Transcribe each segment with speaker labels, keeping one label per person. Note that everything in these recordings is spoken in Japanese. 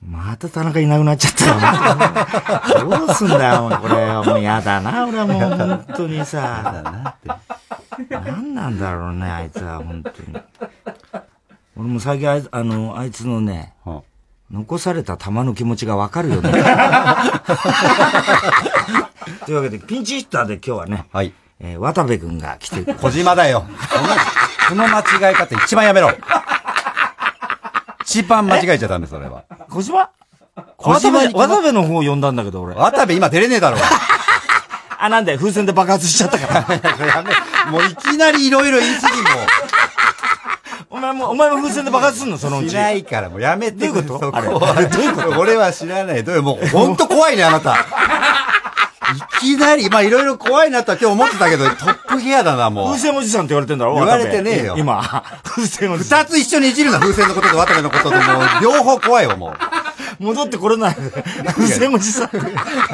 Speaker 1: また田中いなくなっちゃったよ。どうすんだよ、お前これ。もうやだな、俺はもう本当にさ。何なんだろうね、あいつは、本当に。俺も最近あいつ、あの、あいつのね、残された玉の気持ちがわかるよね。というわけで、ピンチヒッターで今日はね、えー渡部君が来てくれました
Speaker 2: 小島だよ。このこの間違え方一番やめろ。一番間違えちゃダメ、それは。
Speaker 1: 小島
Speaker 2: 小島
Speaker 1: 渡部渡部の方呼んだんだけど、俺。
Speaker 2: 渡部今出れねえだろ。
Speaker 1: あ、なんだよ、風船で爆発しちゃったから。
Speaker 2: やめ、 もういきなりいろいろ言い過ぎも。
Speaker 1: お前も、お前も風船で爆発すんの、そのうち。
Speaker 2: しないから、もうやめて
Speaker 1: どういうこと
Speaker 2: そ
Speaker 1: あれ
Speaker 2: は
Speaker 1: あれどういうこと
Speaker 2: 俺は知らない。どういう、もうほんと怖いね、あなた。いきなり、まあいろいろ怖いなとは今日思ってたけど、トップギアだな、もう
Speaker 1: 風。船おじさんって言われてんだろ
Speaker 2: 言われ
Speaker 1: 渡部
Speaker 2: てねえよ
Speaker 1: 今、風船おじさん。
Speaker 2: 二つ一緒にいじるな、風船のことと渡部のことと、もう両方怖いよ、もう。
Speaker 1: 戻ってこれない。風船おじさん。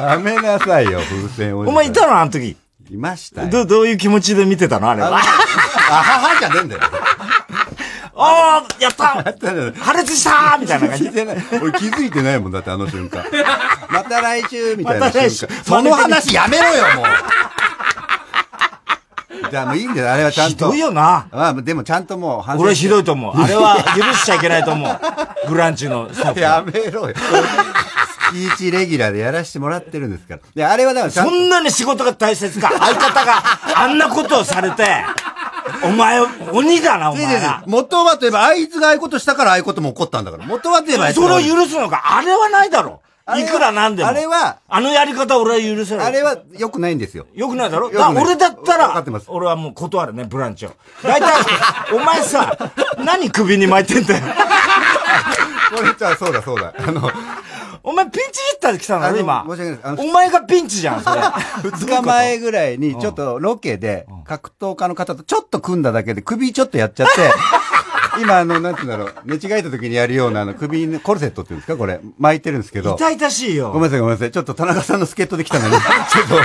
Speaker 2: やめなさいよ、風船を。
Speaker 1: お前いたのあの時。
Speaker 2: いましたよ。
Speaker 1: ど、どういう気持ちで見てたのあれ。
Speaker 2: あ
Speaker 1: あ
Speaker 2: ははじゃねえんだよ。
Speaker 1: あー、やった
Speaker 2: だから
Speaker 1: 破裂したーみたいな感
Speaker 2: 聞
Speaker 1: じ
Speaker 2: い。てない。 俺気づいてないもんだって、あの瞬間。また来週みたい
Speaker 1: ま
Speaker 2: な
Speaker 1: た来
Speaker 2: 瞬
Speaker 1: 週
Speaker 2: 間。その話やめろよ、もう。じゃあもういいんだよ、あれはちゃん
Speaker 1: ひ
Speaker 2: と。
Speaker 1: どいよな。
Speaker 2: まあ、でもちゃんともう反省
Speaker 1: 俺は
Speaker 2: して
Speaker 1: ひどいと 思う。あれは許しちゃいけないと思う。ブランチのスタッフ。
Speaker 2: やめろよ。月1レギュラーでやらしてもらってるんですから。で、あれはだからちゃん
Speaker 1: そ
Speaker 2: と、
Speaker 1: んなに仕事が大切か。相方があんなことをされて、お前、鬼だな、お
Speaker 2: いやいや
Speaker 1: 前
Speaker 2: いや
Speaker 1: ら。
Speaker 2: 元はといえば、あいつがああいうことしたからああいうことも起こったんだから。元はといえばあいつが
Speaker 1: それを許すのか。あれはないだろ
Speaker 2: あ。れ
Speaker 1: い
Speaker 2: は
Speaker 1: くらなんでも。
Speaker 2: あれは、
Speaker 1: あのやり方俺は許せない。
Speaker 2: あれは良くないんですよ。
Speaker 1: よくないだろ
Speaker 2: よくない
Speaker 1: だ俺だった
Speaker 2: わかってま
Speaker 1: ら
Speaker 2: す、
Speaker 1: 俺はもう断るね、ブランチを。大体、 お前さ、何首に巻いてんだよ。
Speaker 2: これじゃあそうだそうだ。あの、
Speaker 1: お前ピンチヒッターで来たんだ
Speaker 2: あ
Speaker 1: ろ、
Speaker 2: の
Speaker 1: 今。
Speaker 2: 申し訳ないですあの
Speaker 1: お前がピンチじゃん、そ れ。
Speaker 2: 2日前ぐらいに、ちょっとロケで、格闘家の方とちょっと組んだだけで、首ちょっとやっち ゃって、今、あの、なんて言うんだろう、寝違えた時にやるような、あの、首にコルセットっていうんですかこれ、巻いてるんですけど。
Speaker 1: 痛々しい
Speaker 2: ごめ
Speaker 1: よ。
Speaker 2: んなさい、ごめんなさい。ちょっと田中さんの助っ人でき たのに、ちょっと、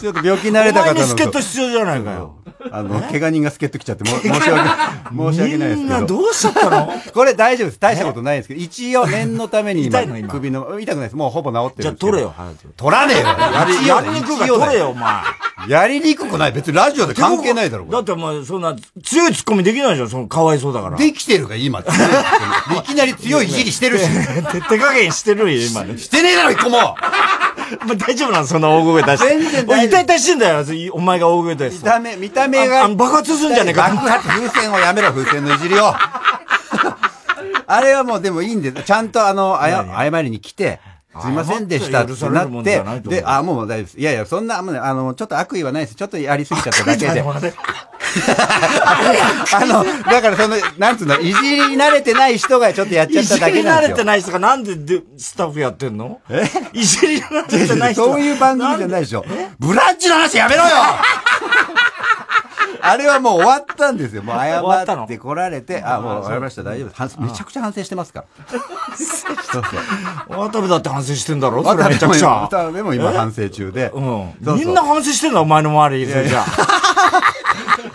Speaker 2: ちょっと病気に
Speaker 1: お
Speaker 2: なれた方
Speaker 1: 前
Speaker 2: の
Speaker 1: に助っ人必要じゃないかよ。
Speaker 2: あの、怪我人が助っ人来ちゃって、もう申し訳ない、申し訳ないです
Speaker 1: み
Speaker 2: け
Speaker 1: ん
Speaker 2: ど。
Speaker 1: などうしちゃったの
Speaker 2: これ大丈夫です。大したことないんですけど、一応念のために今、
Speaker 1: 痛いの今
Speaker 2: 首の、痛くないです。もうほぼ治って
Speaker 1: じ
Speaker 2: る
Speaker 1: ゃあ
Speaker 2: んですけど
Speaker 1: 取れよ、。早く。
Speaker 2: 取らねえよ。一応
Speaker 1: やりにくいから取れよ、お前。
Speaker 2: やりにくくない。別にラジオで関係ないだろ、こ
Speaker 1: だ
Speaker 2: れ
Speaker 1: ってお前、そんな、強いツッコミできないじゃん、その、かわいそうだから。
Speaker 2: できてるが、 今。いきなり強いいじりしてるし。
Speaker 1: 手手加減してるよ、今ね。
Speaker 2: してねえだろ、一個も
Speaker 1: お前大丈夫なのそんな大声出して。
Speaker 2: 全然大丈夫
Speaker 1: おい痛々しいんだよ、お前が大声出
Speaker 2: 見
Speaker 1: して。
Speaker 2: た目、見た目
Speaker 1: あ
Speaker 2: が
Speaker 1: あ。の爆発すんじゃねえかと思っ
Speaker 2: 爆発、風船をやめろ、風船のいじり を。あれはもうでもいいんです。ちゃんとあの、あや謝りに来て、すいませんでしたってな
Speaker 1: 謝って許されるも
Speaker 2: っ
Speaker 1: んじゃない
Speaker 2: て、
Speaker 1: と思う
Speaker 2: で、あ、もう大丈夫です。いやいや、そんな、もうねあの、ちょっと悪意はないです。ちょっとやりすぎちゃっただけで。 あの、だからその、なんつうの、いじり慣れてない人がちょっとやっちゃ
Speaker 1: い
Speaker 2: った
Speaker 1: じ
Speaker 2: だけ
Speaker 1: り
Speaker 2: な
Speaker 1: 慣
Speaker 2: んです
Speaker 1: れ
Speaker 2: よ。
Speaker 1: てない人がなんででスタッフやってんのいじり慣 れてない人が
Speaker 2: そういう番組じゃないでしょ
Speaker 1: んえ。
Speaker 2: ブランチの話やめろ よあれはもう終わったんですよ。もう謝
Speaker 1: 終わったの
Speaker 2: って来られて、あ、もう終わりました、大丈夫です反省。めちゃくちゃ反省してますから。そうそう。
Speaker 1: 渡部だって反省してんだろそれめちゃくちゃ。
Speaker 2: 渡辺も今反省中で。
Speaker 1: うん。
Speaker 2: そうそう
Speaker 1: みんな反省してんだ、お前の周り。それじゃ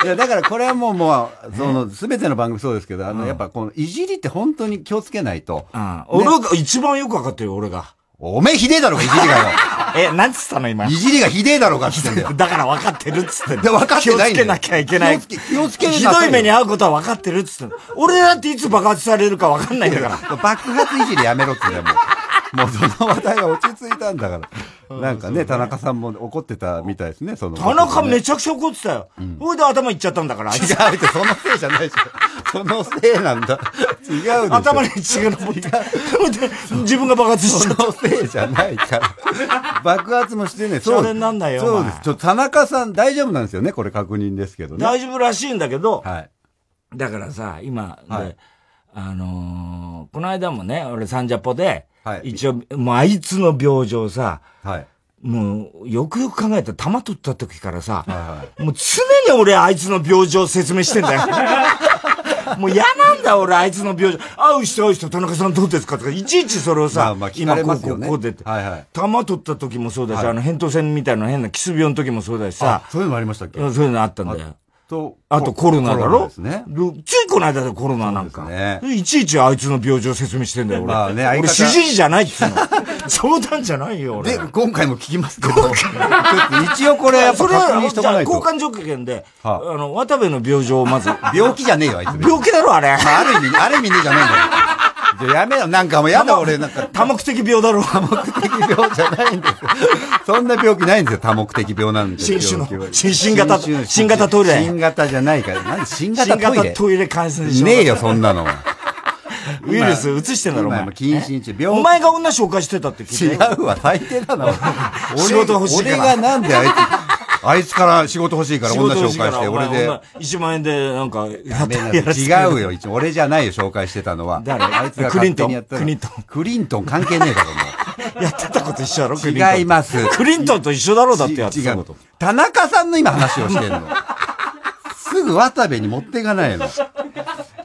Speaker 2: いや、だからこれはもう、もう、その、すべての番組そうですけど、あの、やっぱこの、いじりって本当に気をつけないと。
Speaker 1: あ。うん。
Speaker 2: ね
Speaker 1: 俺が一番よくわかってるよ、俺が。
Speaker 2: おめえひでえだろうが、いじりがよ。
Speaker 1: え、なんつったの今
Speaker 2: い。じりがひでえだろうが、つってんだよ。
Speaker 1: だから分かってるっつってんの
Speaker 2: いや分かっ
Speaker 1: 気を
Speaker 2: てないん
Speaker 1: つ
Speaker 2: だよ
Speaker 1: けなきゃいけない。
Speaker 2: 気をつけ気をつけな
Speaker 1: ひ
Speaker 2: さいよ
Speaker 1: どい目に遭うことは分かってるっつってんの俺だっていつ爆発されるか分かんないんだから。
Speaker 2: 爆発いじりやめろって ね、もう。もうその話題が落ち着いたんだから。なんかね、田中さんも怒ってたみたいですね、その。
Speaker 1: 田中
Speaker 2: ね
Speaker 1: めちゃくちゃ怒ってたよ。ほいで頭いっちゃったんだから、あい
Speaker 2: 違
Speaker 1: つ。
Speaker 2: うって、そのせいじゃないじゃん。そのせいなんだ。違うでしょ。
Speaker 1: 頭に血が上って。ほいで自分が爆発しちゃ
Speaker 2: そ
Speaker 1: っ
Speaker 2: のせいじゃないから。爆発もしてね、
Speaker 1: それになんないよ
Speaker 2: そ
Speaker 1: お
Speaker 2: う
Speaker 1: 前
Speaker 2: です。ちょっと田中さん大丈夫なんですよね、これ確認ですけど
Speaker 1: た。
Speaker 2: ね。
Speaker 1: 大丈夫らしいんだけど、
Speaker 2: はい。
Speaker 1: だからさ、今、
Speaker 2: はい
Speaker 1: で、あのーこの間もね、俺サンジャポで、
Speaker 2: はい
Speaker 1: 一応、もうあいつの病状さ、
Speaker 2: はい。
Speaker 1: もう、よくよく考えたら、玉取った時からさ、
Speaker 2: は
Speaker 1: もう常に俺あいつの病状を説明してんだよ。もう嫌なんだ、俺、あいつの病状。あう人、あう人、田中さんどうですかとか、いちいちそれをさ、
Speaker 2: まあまあ聞かれますよ
Speaker 1: 今こう、こ
Speaker 2: ね
Speaker 1: う、こうでって。
Speaker 2: はいはい
Speaker 1: 玉取った時もそうだし、
Speaker 2: はい
Speaker 1: あの、扁桃腺みたいな変なキス病の時もそうだしさ
Speaker 2: あ、、そういうのありましたっけ
Speaker 1: うんそういうのあったんだよ。
Speaker 2: と
Speaker 1: あとコロナだろ
Speaker 2: ですね。
Speaker 1: でついこの間だよ、コロナなんか。
Speaker 2: そうです
Speaker 1: いちいちあいつの病状説明してんだよ、俺。
Speaker 2: まあね相
Speaker 1: 俺、
Speaker 2: 方
Speaker 1: 指示じゃないっつうの。冗談じゃないよ、俺。
Speaker 3: で、今回も聞きますけど。
Speaker 2: ちょっと一応これやっぱ
Speaker 1: それ
Speaker 2: 確認
Speaker 1: は、
Speaker 2: しと
Speaker 1: じゃ
Speaker 2: か
Speaker 1: あ、
Speaker 2: ない
Speaker 1: 交
Speaker 2: と。
Speaker 1: 換条件で、
Speaker 2: は
Speaker 1: あの、渡部の病状をまず。
Speaker 2: 病気じゃねえよ、あいつ。ま
Speaker 1: 病気だろ、あれ。
Speaker 2: あ、ある意味、ある意味ねえじゃねえんだよ。じゃあやめろ、なんかもうやだ、俺、なんか、
Speaker 1: 多目的病だろ。
Speaker 2: 多目的病じゃないんですよ。そんな病気ないんですよ、多目的病なんですよ。
Speaker 1: 新種の
Speaker 2: 病気は
Speaker 1: 新新型
Speaker 2: 新種
Speaker 1: 新型トイレ
Speaker 2: 新型じゃないから。なんで
Speaker 1: 新
Speaker 2: 新型トイ
Speaker 1: 型
Speaker 2: レ
Speaker 1: トイレ感染症。
Speaker 2: ねえよ、そんなの。
Speaker 1: ウイルス移してんだろ、お前
Speaker 2: 今。禁止中。病
Speaker 1: お
Speaker 2: 気
Speaker 1: 前が女紹介してたって聞い
Speaker 2: 違
Speaker 1: たよ
Speaker 2: うわ、最低だな。俺
Speaker 1: 仕事欲しいから
Speaker 2: 俺がなんであいつ、あいつから仕事欲しいから
Speaker 1: 仕
Speaker 2: 女
Speaker 1: 事
Speaker 2: 紹
Speaker 1: 欲
Speaker 2: 介
Speaker 1: しいから
Speaker 2: して、
Speaker 1: お
Speaker 2: 俺
Speaker 1: 前
Speaker 2: で。
Speaker 1: 女1万円でなんかや
Speaker 2: ダ
Speaker 1: っ
Speaker 2: メ
Speaker 1: た
Speaker 2: な
Speaker 1: やらせて
Speaker 2: 違うよ、一応。俺じゃないよ、紹介してたのは。
Speaker 1: 誰
Speaker 2: あいつが
Speaker 1: クリン
Speaker 2: 勝
Speaker 1: ト
Speaker 2: 手
Speaker 1: ン
Speaker 2: にやったの
Speaker 1: クリントン
Speaker 2: クリントン関係ねえだろ、も
Speaker 1: やってたこと一緒だろクリントン
Speaker 2: う。違います。
Speaker 1: クリントンと一緒だろうだってやって
Speaker 2: 違
Speaker 1: た
Speaker 2: う
Speaker 1: こと。
Speaker 2: 田中さんの今話をしてんの。すぐ渡部に持っていかないの。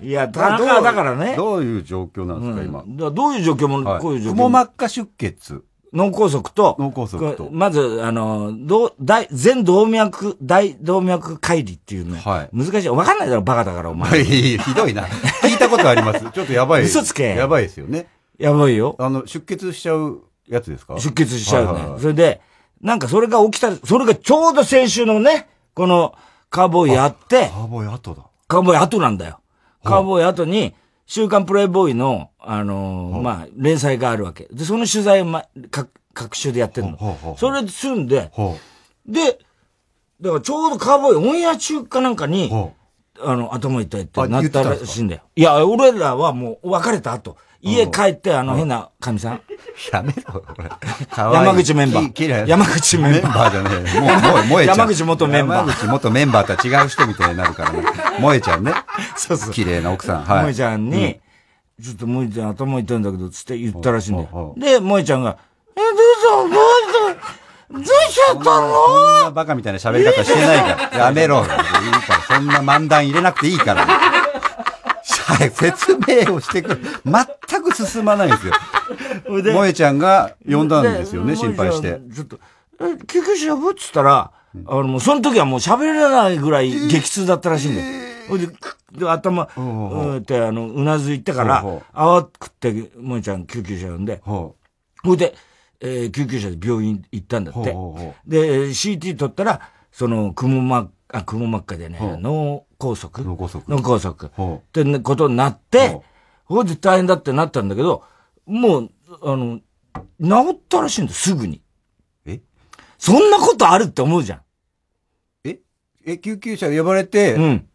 Speaker 1: いや田中はだからね
Speaker 2: どういう状況なんですか、
Speaker 1: うん
Speaker 2: 今。
Speaker 1: だからどういう状況
Speaker 2: は
Speaker 1: も
Speaker 2: い
Speaker 1: こういう状
Speaker 2: く
Speaker 1: 況
Speaker 2: も
Speaker 1: も
Speaker 2: 膜下出血。
Speaker 1: 脳梗塞と、
Speaker 2: 脳梗塞と
Speaker 1: こうまず、あの、どう大、全動脈、大動脈解離っていうの。
Speaker 2: はい
Speaker 1: 難しい。わかんないだろ、バカだから、お前。
Speaker 2: ひどいな。聞いたことあります。ちょっとやばい。
Speaker 1: 嘘つけ
Speaker 2: やばいですよね。
Speaker 1: やばいよ。
Speaker 2: あの、出血しちゃうやつですか
Speaker 1: 出血しちゃうね。
Speaker 2: はいはいはい
Speaker 1: それで、なんかそれが起きた、それがちょうど先週のね、この、カーボーイやって、
Speaker 2: カーボーイ後だ。
Speaker 1: カーボーイ後なんだよ。カーボーイ後に、週刊プレイボーイの、あのーまあ、連載があるわけ。で、その取材を、ま、各、各種でやってる
Speaker 2: ほうほうほ
Speaker 1: の
Speaker 2: う。
Speaker 1: それで済んで、
Speaker 2: ほ
Speaker 1: で、だからちょうどカーボーイオンエア中かなんかに
Speaker 2: う。、ほ
Speaker 1: あの、頭痛いって
Speaker 2: あ
Speaker 1: なった
Speaker 2: 言ってたん
Speaker 1: ら
Speaker 2: ですか
Speaker 1: しいんだよ。いや、俺らはもう別れた後、家帰って、あの変な神さん、
Speaker 2: う。やめろ、こ れ。
Speaker 1: 山口メンバー山口メンバ
Speaker 2: ー。メンバーじゃねえ。もう、もう、燃えちゃう。
Speaker 1: 山口元メンバー
Speaker 2: 山口元メンバーとは違う人みたいになるからね。燃えちゃうね。そうそう。綺麗な奥さん。はい。
Speaker 1: 萌ちゃん
Speaker 2: う
Speaker 1: に、ちょっと萌ちゃん頭痛いんだけど、つって言ったらしいんだ
Speaker 2: ほうほ
Speaker 1: よ
Speaker 2: う。ほ
Speaker 1: で、萌ちゃんが、え、どうしたのどうしたどうしちゃったの
Speaker 2: そんなバカみたいな喋り方してない から。やめろ。いいから。そんな漫談入れなくていいから。はい、説明をしてくる。全く進まないんですよ。
Speaker 1: それで
Speaker 2: 萌えちゃんが呼んだんですよね、
Speaker 1: で
Speaker 2: 心配し
Speaker 1: 萌
Speaker 2: て。
Speaker 1: ちゃんちょっと、え救急車呼ぶっつったら、あの、もうその時はもう喋れないぐらい激痛だったらしいんだよ。ほいで、くで頭、う
Speaker 2: ほうほう
Speaker 1: ーって、あの、うなずいてから
Speaker 2: ほうほ、
Speaker 1: 慌くって、萌ちゃん救急車呼んで、
Speaker 2: ほ
Speaker 1: ほいで、えー救急車で病院行ったんだって。
Speaker 2: ほうほうほ
Speaker 1: で、CT 取ったら、その、くも膜、あ、くも膜下でね、脳梗塞
Speaker 2: 脳梗塞
Speaker 1: 脳梗塞。
Speaker 2: ほ
Speaker 1: ってなことになって、ほいで大変だってなったんだけど、もう、あの、治ったらしいんだよ、すぐに。
Speaker 2: う。え
Speaker 1: そんなことあるって思うじゃん。
Speaker 2: ええ、救急車呼ばれて、
Speaker 1: うん。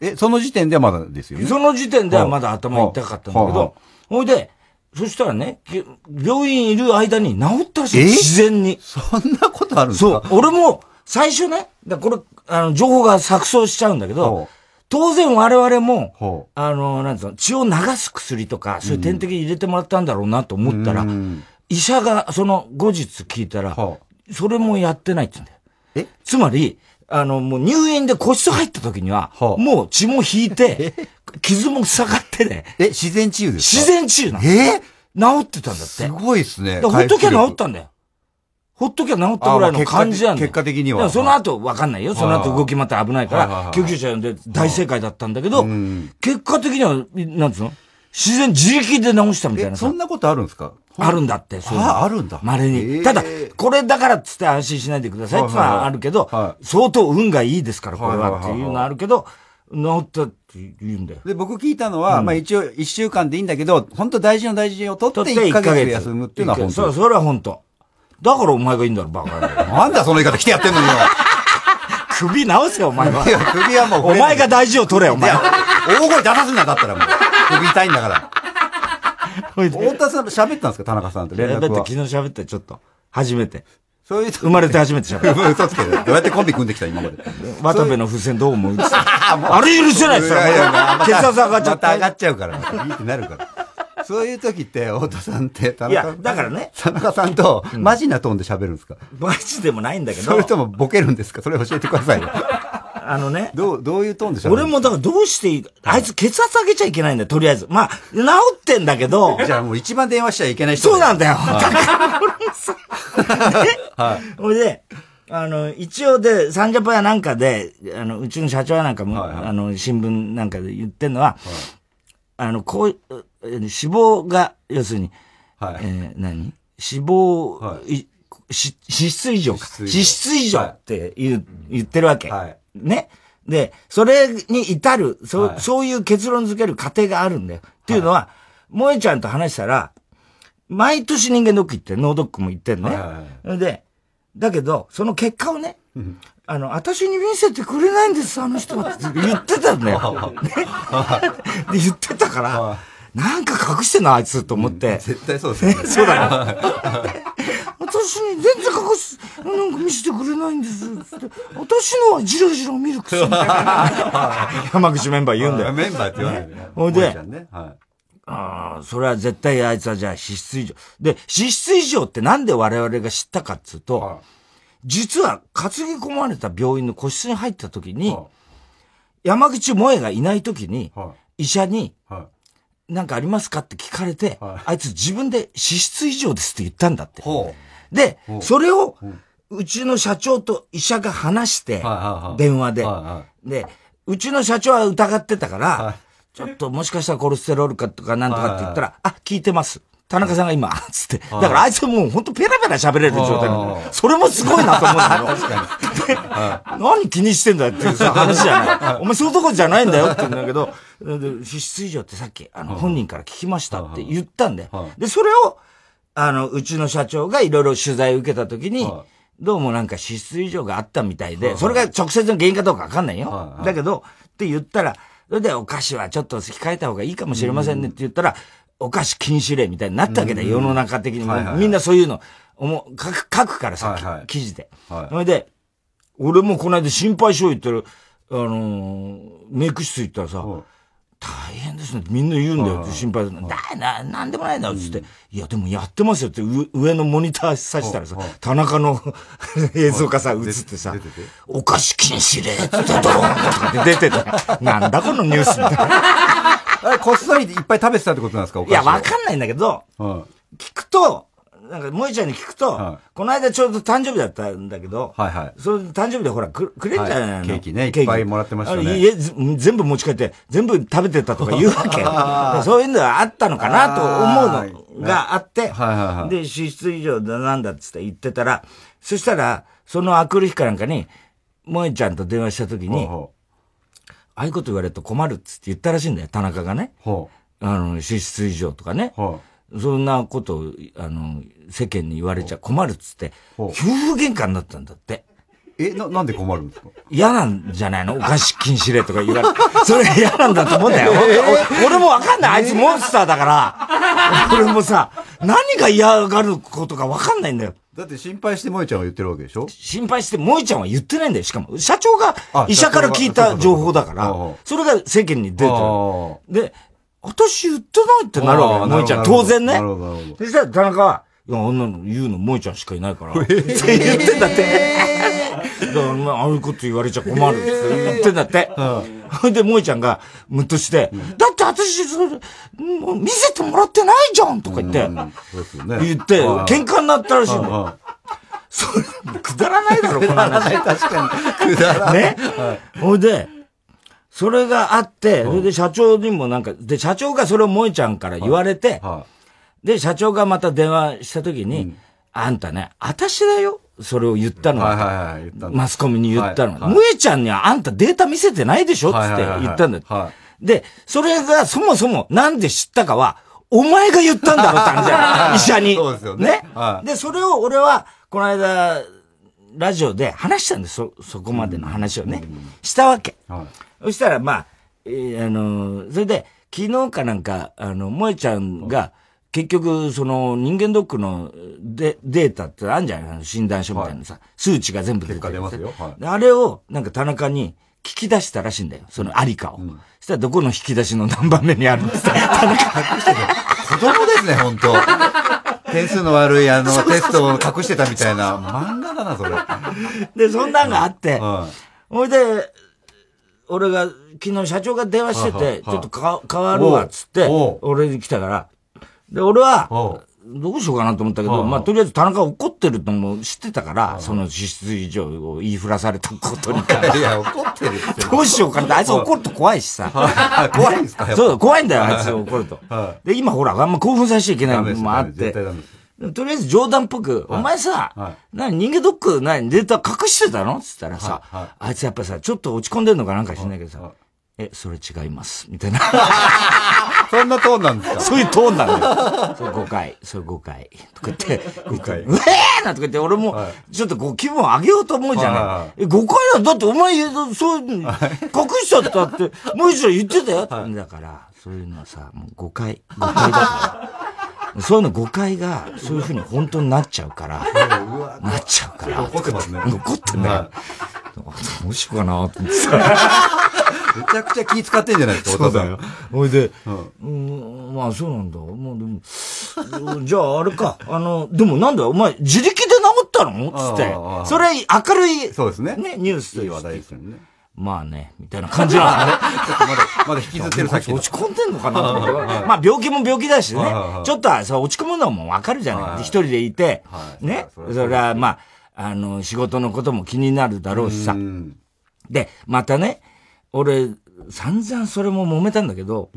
Speaker 2: え、その時点ではまだですよね。
Speaker 1: その時点ではまだ頭痛かったんだけ
Speaker 2: はあはあ
Speaker 1: ど、ほいで、そしたらね、き病院いる間に治ったらしい
Speaker 2: え
Speaker 1: の。自然に。
Speaker 2: そんなことあるんです
Speaker 1: そう
Speaker 2: か。
Speaker 1: 俺も、最初ね、だからこれ、あの、情報が錯綜しちゃうんだけ
Speaker 2: ほ
Speaker 1: ど
Speaker 2: う、
Speaker 1: 当然我々も、
Speaker 2: ほ
Speaker 1: あの、なんつうの、血を流す薬とか、そういう点滴入れてもらったんだろうなと思ったら、
Speaker 2: ん
Speaker 1: 医者が、その、後日聞いたら、
Speaker 2: は
Speaker 1: それもやってないって言うんだよ。
Speaker 2: え
Speaker 1: つまり、あの、もう入院で個室入った時には、
Speaker 2: はあ
Speaker 1: もう血も引いて、傷も塞がってね、
Speaker 2: え、自然治癒ですか
Speaker 1: 自然治癒なの。
Speaker 2: え
Speaker 1: 治ってたんだって。
Speaker 2: すごいですね。
Speaker 1: だからほっときゃ
Speaker 2: 回復力
Speaker 1: 治ったんだよ。ほっときゃ治ったぐらいの感じなんだよ。
Speaker 2: あまあ結果的結果的には
Speaker 1: だからその後わかんないよ。その後動きまた危ないか
Speaker 2: はいはいは
Speaker 1: ら、
Speaker 2: い
Speaker 1: 救急車呼んで大正解だったんだけど
Speaker 2: ん、
Speaker 1: 結果的には、なんつうの自然自力で治したみたい
Speaker 2: え、
Speaker 1: な
Speaker 2: そ
Speaker 1: さ
Speaker 2: ん。なことあるんですか
Speaker 1: あるんだって、そういうの
Speaker 2: ああるんだ
Speaker 1: 稀
Speaker 2: へ
Speaker 1: に。
Speaker 2: え
Speaker 1: ただ、これだからっつって安心しないでくださいっての
Speaker 2: はいはいは
Speaker 1: はいあるけど
Speaker 2: は、
Speaker 1: 相当運がいいですから、これ
Speaker 2: はい
Speaker 1: は
Speaker 2: は
Speaker 1: っ
Speaker 2: い
Speaker 1: て
Speaker 2: はいはい
Speaker 1: いうのあるけど、治ったって言うんだよ。
Speaker 2: で、僕聞いたのは、まあ一応一週間でいいんだけど、本当大事な大事を取って
Speaker 1: 一
Speaker 2: 1ヶ月休むっていうのは本
Speaker 1: そ
Speaker 2: 当
Speaker 1: う、それは本当。だからお前がいいんだろ、バカ野郎。
Speaker 2: なんだその言い方来てやって んのよ。
Speaker 1: 首直せよ、お前
Speaker 2: い
Speaker 1: は。
Speaker 2: や、首はもう
Speaker 1: お前が大事を取れ、お
Speaker 2: い
Speaker 1: 前
Speaker 2: や。、大声出さすんな、だったらもう。首痛いんだから。太田さんと喋ったんですか田中さんと連
Speaker 1: だって
Speaker 2: 絡は
Speaker 1: 昨。日喋ったよ、ちょっと。初めて。
Speaker 2: そういう
Speaker 1: 生まれて初め て喋った。
Speaker 2: 嘘つけ。どうやってコンビ組んできた今まで。
Speaker 1: 渡部の風船どう思う あれ許せないっすよ、
Speaker 2: いやいやまた
Speaker 1: 血圧上がっちゃっ
Speaker 2: また上が
Speaker 1: た。
Speaker 2: っちゃうから。いいってなるから。 そういう時って、太田さんって、田
Speaker 1: い
Speaker 2: 中さ
Speaker 1: や
Speaker 2: ん、。
Speaker 1: だからね、
Speaker 2: 田中さんと、マジなトーンで喋るんですか、
Speaker 1: マジでもないんだけど
Speaker 2: それ、ともボケるんですかそれ教えてくださいよ。
Speaker 1: あのね。
Speaker 2: どう、どういうトーンでしょう
Speaker 1: 俺もだからどうしていい、あいつ血圧上げちゃいけないんだよ、とりあえず。まあ、治ってんだけど。
Speaker 2: じゃあもう一番電話しちゃいけない人
Speaker 1: そうなんだよ。
Speaker 2: は
Speaker 1: だから俺もさ、 ね。ほいで、あの、一応で、サンジャポやなんかで、あの、うちの社長やなんかも、
Speaker 2: はいはい
Speaker 1: あの、新聞なんかで言ってんのは、あの、こう、えー死亡が、要するに、
Speaker 2: はい
Speaker 1: えー何死亡、いし脂質異常か。
Speaker 2: 異
Speaker 1: 脂
Speaker 2: 常
Speaker 1: 質異常って言,、う言ってるわけ。
Speaker 2: はい
Speaker 1: ね。で、それに至る、そ,、
Speaker 2: は
Speaker 1: う
Speaker 2: い
Speaker 1: そういう結論付ける過程があるんだよ。っていうのは、萌えちゃんと話したら、毎年人間ドック行って、脳ドックも行ってんね。
Speaker 2: はいはい
Speaker 1: で、だけど、その結果をね、あの、私に見せてくれないんです、あの人は。って言ってたん だよ。ね、で言ってたから、なんか隠してんな、あいつと思って。
Speaker 2: 絶 対そうですよね。
Speaker 1: そうだろ。私に全然隠す、なんか見せてくれないんです。つって私のはじろじろ見るくせに。 山口メンバー言うんだよ。
Speaker 2: メンバーって言わないでね。
Speaker 1: ほいで
Speaker 2: 萌ちゃんねは
Speaker 1: ああ、それは絶対あいつはじゃあ脂質異常。で、脂質異常ってなんで我々が知ったかっつうと、
Speaker 2: は
Speaker 1: 実は担ぎ込まれた病院の個室に入った時
Speaker 2: い
Speaker 1: に、
Speaker 2: は
Speaker 1: 山口萌えがいない時に
Speaker 2: い、は
Speaker 1: 医者に、
Speaker 2: いはい
Speaker 1: なんかありますかって聞かれて、
Speaker 2: はい
Speaker 1: あいつ自分で脂質異常ですって言ったんだって。
Speaker 2: ほ
Speaker 1: で、
Speaker 2: ほう
Speaker 1: それを
Speaker 2: ほう、
Speaker 1: うちの社長と医者が話して
Speaker 2: はいはいは、い
Speaker 1: 電話で。
Speaker 2: は
Speaker 1: で、うちの社長は疑ってたから、
Speaker 2: はい
Speaker 1: ちょっともしかしたらコレステロールかとかなんとかって言ったら、あ、聞いてます。田中さんが今、つって。だからあいつもうほんとペラペラ喋れる状態なんだ
Speaker 2: は
Speaker 1: よ。
Speaker 2: い
Speaker 1: それもすごいなと思うんだけど。で
Speaker 2: は
Speaker 1: 何気にしてんだっていうさ、話じ ゃない。お前そういうとこじゃないんだよって言うんだけど、で脂質異常ってさっき、あの、本人から聞きましたって言ったんで
Speaker 2: は。い
Speaker 1: で、それを、あの、うちの社長がいろいろ取材を受けたときに
Speaker 2: は、
Speaker 1: どうもなんか脂質異常があったみたいで、それが直接の原因かどうかわかんないよ。
Speaker 2: はいはい
Speaker 1: だけど、って言ったら、それでお菓子はちょっと控えた方がいいかもしれませんねって言ったら、お菓子禁止令みたいになったわけだよ、世の中的に
Speaker 2: はいはいは
Speaker 1: も。
Speaker 2: い
Speaker 1: みんなそういうの、思う書く書くからさっき、
Speaker 2: はいはい
Speaker 1: 記事で。
Speaker 2: はい
Speaker 1: それで、俺もこの間心配性言ってる、あのーメイク室行ったらさ、
Speaker 2: うん
Speaker 1: 大変ですねってみんな言うんだよって心配するの。だな、なんでもないんだよっつって、いやでもやってますよって上上のモニターさしたらさ、田中の映像がさ、映ってさ
Speaker 2: 出てて、
Speaker 1: お菓子禁止令っつってドーンとかって出て た。なんだこのニュースみたいな。
Speaker 2: い。あれ、こっそりいっぱい食べてたってことなんですかお
Speaker 1: いや、わ
Speaker 2: 菓
Speaker 1: かんないんだけど、
Speaker 2: 子をうん
Speaker 1: 聞くと、なんか、萌えちゃんに聞くと、
Speaker 2: はい
Speaker 1: この間ちょうど誕生日だったんだけど、
Speaker 2: はいはい
Speaker 1: それで誕生日でほら、くくれんじゃないの、
Speaker 2: はいケーキねいっぱいもらってましたね
Speaker 1: あれ家ず全部持ち帰って、全部食べてたとか言うわ けだから。そういうのはあったのかなと思うのがあって、
Speaker 2: はいはいはい
Speaker 1: で、脂質異常だなんだっつって言ってたら、そしたら、そのあくる日かなんかに、萌えちゃんと電話した時
Speaker 2: ほう
Speaker 1: に、あ
Speaker 2: ほ
Speaker 1: あいうこと言われると困るっつって言ったらしいんだよ、田中がね。
Speaker 2: う。ほ
Speaker 1: あの、脂質異常とかね。
Speaker 2: う。ほ
Speaker 1: そんなことを、あの、世間に言われちゃ困るっつって、
Speaker 2: ほう
Speaker 1: 夫婦喧嘩になったんだって。
Speaker 2: う。え、な、なんで困るんですか
Speaker 1: 嫌なんじゃないのお菓子禁止令とか言われて。それ嫌なんだと思うんだよ。おお俺もわかんない。あいつモンスターだから。俺もさ、何が嫌がることかわかんないんだよ。
Speaker 2: だって心配して萌えちゃんが言ってるわけでしょ
Speaker 1: 心配して、萌えちゃんは言ってないんだよ。しかも、社長が
Speaker 2: あ
Speaker 1: 医者から聞いた情報だか
Speaker 2: あ
Speaker 1: ら
Speaker 2: ああ、
Speaker 1: それが世間に出てる
Speaker 2: ああ。
Speaker 1: で、私言ってないってなるわ
Speaker 2: あ
Speaker 1: け
Speaker 2: あ
Speaker 1: よ、萌えちゃん。
Speaker 2: なるほど
Speaker 1: 当然ね
Speaker 2: なるほどなるほ。
Speaker 1: そしたら田中は、いや、あんなの言うの萌えちゃんしかいないから、って言ってんだって。だからまあああいうこと言われちゃ困るって言ってんだって。ほいで、萌えちゃんが、ムッとして、だって私、それ、もう見せてもらってないじゃんとか言って、
Speaker 2: そうですよね。
Speaker 1: 言って、
Speaker 2: はい
Speaker 1: 喧嘩になったらしいんだよ。
Speaker 2: は
Speaker 1: それ、くだらないだろ、この話。
Speaker 2: い確かに。くだらない。
Speaker 1: ね。ほいで、それがあって、それで社長にもなんか、で、社長がそれを萌えちゃんから言われて、
Speaker 2: は
Speaker 1: で、社長がまた電話した時に、あんたね、私だよ、それを言った
Speaker 2: い
Speaker 1: のは。
Speaker 2: はいはいはい。言ったんだ
Speaker 1: マスコミに言ったの。
Speaker 2: はい
Speaker 1: 萌、
Speaker 2: はい
Speaker 1: えちゃんにはあんたデータ見せてないでしょつっ
Speaker 2: はいはい
Speaker 1: て
Speaker 2: はいはい
Speaker 1: 言ったんだって
Speaker 2: は
Speaker 1: で、それがそもそもなんで知ったかは、お前が言った んだろって話じゃ ん。医者に。
Speaker 2: そうですよねはい
Speaker 1: で、それを俺は、この間、ラジオで話したんです。そ、そこまでの話をね。したわけ。
Speaker 2: はい
Speaker 1: そしたら、まあ、えーあのーそれで、昨日かなんか、あの、萌えちゃんが、結局、その、人間ドックのデデータってあるんじゃないあの診断書みたいなさ、数値が全部出てる
Speaker 2: 結果出ますよはい
Speaker 1: であれを、なんか田中に聞き出したらしいんだよ。そのありかを。そしたら、どこの引き出しの何番目にあるんですか田中
Speaker 2: 子供ですね、本当。点数の悪いあのテストを隠してたみたいな。漫画だな、それ。
Speaker 1: で、そんなんがあって、
Speaker 2: は
Speaker 1: ほいで、俺が、昨日社長が電話して
Speaker 4: はいは
Speaker 1: て、
Speaker 4: い
Speaker 1: ちょっとか変わるわ、つって
Speaker 4: おう、
Speaker 1: 俺に来たから。で、俺は
Speaker 4: お、
Speaker 1: どうしようかなと思ったけ
Speaker 4: はい
Speaker 1: ど、
Speaker 4: はい
Speaker 1: まあ、とりあえず田中怒ってるとも知ってたから、その支出以上を言いふらされたことに 関して
Speaker 4: いや、怒ってるって。
Speaker 1: どうしようかなって、あいつ怒ると怖いしさ。
Speaker 4: 怖いんですかやっぱ
Speaker 1: そう、怖いんだよ、あいつ怒ると。で、今ほら、あんま興奮させちゃいけないのもあっ
Speaker 2: ダメです絶
Speaker 1: て
Speaker 2: 対ダメです。
Speaker 1: とりあえず冗談っぽく、お前
Speaker 2: は
Speaker 1: さ、なに人間ドック、なにデータ隠してたのつったらさ、あいつやっぱさ、ちょっと落ち込んでんのかなんか知んないけどさ、え、それ違います。みたいな。
Speaker 2: そんなトーンなんですか
Speaker 1: そういうトーンなんだ よ。そう、5回、そう、5回。とか言って、5回。 うえーなんとか言って、俺も、ちょっとこう、気分を上げようと思うじゃ
Speaker 2: はいは
Speaker 1: ない。え、5回だよだってお前、そういうの、隠しちゃったって、もう一度言ってたよ。だから、そういうのはさ、もう5回、5回だから。そういうの5回が、そういうふうに本当になっちゃうから、なっちゃうから。
Speaker 2: 怒ってますね
Speaker 1: 怒ってんだよ
Speaker 2: は。
Speaker 1: どうしようかなと思ってさ。
Speaker 2: めちゃくちゃ気使ってんじゃないです
Speaker 1: そ
Speaker 2: か、お
Speaker 1: う
Speaker 2: 父
Speaker 1: だ
Speaker 2: さ
Speaker 1: よ
Speaker 2: ん。。
Speaker 1: ほいで、うん、まあそうなんだ。もうでも、うん じゃああれか、あの、でもなんだよ、お前自力で治ったのつ
Speaker 2: あああ
Speaker 1: っ
Speaker 2: あ
Speaker 1: て。それ明るい、
Speaker 2: そうですね
Speaker 1: ね、ニュース
Speaker 2: い
Speaker 1: で
Speaker 2: い話題ですよね。
Speaker 1: まあね、みたいな感じなの ね。
Speaker 2: ちょっとまだ、まだ引きずってる
Speaker 1: 落
Speaker 2: 先
Speaker 1: ち込んでんのか なと思ってまあ病気も病気だしね
Speaker 2: はいはいは。い
Speaker 1: ちょっとはそう落ち込むのもわかるじゃない。で一人でいて、
Speaker 2: はい
Speaker 1: ね。
Speaker 2: そ
Speaker 1: そ
Speaker 2: りゃそうですよ
Speaker 1: れはまあ、あの、仕事のことも気になるだろうしさ
Speaker 2: う。ん。
Speaker 1: で、またね、俺、散々それも揉めたんだけど、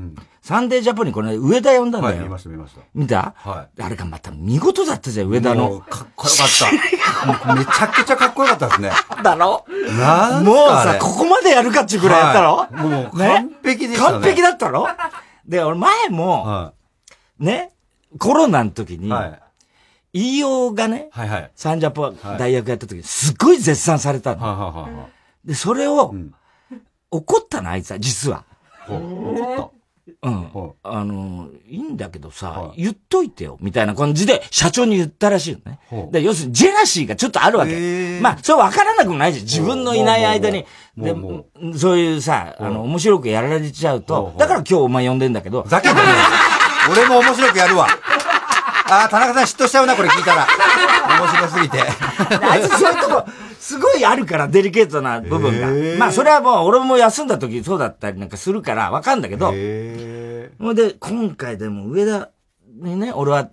Speaker 1: サンデージャポンにこの間上田呼んだん
Speaker 2: は
Speaker 1: だ
Speaker 2: い、
Speaker 1: よ。
Speaker 2: 見ました、見ました。
Speaker 1: 見た、
Speaker 2: は
Speaker 1: あれがまた見事だったじゃん、上田
Speaker 2: もう
Speaker 1: の。
Speaker 2: かっこよかった。もうめちゃくちゃかっこよかったですね。
Speaker 1: だろ
Speaker 2: なん
Speaker 1: もう
Speaker 2: すかあ
Speaker 1: さ
Speaker 2: れ、
Speaker 1: ここまでやるかっちゅうぐらいやったろ、
Speaker 2: はいもう完璧でしたね
Speaker 1: 完璧だったろで、俺前も、
Speaker 2: は
Speaker 1: ね、コロナの時
Speaker 2: い。
Speaker 1: に、
Speaker 2: はい。
Speaker 1: 飯尾がね、
Speaker 2: はいはい。
Speaker 1: サンジャポ大学やった時に、すっごい絶賛されたの。
Speaker 2: はあはあはあは
Speaker 1: で、それを、
Speaker 2: ん
Speaker 1: 怒ったの、あいつは、実は。
Speaker 2: あほう怒
Speaker 1: うん。
Speaker 2: ほ
Speaker 1: あの、いいんだけどさ、
Speaker 2: はい
Speaker 1: 言っといてよ、みたいな感じで、社長に言ったらしいのね
Speaker 2: ほ。う
Speaker 1: で、要するに、ジェラシーがちょっとあるわ
Speaker 2: へ
Speaker 1: け。
Speaker 2: ー
Speaker 1: まあ、それ分からなくもないじゃん。自分のいない間に。
Speaker 2: ほう
Speaker 1: で
Speaker 2: もうもうもう
Speaker 1: うんそういうさ、あの、面白くやられちゃう
Speaker 2: ほう
Speaker 1: と
Speaker 2: ほ、う
Speaker 1: だから今日お前呼んでんだけど
Speaker 2: ふ、ざけんなよ。俺も面白くやるわ。ああ、田中さん嫉妬しちゃうな、これ聞いたら。面白すぎ て。
Speaker 1: あいつそういうとこ、すごいあるから、デリケートな部分が。まあ、それはもう、俺も休んだ時そうだったりなんかするから、分かんだけど、
Speaker 2: へ
Speaker 1: ほんで、今回でも上田にね、俺は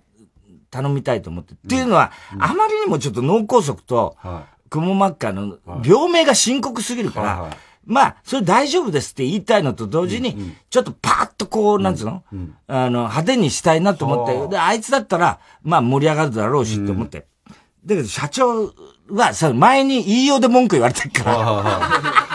Speaker 1: 頼みたいと思って。っていうのは、あまりにもちょっと脳梗塞と、
Speaker 2: は
Speaker 1: くも膜下の病名が深刻すぎるから、
Speaker 2: はいはい
Speaker 1: まあ、それ大丈夫ですって言いたいのと同時に、ちょっとパーッとこう、なんつうの、あの、派手にしたいなと思って、で、あいつだったら、まあ盛り上がるだろうしって思って。だけど、社長はさ、前に言いようで文句言われてるから、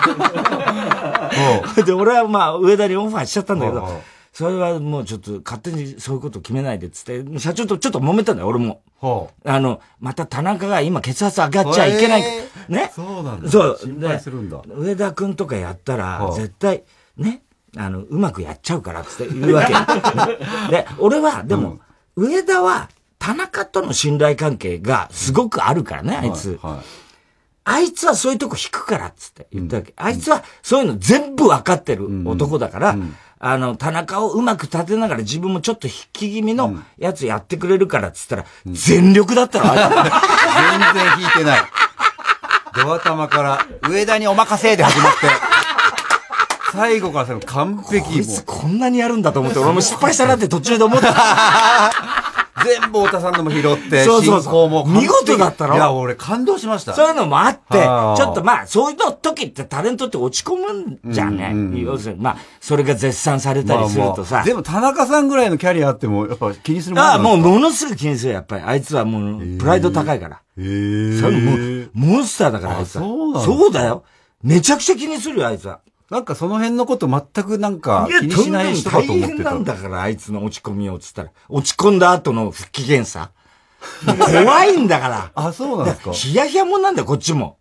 Speaker 1: で、俺はまあ、上田にオファーしちゃったんだけ
Speaker 2: おうお
Speaker 1: ど
Speaker 2: う、
Speaker 1: それはもうちょっと勝手にそういうこと決めないでっつって、社長とちょっと揉めたんだよ、俺も。
Speaker 2: ほう。
Speaker 1: あの、また田中が今血圧上がっちゃいけない。
Speaker 2: へ
Speaker 1: ね。
Speaker 2: そうなんだ
Speaker 1: そう。
Speaker 2: 心配するんだ
Speaker 1: で上田くんとかやったら
Speaker 2: は、あ
Speaker 1: 絶対、ね、あの、うまくやっちゃうからっつって言う わけ。で、俺は、でも、上田は、田中との信頼関係がすごくあるからね、あいつ。
Speaker 2: は
Speaker 1: あいつはそういうとこ引くからっつって言ったわけ。あいつはそういうの全部わかってる男だから、あの、田中をうまく立てながら自分もちょっと引き気味のやつやってくれるからっつったら、全力だったの、あい
Speaker 2: い。全然引いてない。ドア玉から、上田にお任せで始まって、最後から最後、完
Speaker 1: つ。こ
Speaker 2: 璧。
Speaker 1: い
Speaker 2: も
Speaker 1: つ
Speaker 2: う
Speaker 1: こんなにやるんだと思って、俺も失敗したなって途中で思った。
Speaker 2: 全部太田さんのも拾って、
Speaker 1: そうそうそう
Speaker 2: 進行も完璧
Speaker 1: 見事だったろ
Speaker 2: いや、俺感動しました。
Speaker 1: そういうのもあって、
Speaker 2: はあ
Speaker 1: ちょっとまあ、そういう時ってタレントって落ち込むんじゃんね。要するに、まあ、それが絶賛されたりすると
Speaker 2: まあま
Speaker 1: さ
Speaker 2: あ。でも田中さんぐらいのキャリアあっても、やっぱ気にするもん
Speaker 1: ああ、もう
Speaker 2: う。
Speaker 1: ものすごい気にするよ、やっぱり。あいつはもう、プライド高いから。
Speaker 2: へえ。
Speaker 1: それもうモンスターだから、あいつは。
Speaker 2: あそうなんだ
Speaker 1: そうだよ。めちゃくちゃ気にするよ、あいつは。
Speaker 2: なんかその辺のこと全くなんか気にしない人
Speaker 1: と
Speaker 2: だ
Speaker 1: ん
Speaker 2: と
Speaker 1: でもない大
Speaker 2: 思って
Speaker 1: 変な
Speaker 2: た
Speaker 1: ん。だから、あいつの落ち込みをつったら。落ち込んだ後の不機嫌さ。怖いんだから。
Speaker 2: あ、そうなんですか。
Speaker 1: ヒヤヒヤもんなんだよ、こっちも。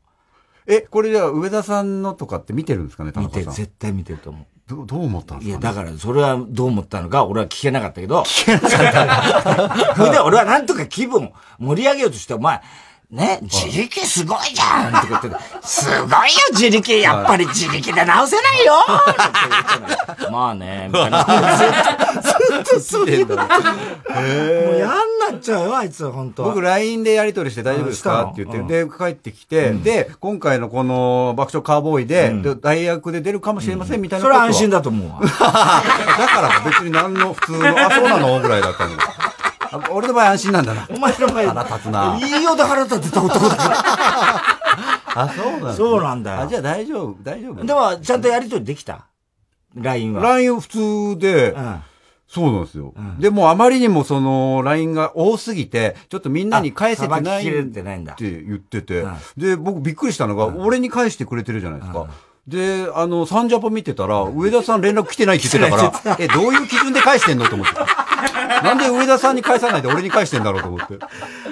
Speaker 2: え、これじゃあ上田さんのとかって見てるんですかね、田
Speaker 1: 見
Speaker 2: 中
Speaker 1: て、
Speaker 2: さん。
Speaker 1: 絶対見てると思う。
Speaker 2: どどう思ったん
Speaker 1: い
Speaker 2: です
Speaker 1: や、
Speaker 2: か、ね、
Speaker 1: だから、それはどう思ったのか、俺は聞けなかったけど。聞けなか った。それで、俺はなんとか気分を盛り上げようとして、お前、ね、自力すごいじゃんとか言ってて、すごいよ、自力やっぱり自力で直せないよって言ってたのまあね、みたいな。ずっと、ずっとそういうこと。もうやんなっちゃうよ、あいつは、本当は
Speaker 2: 僕、LINE でやり取りして大丈夫です
Speaker 1: あした
Speaker 2: か
Speaker 1: の
Speaker 2: って言って、で、帰ってきて、で、今回のこの爆笑カーボーイで、で大学で出るかもしれませんみたいな
Speaker 1: そ
Speaker 2: こ
Speaker 1: れ
Speaker 2: と
Speaker 1: は
Speaker 2: は
Speaker 1: 安心だと思うわ。
Speaker 2: だから別に何の普 通の、あ、そうなのぐらいだったの。あ俺の場合安心なんだな。
Speaker 1: お前の前
Speaker 2: 腹立つな。
Speaker 1: 言いようで腹立ってた男だか
Speaker 2: あ、そうなんだ。
Speaker 1: ら。そうなんだ
Speaker 2: あ、じ
Speaker 1: よ。
Speaker 2: ゃあ大丈夫、大丈夫。
Speaker 1: でも、ちゃんとやりとりできた ?LINE は。
Speaker 2: LINE 普通で、
Speaker 1: うん。
Speaker 2: そうなんですよ。でもあまりにもその LINE が多すぎて、ちょっとみんなに返せて
Speaker 1: さば
Speaker 2: な
Speaker 1: き
Speaker 2: い
Speaker 1: きれ
Speaker 2: って
Speaker 1: ないんだ。
Speaker 2: 言ってて
Speaker 1: うん、
Speaker 2: で、僕びっくりしたのが、俺に返してくれてるじゃないですか。で、あの、サンジャポ見てたら、上田さん連絡来てないって言っ てたから、え、どういう基準で返してんのと思って。なんで上田さんに返さないで俺に返してんだろうと思って。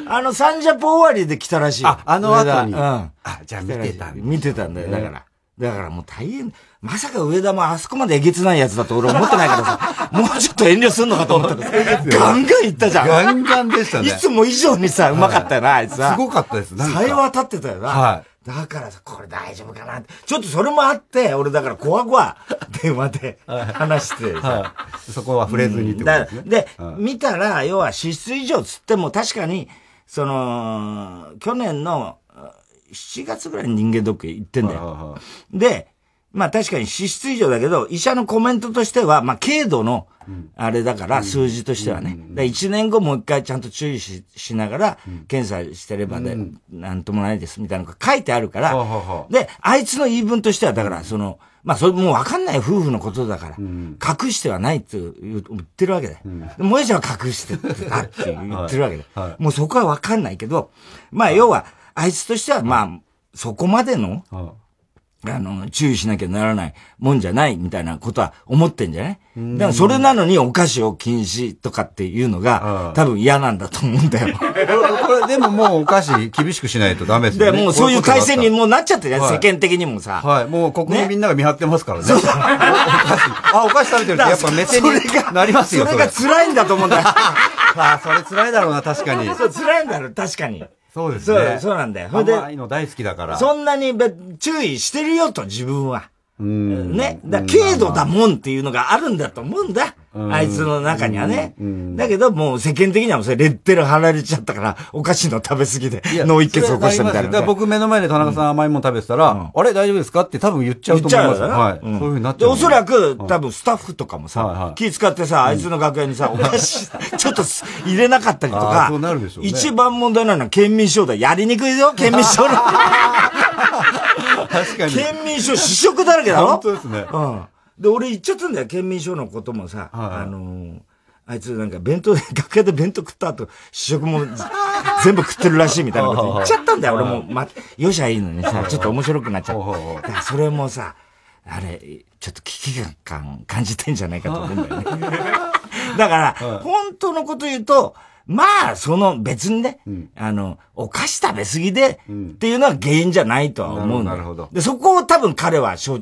Speaker 1: あの、サンジャポ終わりで来たらしいよ。
Speaker 2: あ、あの後
Speaker 1: 上田う
Speaker 2: に。
Speaker 1: ん
Speaker 2: あ。、じゃあ見てたんだ
Speaker 1: 見てたんだよ、だから。だからもう大変。まさか上田もあそこまでえげつないやつだと俺思ってないから さ、もうちょっと遠慮すんのかと思ったんですガンガンいったじゃん。
Speaker 2: ガンガンでしたね。
Speaker 1: いつも以上にさ、うまかったよな、あいつ
Speaker 2: す
Speaker 1: さ。
Speaker 2: ごかったです。なんか
Speaker 1: さえ渡ってたよな。
Speaker 2: は
Speaker 1: だからさ、これ大丈夫かなって。ちょっとそれもあって、俺だから、こわこわ、 電話で話してさ。
Speaker 2: はい。そこは触れずにってこと
Speaker 1: だ
Speaker 2: で
Speaker 1: か
Speaker 2: す
Speaker 1: ら
Speaker 2: ね。
Speaker 1: で、
Speaker 2: はい
Speaker 1: 見たら、要は支出以上つっても確かに、その、去年のあ7月ぐらいに人間ドックへ行ってんだ
Speaker 2: はいはい
Speaker 1: よ。
Speaker 2: はい
Speaker 1: で、まあ確かに支出以上だけど、医者のコメントとしては、まあ軽度の、あれだから、数字としてはね。で、1年後もう一回ちゃんと注意ししながら、検査してればで、なんともないです、みたいなのが書いてあるから
Speaker 2: はあは、あ
Speaker 1: で、あいつの言い分としては、だから、その、まあ、それもう分かんない夫婦のことだから、隠してはないって言う言ってるわけだよ。で萌えちゃんは隠してたって言ってるわけだよ。
Speaker 2: はいは
Speaker 1: もうそこは分かんないけど、まあ、要は、あいつとしては、まあ、そこまでの、
Speaker 2: は
Speaker 1: あの、注意しなきゃならないもんじゃないみたいなことは思ってんじゃねだからそれなのにお菓子を禁止とかっていうの
Speaker 2: う
Speaker 1: が
Speaker 2: ん
Speaker 1: 多分嫌なんだと思うんだ よ。
Speaker 2: いこれ、これでももうお菓子厳しくしないとダメです
Speaker 1: で、
Speaker 2: よね。
Speaker 1: もうそういう体制に
Speaker 2: も
Speaker 1: もうなっちゃってるじゃん、
Speaker 2: はい
Speaker 1: 世間的にもさ。
Speaker 2: はい、もう国民
Speaker 1: ね
Speaker 2: みんなが見張ってますからね。おお菓子。あ、お菓子食べてるってやっぱ目線になりますよ、
Speaker 1: そ
Speaker 2: そ
Speaker 1: れ
Speaker 2: れ
Speaker 1: が。辛いんだと思うんだよ。
Speaker 2: あ、それ辛いだろうな、確かに。
Speaker 1: そう、辛いんだろ、確かに。
Speaker 2: そうですね。
Speaker 1: そうそうなんだよほいで
Speaker 2: 甘いの大好きだから。
Speaker 1: そんなにべ注意してるよと、自分は。
Speaker 2: うん。
Speaker 1: ね。だから軽度だもんっていうのがあるんだと思うんだ。あいつの中にはね。だけど、もう世間的にはもうそれレッテル貼られちゃったから、お菓子の食べ過ぎで
Speaker 2: いや
Speaker 1: 脳一血起こしたみたい
Speaker 2: それはります
Speaker 1: な。
Speaker 2: よだから僕目の前で田中さん甘いもん食べてたら、あれ大丈夫ですかって多分言っちゃう
Speaker 1: 言っ
Speaker 2: と
Speaker 1: ち
Speaker 2: 思
Speaker 1: ゃ
Speaker 2: いう
Speaker 1: よ
Speaker 2: ます。
Speaker 1: な
Speaker 2: はい。
Speaker 1: うん
Speaker 2: そういうふうになっち
Speaker 1: で、
Speaker 2: ゃう。
Speaker 1: おそらく、多分スタッフとかも
Speaker 2: はいは
Speaker 1: さ
Speaker 2: い、
Speaker 1: 気使ってさ、あいつの楽屋にさ、お菓子、 ちょっとす入れなかったりと
Speaker 2: あ
Speaker 1: か
Speaker 2: ーそうなるでしょ、うね
Speaker 1: 一番問題なのは県民賞だ。やりにくいよ、県民賞 の。
Speaker 2: 確かに。
Speaker 1: 県民賞、試食だらけだろ
Speaker 2: 本当ですね。
Speaker 1: うん。で、俺言っちゃったんだよ、県民賞のこともさ、
Speaker 2: はい
Speaker 1: あのーあいつなんか弁当で、楽屋で弁当食った後、試食も全部食ってるらしいみたいなこと言っちゃったんだよ、俺も。ま、よしゃいいのにさ、ちょっと面白くなっちゃ
Speaker 2: ほうほう
Speaker 1: っ
Speaker 2: ほう
Speaker 1: て。だからそれもさ、あれ、ちょっと危機感感じてんじゃないかと思 うんだよね。だから、本当のこと言うと、まあ、その別にね、あの、お菓子食べ過ぎで、っていうのは原因じゃないとは思うんだよ
Speaker 2: なるほどなるほど
Speaker 1: で、そこを多分彼はしょ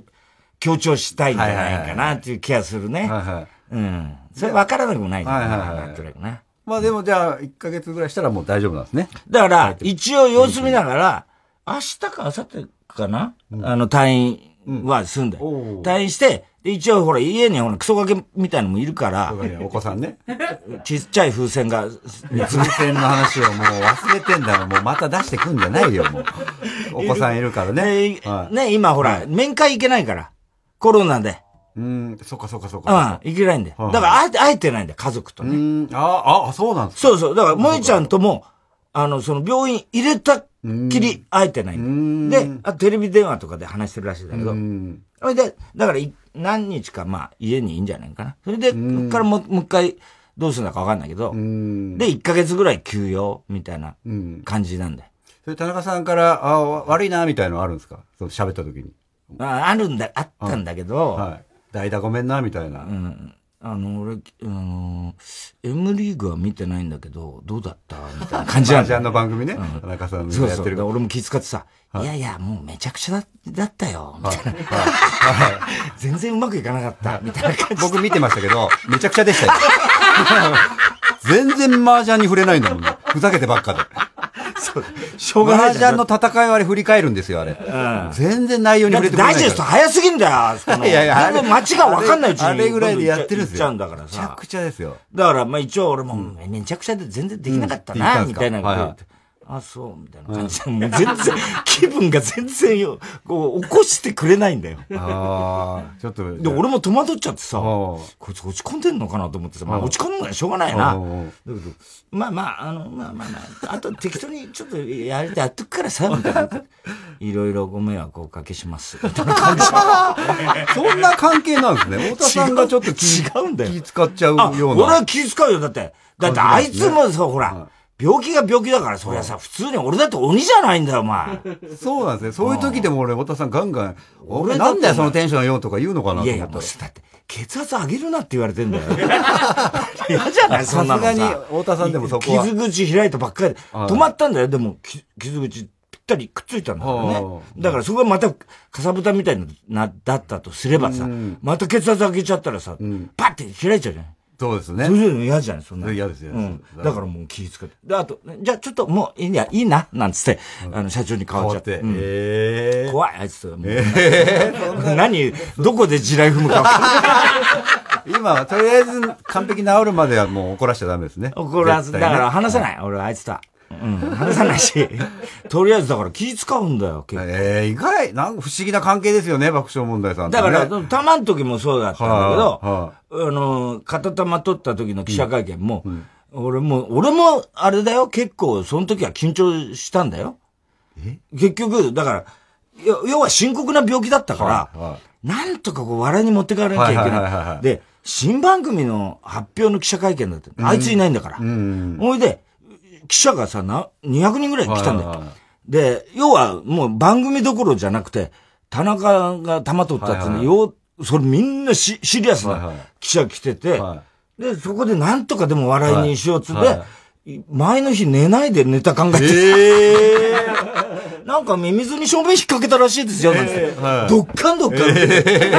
Speaker 1: 強調したいんじゃないかなっていう気がするね。
Speaker 2: は いはい。
Speaker 1: うん。それ分からなくもないんだよ
Speaker 2: はいはいはい
Speaker 1: なんとなくな。
Speaker 2: まあでもじゃあ、1ヶ月ぐらいしたらもう大丈夫なんで すね。
Speaker 1: だから、一応様子見ながら、明日か明後日かな、あの、退院は済んだよ、
Speaker 2: おう
Speaker 1: 退院して、で、一応ほら、家にほら、クソガキみたいのもいるから、
Speaker 2: お子さんね。
Speaker 1: ちっちゃい風船が、
Speaker 2: 風船の話をもう忘れてんだろ。もうまた出してくんじゃないよ、 もう。お子さんいるからね
Speaker 1: ね。
Speaker 2: はい
Speaker 1: ね、今ほら、面会行けないから、コロナで。
Speaker 2: うん、そっかそっかそっ
Speaker 1: うん、
Speaker 2: か
Speaker 1: 行。けないんだよ。
Speaker 2: はい
Speaker 1: だから、あえて、会えてないんだよ、家族とね。
Speaker 2: うん、ああ、そうなんです
Speaker 1: そうそう。だから、萌えちゃんとも、あの、その病院入れたっきり会えてないんだよ。で、あテレビ電話とかで話してるらしいんだけど。それで、だからい、何日か、まあ、家にいいんじゃないかな。それで、こっからもう、もう一回、どうするのかわかんないけど、で、1ヶ月ぐらい休養、みたいな感じなんだよ。
Speaker 2: それ田中さんから、あわ悪いな、みたいのあるんですかそう喋った時に。
Speaker 1: ああるんだ、あったんだけど、
Speaker 2: はい。代打ごめんな、みたいな。
Speaker 1: あの、俺、あの、M リーグは見てないんだけど、どうだったみたいな感じなん
Speaker 2: ジ
Speaker 1: だよ
Speaker 2: ャンの番組ね。田中さん
Speaker 1: そ
Speaker 2: の
Speaker 1: う
Speaker 2: やっ
Speaker 1: そう。
Speaker 2: て
Speaker 1: だ
Speaker 2: る
Speaker 1: から。俺も気遣ってさ、い、やいや、もうめちゃくちゃだだったよ、みたいな。 全然うまくいかなかった、みたいな感じ。
Speaker 2: 僕見てましたけど、めちゃくちゃで したよ。全然麻雀に触れないんだもんね。ふざけてばっかで。
Speaker 1: しょうがない
Speaker 2: 麻雀の戦いはあれ振り返るんですよ、あれ。全然内容に
Speaker 1: だって
Speaker 2: 触れてこな
Speaker 1: ダイ
Speaker 2: いから。
Speaker 1: ジェスト早すぎんだよ、あそこの。
Speaker 2: いやいやあれ
Speaker 1: 全部街がわかんないうちに。
Speaker 2: あれあれぐらいでやってるんで
Speaker 1: 行
Speaker 2: すよ
Speaker 1: ちゃうんだからさ。
Speaker 2: めちゃくちゃですよ。
Speaker 1: だから、まあ一応俺も、めちゃくちゃで全然できなかったな、
Speaker 2: うん
Speaker 1: みたいなこと言って
Speaker 2: っ
Speaker 1: あ、そう、みたいな感じで、もう全然、気分が全然よ、こう、起こしてくれないんだよ。
Speaker 2: あ あ、ちょっと。
Speaker 1: で、俺も戸惑っちゃってさ、こ
Speaker 2: ー
Speaker 1: いつ落ち込んでんのかなと思ってさ、まあ
Speaker 2: うん
Speaker 1: 落ち込むのはしょうがないな。だ
Speaker 2: うん
Speaker 1: けど、まあまあ、あの、まあまあまあ、あと適当にちょっとやりやっとくからさ、みたいな。いろいろご迷惑をおかけします。みたいな感じ。
Speaker 2: そんな関係なん ですね。太田さんがちょっと気
Speaker 1: 違うんだよ
Speaker 2: 気使っちゃう
Speaker 1: あ、
Speaker 2: よう
Speaker 1: 俺
Speaker 2: な。
Speaker 1: は気遣うよ。だって、だってあいつもさ、ほら、病気が病気だから、そりゃさ、普通に俺だって鬼じゃないんだよ、お 前。
Speaker 2: そうなんですね。そういう時でも俺、太田さんガンガン、
Speaker 1: 俺
Speaker 2: 俺
Speaker 1: だって
Speaker 2: なんだよそのテンションよとか言うのかなと思っ
Speaker 1: い
Speaker 2: た
Speaker 1: やい
Speaker 2: ら
Speaker 1: や、もうだって、血圧上げるなって言われてんだよ。 嫌じゃないそんなのさ。
Speaker 2: さすがに太田さんでもそこは
Speaker 1: 傷口開いたばっかりで。
Speaker 2: はい
Speaker 1: 止まったんだよ、でも、き傷口ぴったりくっついたんだよ
Speaker 2: は
Speaker 1: ね。だからそこがまた、かさぶたみたいな、だったとすればさ、また血圧上げちゃったらさ、パッて開いちゃうじゃない。
Speaker 2: そうです
Speaker 1: そう
Speaker 2: ね。
Speaker 1: いうの嫌じゃん、そんなの。
Speaker 2: 嫌です嫌
Speaker 1: う
Speaker 2: です
Speaker 1: ん。だからもう気ぃ使って。で、あと、じゃあちょっともういいや、いいな、なんつって、あの、社長に変
Speaker 2: 変
Speaker 1: わっ
Speaker 2: わ
Speaker 1: ちゃ
Speaker 2: っ
Speaker 1: って
Speaker 2: て。。
Speaker 1: うん
Speaker 2: え
Speaker 1: 怖い、あいつ。もう 何、どこで地雷踏むか分かんない。
Speaker 2: え。今はとりあえず完璧に治るまではもう怒らしちゃダメですね。
Speaker 1: 怒らず、
Speaker 2: 絶
Speaker 1: だ
Speaker 2: 対ね
Speaker 1: から話さない、俺はあいつとは。うん、話さない し。とりあえずだから気使うんだよ、結構。
Speaker 2: ええ意外、なんか不思議な関係ですよね、爆笑問題さんと
Speaker 1: だ
Speaker 2: ね。
Speaker 1: から、たまん時もそうだったんだけど、
Speaker 2: は
Speaker 1: あの、片玉取った時の記者会見も、俺も、俺も、あれだよ、結構、その時は緊張したんだよ。結局、だから、要要は深刻な病気だったから、
Speaker 2: は
Speaker 1: なんとかこう笑いに持ってかなきゃいけ
Speaker 2: はいはいはい
Speaker 1: な。
Speaker 2: はいい
Speaker 1: で、新番組の発表の記者会見だった。あいついないんだから。ほいで、記者がさ、な、200人ぐらい来たんだ
Speaker 2: はいはい
Speaker 1: よ
Speaker 2: はい。
Speaker 1: で、要はもう番組どころじゃなくて、田中が玉取ったっていうの
Speaker 2: はいはい
Speaker 1: よう、それみんなシシリアス
Speaker 2: はいは
Speaker 1: ない記者来てて、
Speaker 2: は
Speaker 1: で、そこでなんとかでも笑いにしようっつって、
Speaker 2: はいは
Speaker 1: 前の日寝ないでネタ考えてた
Speaker 2: ええ
Speaker 1: なんかミミズに正面引っ掛けたらしいですよ、なんて。
Speaker 2: はい
Speaker 1: どっかんどっかん。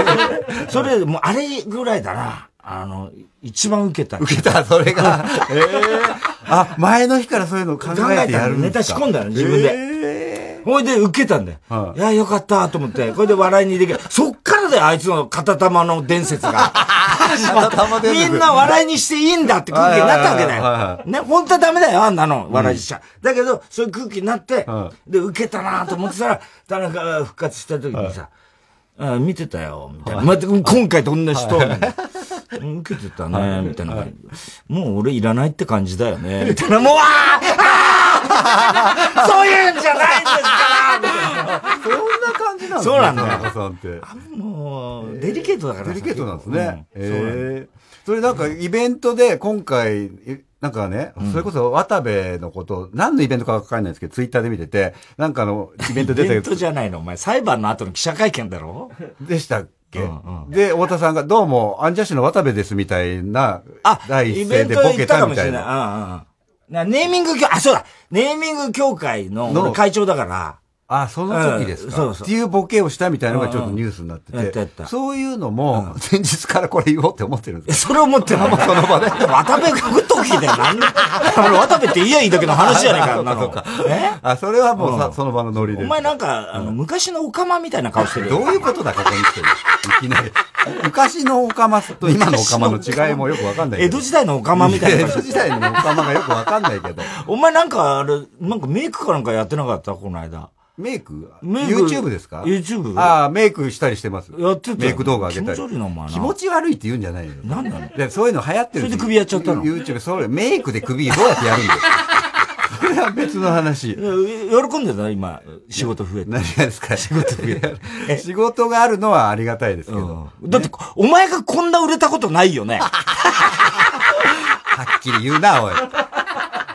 Speaker 1: それ、もうあれぐらいだな。あの、一番受けた。
Speaker 2: 受けた、それが。ええあ、前の日からそういうのを考
Speaker 1: 考
Speaker 2: え
Speaker 1: え
Speaker 2: て
Speaker 1: た
Speaker 2: や
Speaker 1: の
Speaker 2: るん
Speaker 1: ネ
Speaker 2: で
Speaker 1: タ
Speaker 2: す
Speaker 1: 仕
Speaker 2: か
Speaker 1: 込んだの、自分で。
Speaker 2: え
Speaker 1: ほいで受けたんだよ。、
Speaker 2: はい
Speaker 1: や、よかったと思って。これで笑いにできる。そっからだよ、あいつの片玉の伝説 が。
Speaker 2: 頭で
Speaker 1: みんな笑いにしていいんだって空気になったわけだ
Speaker 2: はいはいはいは
Speaker 1: よ。ね、本当はダメだよ、あんなの、笑いしちゃ。だけど、そういう空気になって
Speaker 2: は、
Speaker 1: で、受けたなと思ってたら、田中が復活した時にさ、あ見てたよ、みたいな。また今回と同じ人。うん受けてたね、みたいな感じ。もう俺いらないって感じだよね、みたいな。もう、あーあーそういうんじゃないんですからみたいな
Speaker 2: そんな感じなんですね
Speaker 1: そうなんだよ
Speaker 2: 田中さんって。
Speaker 1: もう、デリケートだからさ
Speaker 2: デリケートなんですね。
Speaker 1: うんそうなんだよ
Speaker 2: ええそれなんかイベントで今回、えなんかね、それこそ渡部のこと、何のイベントかわかんないんですけど、ツイッターで見てて、なんかあの、イベント
Speaker 1: イ
Speaker 2: 出
Speaker 1: ベ
Speaker 2: て
Speaker 1: ントじゃないの、お前。裁判の後の記者会見だろ
Speaker 2: でしたっけ、
Speaker 1: うん
Speaker 2: で、太田さんが、どうも、アンジャッシュの渡部ですみたいな、
Speaker 1: あ、
Speaker 2: 第
Speaker 1: イ
Speaker 2: 一
Speaker 1: ベ
Speaker 2: 声
Speaker 1: ン
Speaker 2: で
Speaker 1: ト
Speaker 2: ボ
Speaker 1: 行
Speaker 2: ケ
Speaker 1: った
Speaker 2: た
Speaker 1: かも
Speaker 2: み
Speaker 1: したれ
Speaker 2: い
Speaker 1: ない。う
Speaker 2: な。
Speaker 1: んうんうんなネーミング協、あ、そうだ。ネーミング協会の
Speaker 2: の
Speaker 1: 俺会長だから、
Speaker 2: あ、その時です
Speaker 1: う
Speaker 2: か、
Speaker 1: んそうそう
Speaker 2: っていうボケをしたみたいなのがちょっとニュースになって
Speaker 1: うんうんやった
Speaker 2: て、
Speaker 1: やった
Speaker 2: そういうのも、前日からこれ言おうって思ってるん
Speaker 1: え
Speaker 2: です
Speaker 1: それを持ってるの。
Speaker 2: かその場で。
Speaker 1: 渡部書くときで何だあの渡部って言えばいいだけの話じゃねえ か、あんな
Speaker 2: そう
Speaker 1: の
Speaker 2: か。
Speaker 1: え
Speaker 2: あ、それはもうさ、
Speaker 1: うん
Speaker 2: その場のノリで。
Speaker 1: お前なんか、あの、昔のオカマみたいな顔してる
Speaker 2: ど
Speaker 1: よ。
Speaker 2: ういうことだ、ここに来てる。いきなり。昔のオカマと今のオカマの違いもよくわかんないけ
Speaker 1: 江
Speaker 2: ど。
Speaker 1: 戸時代のオカマみたいな
Speaker 2: 江
Speaker 1: 顔して
Speaker 2: 戸
Speaker 1: る。
Speaker 2: 時代のオカマがよくわかんないけど。
Speaker 1: お前なんか、あれ、なんかメイクかなんかやってなかったこの間。
Speaker 2: メイク
Speaker 1: メイク
Speaker 2: ?YouTube ですか
Speaker 1: YouTube
Speaker 2: ああ、メイクしたりしてます。
Speaker 1: やってたよ
Speaker 2: メイク動画上げたり。
Speaker 1: 気持ち悪いなお前な
Speaker 2: 気持ち悪いって言うんじゃないよ。
Speaker 1: 何なの
Speaker 2: で、そういうの流行ってる
Speaker 1: それで首やっちゃったの
Speaker 2: ?YouTube、それ、メイクで首どうやってやるん だよ。それは別の話。
Speaker 1: いや喜んでた今、仕事増えて。
Speaker 2: 何がですか仕事仕事があるのはありがたいですけど、は
Speaker 1: うんだって、お前がこんな売れたことないよ ね。
Speaker 2: っきり言うな、おい。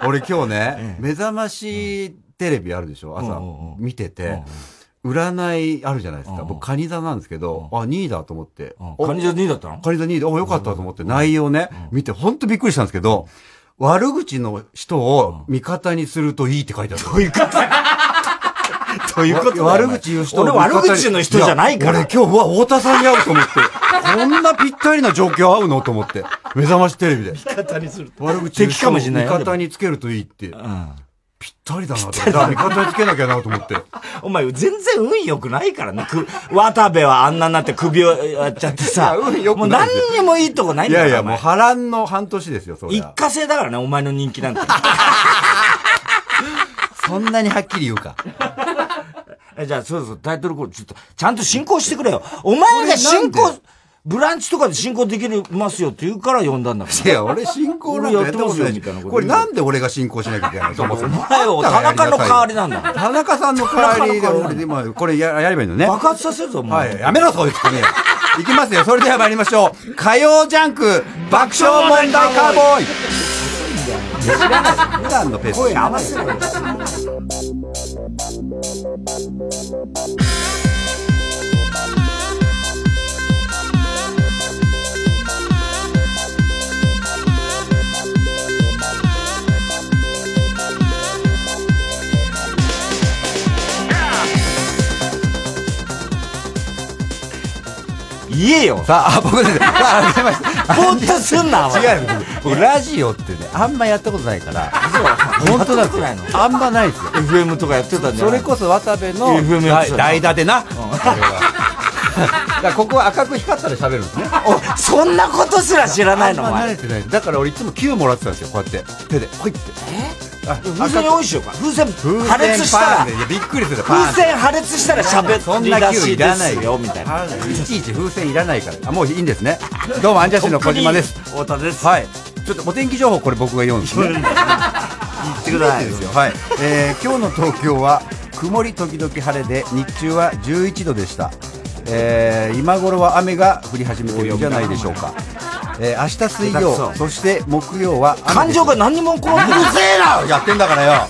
Speaker 2: 俺今日ね、目覚ましテレビあるでしょ朝
Speaker 1: うんうんう
Speaker 2: 見てて、占いあるじゃないですか。僕、カニ座なんですけど、あ、2位だと思って。お
Speaker 1: カニじゃねえだったの
Speaker 2: カニ座2位で、お、よかったと思って、内容ね、見て、ほんとびっくりしたんですけど、悪口の人を味方にするといいって書いてある。
Speaker 1: どういうことどういう ことだよ
Speaker 2: 悪口言う人
Speaker 1: 俺悪口の人じゃないから。
Speaker 2: や俺今日、うわ、太田さんに会うと思って、こんなぴったりな状況合うのと思って、目覚ましテレビで。
Speaker 1: 味方にすると。
Speaker 2: 悪口言う人
Speaker 1: 敵かもしれないよ
Speaker 2: 味方につけるといいって。ぴっ人だなと思って。だ味方つけなきゃなと思って。
Speaker 1: お前、全然運良くないからね。く渡部はあんなになって首をやっちゃってさ。
Speaker 2: 運良
Speaker 1: もう
Speaker 2: くない
Speaker 1: 何
Speaker 2: ですよ
Speaker 1: にもいいとこないん
Speaker 2: い
Speaker 1: だか
Speaker 2: や
Speaker 1: ら。お
Speaker 2: いや、もう
Speaker 1: 前
Speaker 2: 波乱の半年ですよ、それ
Speaker 1: 一。過性だからね、お前の人気なんて。
Speaker 2: そんなにはっきり言うか。
Speaker 1: えじゃあ、そうそう、タイトルコール、ちょっと、ちゃんと進行してくれよ。お前が進
Speaker 2: これな
Speaker 1: 行、ブランチとかで進行できますよって言うから呼んだんだか
Speaker 2: いや、俺進行なんかやったことな
Speaker 1: 俺やってますよ
Speaker 2: いし
Speaker 1: みたいなこと言う
Speaker 2: これなんで俺が進行しなきゃいけないのそも そ
Speaker 1: ら。お
Speaker 2: も。
Speaker 1: 前は田中の代わりなんだ。
Speaker 2: 田中さんの代わりで、俺で今、これややればいいのね。
Speaker 1: 爆発させるぞ、お
Speaker 2: は
Speaker 1: 前。
Speaker 2: い、やめろ、そういうツッコミ。いきますよ。それでは参りましょう。火曜ジャンク爆笑問題カーボーイ。普段のペース。
Speaker 1: 声合わせろよ。言えよ。
Speaker 2: さあ、あ僕です。さあ、改めまして。
Speaker 1: ぼーっとすんな、お前。
Speaker 2: 違うよ僕ラジオってね、あんまやったことないから。本当だって
Speaker 1: やったことない。
Speaker 2: あんまないですよ。
Speaker 1: FM とかやってたんじゃ
Speaker 2: そ
Speaker 1: な
Speaker 2: れ
Speaker 1: い
Speaker 2: こそ渡部の
Speaker 1: FM やってたよ
Speaker 2: 代打で な。これはだからここは赤く光ったら喋るんですね。
Speaker 1: おそんなことすら知らないのお
Speaker 2: あんま慣
Speaker 1: 前
Speaker 2: れてない。だから俺いつも9もらってたんですよ、こうやって。手で、ほいって。あ
Speaker 1: 風船用意しようか風船
Speaker 2: 風
Speaker 1: 破裂
Speaker 2: 船
Speaker 1: した
Speaker 2: パ
Speaker 1: ら
Speaker 2: ーでいやびっくりするパー
Speaker 1: 風船破裂したら
Speaker 2: そ
Speaker 1: 喋
Speaker 2: ん
Speaker 1: り
Speaker 2: な
Speaker 1: ら
Speaker 2: 球
Speaker 1: しい
Speaker 2: い
Speaker 1: で
Speaker 2: らない
Speaker 1: すよみたいな
Speaker 2: あいちいち風船いらないからあもういいんですねどうもアンジャッシュの小島です
Speaker 1: 太田です
Speaker 2: はいちょっとお天気情報これ僕が読むんですね
Speaker 1: 言っ てください
Speaker 2: ですよはい、えー今日の東京は曇り時々晴れで日中は11度でした、えー今頃は雨が降り始めているんじゃないでしょうか、えー明日水
Speaker 1: 下手
Speaker 2: 曜
Speaker 1: くそ
Speaker 2: そして木曜は雨です
Speaker 1: 感情が何にもこの
Speaker 2: うるせえなやってんだからよ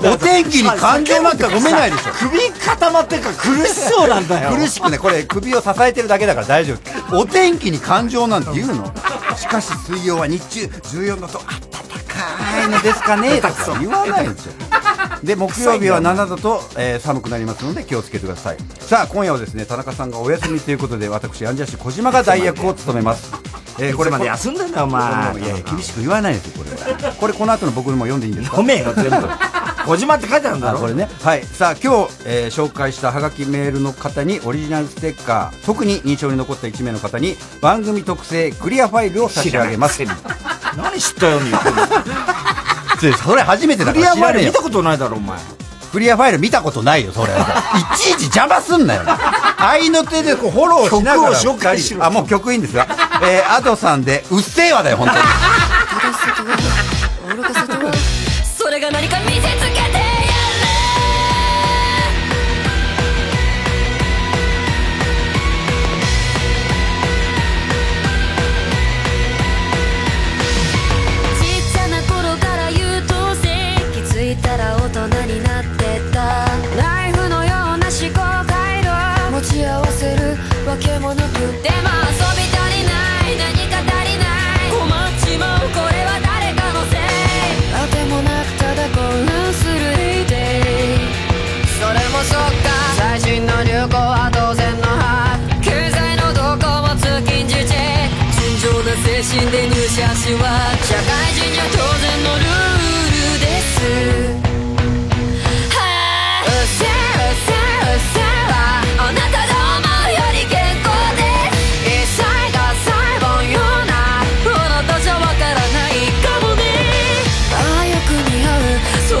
Speaker 2: で お天気に感情なんて込めないでしょ
Speaker 1: 首固まってるから苦しそうなんだよ
Speaker 2: 苦しくねこれ首を支えてるだけだから大丈夫お天気に感情なんて言うのしかし水曜は日中14度と暖かいのですかねとか言わないでしょで木曜日は7度と、えー寒くなりますので気をつけてくださいさあ今夜はですね田中さんがお休みということで私アンジャッシュ小島が代役を務めます、えー
Speaker 1: これまで休んでんだよお前
Speaker 2: いやいや厳しく言わないですよこれはこれこの後の僕のも読んでいいんですか
Speaker 1: 飲めよ全部小島って書いてあるんだ
Speaker 2: あ
Speaker 1: ろ
Speaker 2: これねはいさあ今日、えー紹介したハガキメールの方にオリジナルステッカー特に印象に残った1名の方に番組特製クリアファイルを差し
Speaker 1: 知
Speaker 2: 上
Speaker 1: ら
Speaker 2: げ
Speaker 1: げ
Speaker 2: ま
Speaker 1: ますす何知ったように言ってんの
Speaker 2: それ初めてだ
Speaker 1: ク
Speaker 2: か
Speaker 1: リアファ
Speaker 2: ら知ら
Speaker 1: イ
Speaker 2: ねえ
Speaker 1: ル見
Speaker 2: よ
Speaker 1: たことないだろお前
Speaker 2: クリアファイル見たことないよそれいちいち邪魔すんなよ愛の手でこうフォローしながら
Speaker 1: 曲を紹介しろ
Speaker 2: あもう曲いいんですが、えー、アドさんで「うっせえわ」だよ本当に
Speaker 5: 愚かさとはそれが何か見せつけてやれちっちゃな頃から優等生気づいたら大人になってたライフのような思考回路持ち合わせるわけもなくでも遊び足りない何か足りない困っちまうこれは誰かのせいあてもなくただ混乱する day それもそっか最新の流行は当然の派経済の動向も通勤時チェック尋常な精神で入社しは社会人には当然のルールですはあうっせえうっせえうっせえはあなたが思うより健康です一切が細胞ようなものとじゃわからないかもねああよく似合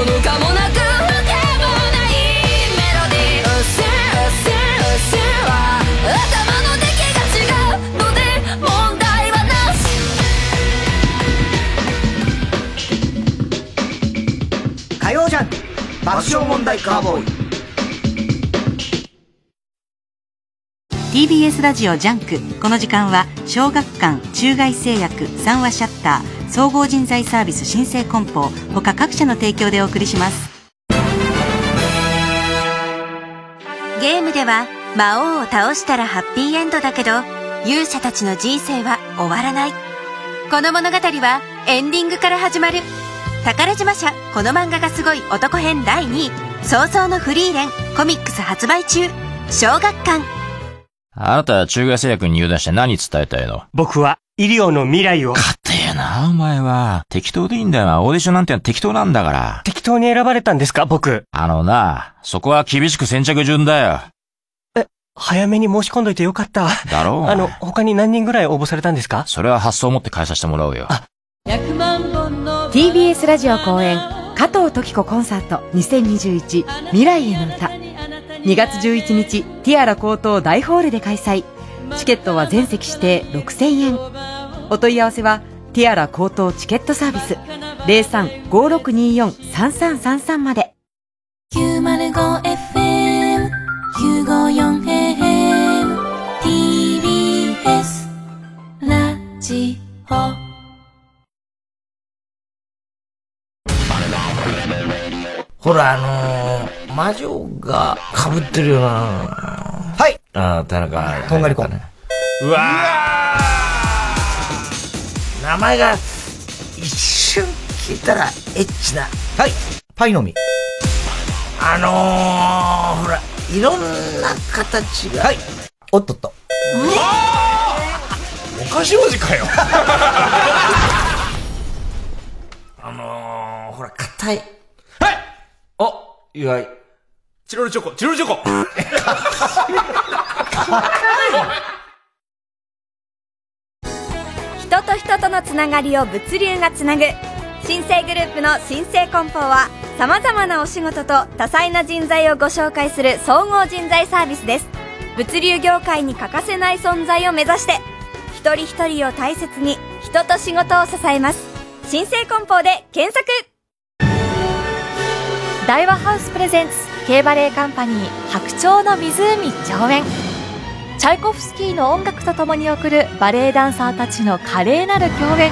Speaker 5: うそのかもなく不けもないメロディーうっせえうっせえうっせえは頭の出来が違うので問題はなし
Speaker 6: 火曜ジャンク爆笑問題カーボーイ
Speaker 7: TBS ラジオジャンクこの時間は小学館中外製薬三話シャッター総合人材サービス新生梱包他各社の提供でお送りしますゲームでは魔王を倒したらハッピーエンドだけど勇者たちの人生は終わらないこの物語はエンディングから始まる宝島社この漫画がすごい男編第2位早々のフリーレンコミックス発売中小学館
Speaker 8: あなたは中外製薬に入団して何伝えたいの
Speaker 9: 僕は医療の未来を
Speaker 8: 勝手やな。
Speaker 1: な、お前は。適当でいいんだよな。オーディションなんてのは適当なんだから。
Speaker 8: 適当に選ばれたんですか、僕。
Speaker 1: あのな、そこは厳しく先着順だよ。
Speaker 8: 早めに申し込んどいてよかった。
Speaker 1: だろう
Speaker 8: あの、他に何人ぐらい応募されたんですか
Speaker 1: それは発想を持って返させてもらうよ。
Speaker 10: TBS ラジオ公演加藤時子コンサート2021未来への歌2月11日ティアラ高等大ホールで開催チケットは全席指定6000円お問い合わせはティアラ高等チケットサービス0356243333まで
Speaker 11: 905FM954AM TBS ラジオ
Speaker 9: ほら、あのー、魔女が被ってるよなはい。あー田中。とんがりこ。うわー名前が、一瞬聞いたら、エッチな。はい。パイのみ。あのー、ほら、いろんな形が。はい。おっとっと。うわおかしおじかよ。あのー、ほら、硬い。意外。
Speaker 12: チロルチョコ、チロルチョコ
Speaker 13: 人と人とのつながりを物流がつなぐ新生グループの新生梱包はさまざまなお仕事と多彩な人材をご紹介する総合人材サービスです物流業界に欠かせない存在を目指して一人一人を大切に人と仕事を支えます新生梱包で検索
Speaker 14: 大和ハウスプレゼンツ K バレエカンパニー白鳥の湖上演チャイコフスキーの音楽とともに送るバレエダンサーたちの華麗なる共演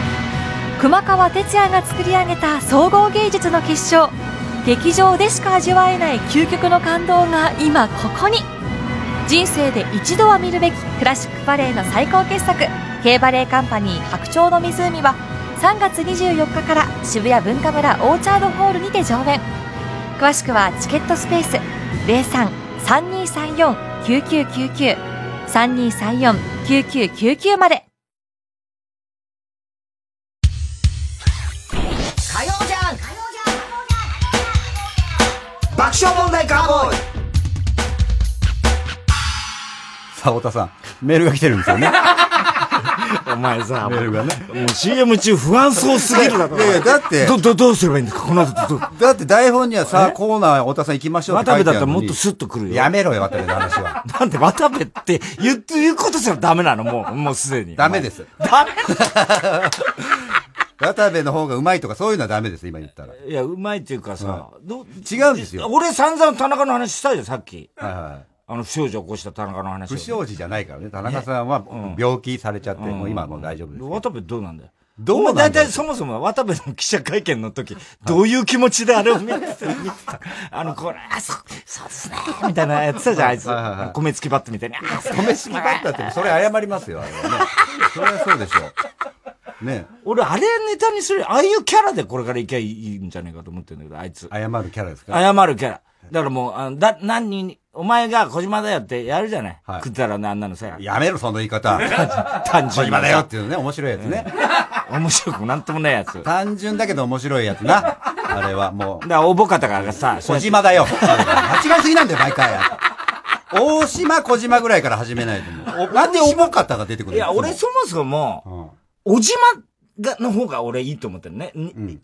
Speaker 14: 熊川哲也が作り上げた総合芸術の結晶劇場でしか味わえない究極の感動が今ここに人生で一度は見るべきクラシックバレエの最高傑作 K バレエカンパニー白鳥の湖は3月24日から渋谷文化村オーチャードホールにて上演詳しくはチケットスペース03-3234-9999 3234-9999まで
Speaker 6: 火曜じゃん爆笑問題カーボーイ
Speaker 2: さあ、太田さん、メールが来てるんです よね。
Speaker 15: お前さ、
Speaker 2: メールがね。
Speaker 15: もう CM 中不安そうすぎるだろ。
Speaker 2: いやいやだって
Speaker 15: ど、ど、どうすればいいんですかこの後、ど、
Speaker 2: だって台本にはさあ、コーナー、太田さん行きましょうって
Speaker 15: 渡
Speaker 2: 書
Speaker 15: 部
Speaker 2: い
Speaker 15: だ
Speaker 2: てあ
Speaker 15: った
Speaker 2: る
Speaker 15: ら
Speaker 2: のに
Speaker 15: もっとスッと来るよ。
Speaker 2: やめろよ、渡部の話は。
Speaker 15: なんで渡部って言う、言うことすらダメなのもう、もうすでに。
Speaker 2: ダメです。
Speaker 15: ダメ
Speaker 2: 渡部の方がうまいとかそういうのはダメです、今言ったら。
Speaker 15: いや、うまいっていうかさ、ど
Speaker 2: 違うんですよ。
Speaker 1: 俺散々田中の話したじゃん、さっき。
Speaker 2: はいはい。
Speaker 1: あの、不祥事を起こした田中の話を。
Speaker 2: 不祥事じゃないからね。田中
Speaker 1: ね
Speaker 2: さんは
Speaker 1: うん
Speaker 2: 病気されちゃって、もう今はもう大丈夫です。
Speaker 1: 渡部どうなんだよ。
Speaker 2: どう
Speaker 1: お
Speaker 2: なんだ
Speaker 1: 前
Speaker 2: よ
Speaker 1: 大体そもそも渡部の記者会見の時、どういう気持ちであれを見てた、見てた あの、これ、あ、そ、そうっすね、みたいなのやってたじゃん、あいつ。
Speaker 2: はいはいはい
Speaker 1: あの米付きバットみたいに。あ
Speaker 2: 米敷きバッターって、それ謝りますよ、あれはね。それはそうでしょ。ね
Speaker 1: 俺、あれネタにする、ああいうキャラでこれからいけばいいんじゃないかと思ってんだけど、あいつ。
Speaker 2: 謝るキャラですか
Speaker 1: 謝るキャラ。だからもう、あのだ、何人に、お前が小島だよってやるじゃない。
Speaker 2: はい
Speaker 1: くだらなあんなのさ。
Speaker 2: やめろ、その言い方。
Speaker 1: 単純に
Speaker 2: 今だよっていうのね、面白いやつね。
Speaker 1: 面白くもなんともないやつ。
Speaker 2: 単純だけど面白いやつな。あれはもう。
Speaker 1: だから、応募方がさ、
Speaker 2: 小島だよ。間違いすぎなんだよ、毎回。大島、小島ぐらいから始めないと思う。なんで重かったが出てくるの
Speaker 1: いや、俺そもそも、小島が、の方が俺いいと思ってるね。に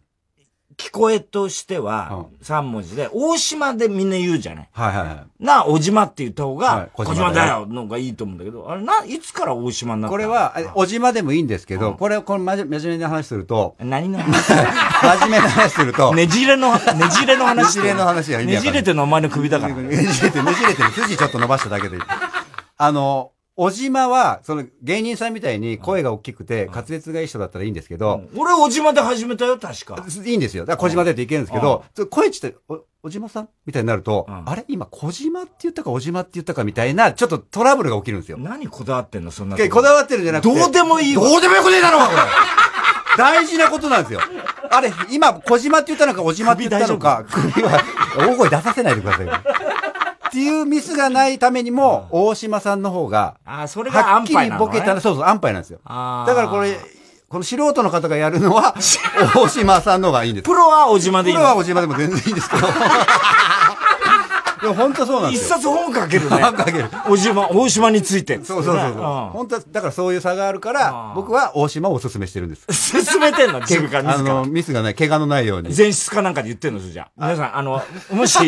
Speaker 1: 聞こえとしては、3文字で、大島でみんな言うじゃない。
Speaker 2: はいはいはい。
Speaker 1: なあ、小島って言った方
Speaker 2: は
Speaker 1: が
Speaker 2: い、
Speaker 1: 小
Speaker 2: 小
Speaker 1: 島
Speaker 2: 島
Speaker 1: だ
Speaker 2: だ
Speaker 1: よ
Speaker 2: よ
Speaker 1: の方がいいと思うんだけど、あれな、いつから大島になった
Speaker 2: これ、は、え小島でもいいんですけど、これ、この真面真面目な話すると、
Speaker 1: 何の
Speaker 2: 真面目な話する と、
Speaker 1: ねじれの、ねじれの話。
Speaker 2: ねじれの話が意味
Speaker 1: ね
Speaker 2: わかん
Speaker 1: じ
Speaker 2: ない
Speaker 1: れてんのお前の首だから。
Speaker 2: ねじれて、ねじれてる。筋ちょっと伸ばしただけで。あの、小島は、その芸人さんみたいに声が大きくて、滑舌がいい人だったらいいんですけど、
Speaker 1: 俺、小島で始めたよ、確か。
Speaker 2: いいんですよ。だから小島でっていけるんですけど、ちょっと声ちょっと、お小島さんみたいになると、あれ今小島って言ったか小島って言ったかみたいな、ちょっとトラブルが起きるんですよ。
Speaker 1: 何こだわってんの、そんなと
Speaker 2: いや
Speaker 1: こ。
Speaker 2: こだわってるんじゃなくて。
Speaker 1: どうでもいいわ
Speaker 2: どうでもよくねえだろ、こ れ。大事なことなんですよ。あれ、今、小島って言ったのか、小島って言ったのか、首は、大声出させないでくださいよ。っていうミスがないためにも、大島さんの方が、
Speaker 1: あ、それが
Speaker 2: は
Speaker 1: 安
Speaker 2: っき
Speaker 1: 牌
Speaker 2: り
Speaker 1: なの
Speaker 2: ボ
Speaker 1: ね
Speaker 2: ケたら、そうそう、安牌なんですよ。だ
Speaker 1: あー
Speaker 2: からこれ、この素人の方がやる のは、大島さんの方がいいんです。
Speaker 1: プロは大島でいい
Speaker 2: プロは大島でも全然いいんですけ ど。でも本当そうなんですよ。
Speaker 1: 一冊本書けるね
Speaker 2: 本書ける。
Speaker 1: 大島、大島について。
Speaker 2: そうそうそうそうう。
Speaker 1: ん
Speaker 2: 本当は、だからそういう差があるから、僕は大島をお勧めしてるんです。
Speaker 1: 勧めてんの自分から
Speaker 2: あ
Speaker 1: 自ら
Speaker 2: の、ミスがない、怪我のないように。
Speaker 1: 前室かなんかで言ってんのそれじゃあ皆さん、あの、もし、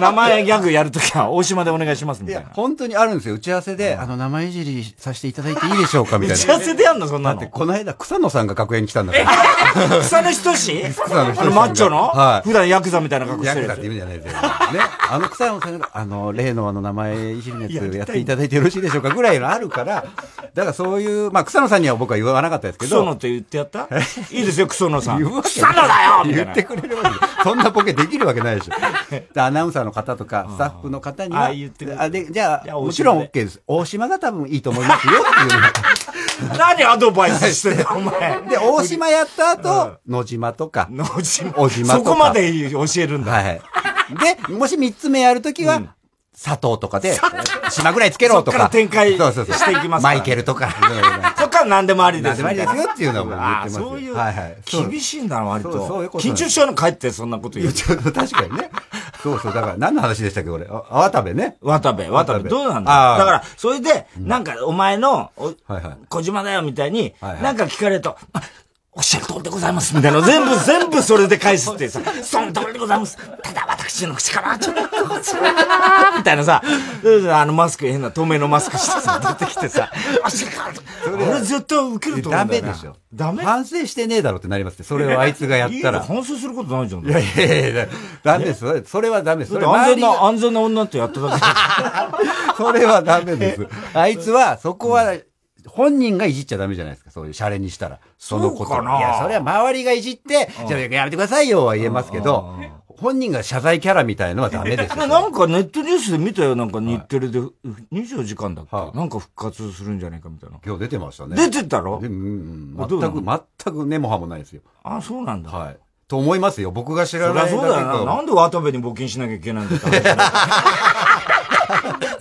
Speaker 1: 名前ギャグやるときは、大島でお願いしますみたいな。
Speaker 2: 本当にあるんですよ。打ち合わせで、あの、名前いじりさせていただいていいでしょうかみたいな。
Speaker 1: 打ち合わせでやんのそんなの
Speaker 2: だって、この間、草野さんが楽屋に来たんだから。
Speaker 1: 草野仁志
Speaker 2: 草野仁志さんが
Speaker 1: あの、マッチョの
Speaker 2: はい
Speaker 1: 普段ヤクザみたいな格好してる
Speaker 2: ヤクザって言うんじゃないですよ。ね。あの草野さんが、あの、例のあの、名前いじりのや
Speaker 1: やりた
Speaker 2: つ
Speaker 1: い
Speaker 2: やっていただいてよろしいでしょうかぐらいのあるから、だからそういう、まあ、草野さんには僕は言わなかったですけ
Speaker 1: ク
Speaker 2: ど。
Speaker 1: ソノって言ってや ったいいですよ、クソノさん。
Speaker 2: 言うわけ
Speaker 1: クソノだよみたいな
Speaker 2: 言ってくれるわけそんなボケできるわけないでしょ。でアナウンサーの方とか、スタッフの方には、
Speaker 1: あ言ってくれ
Speaker 2: あで、じゃ
Speaker 1: いや
Speaker 2: あ、もちろん
Speaker 1: 大島
Speaker 2: OK です。大島が多分いいと思いますよっていうのが
Speaker 1: 何アドバイスしてん だ、お前。
Speaker 2: で、大島やった後、野島とか。
Speaker 1: 野島。
Speaker 2: 小島と
Speaker 1: そ
Speaker 2: か。
Speaker 1: こまで教えるんだ。
Speaker 2: はい。で、もし三つ目やるときは、佐藤とかで、島ぐらいつけろと
Speaker 1: そっから
Speaker 2: か。
Speaker 1: 展開
Speaker 2: そうそうそう
Speaker 1: していきますから
Speaker 2: マイケルとか。
Speaker 1: そっから何でもありですみたいな。
Speaker 2: 何でもありですよっていうのはもう言ってます
Speaker 1: あ
Speaker 2: よ
Speaker 1: ーそういう、
Speaker 2: はいはいそう
Speaker 1: 厳しいんだな、割と。
Speaker 2: そうそういうことな
Speaker 1: 緊
Speaker 2: んです
Speaker 1: 張しちゃうの帰ってそんなこと言う。
Speaker 2: ちょっと確かにね。そうそう。だから何の話でしたっけ、俺。あ渡部ね。
Speaker 1: 渡部、渡部。どうなんだだから、それで、なんか、お前の、お小島だよみたいに、なんか聞かれると、あおっしゃる通りでございます、みたいな。全 部、全部それで返すっていうさ、その通りでございます。ただ私の口から、ちょっと、みたいなさ、あのマスク変な透明のマスクして さ、出てきてさ、あ、しか俺絶対受けると思う
Speaker 2: ダ
Speaker 1: んだ
Speaker 2: メ
Speaker 1: よな
Speaker 2: でしょ。ダメ反省してねえだろってなりますって。それをあいつがやったら。
Speaker 1: いいよ反省することないじゃん。
Speaker 2: いやいやいや、ダメです。それそれはダメです。それ
Speaker 1: だって安全な
Speaker 2: 周
Speaker 1: 安全な女とやっただ
Speaker 2: りが それはダメです。 あいつは、そこは、本人がいじっちゃダメじゃないですか。そういうシャレにしたら。そのこと。
Speaker 1: そうかない
Speaker 2: や、それは周りがいじって、じゃあやめてくださいよは言えますけど、本人が謝罪キャラみたいのはダメ ですよ。
Speaker 1: でなんかネットニュースで見たよ、なんか日テレで、24時間だっけ、なんか復活するんじゃないかみたいな。
Speaker 2: 今日出てましたね。
Speaker 1: 出てたろ
Speaker 2: でうんうん
Speaker 1: あどうな
Speaker 2: 全
Speaker 1: の
Speaker 2: く、全く根も葉もないですよ。
Speaker 1: あ、そうなんだ。
Speaker 2: はい。と思いますよ。僕が
Speaker 1: そ
Speaker 2: 知ら
Speaker 1: り
Speaker 2: な
Speaker 1: ゃ
Speaker 2: い
Speaker 1: そうだよな。
Speaker 2: か
Speaker 1: なんで渡部に募金しなきゃいけないんだって話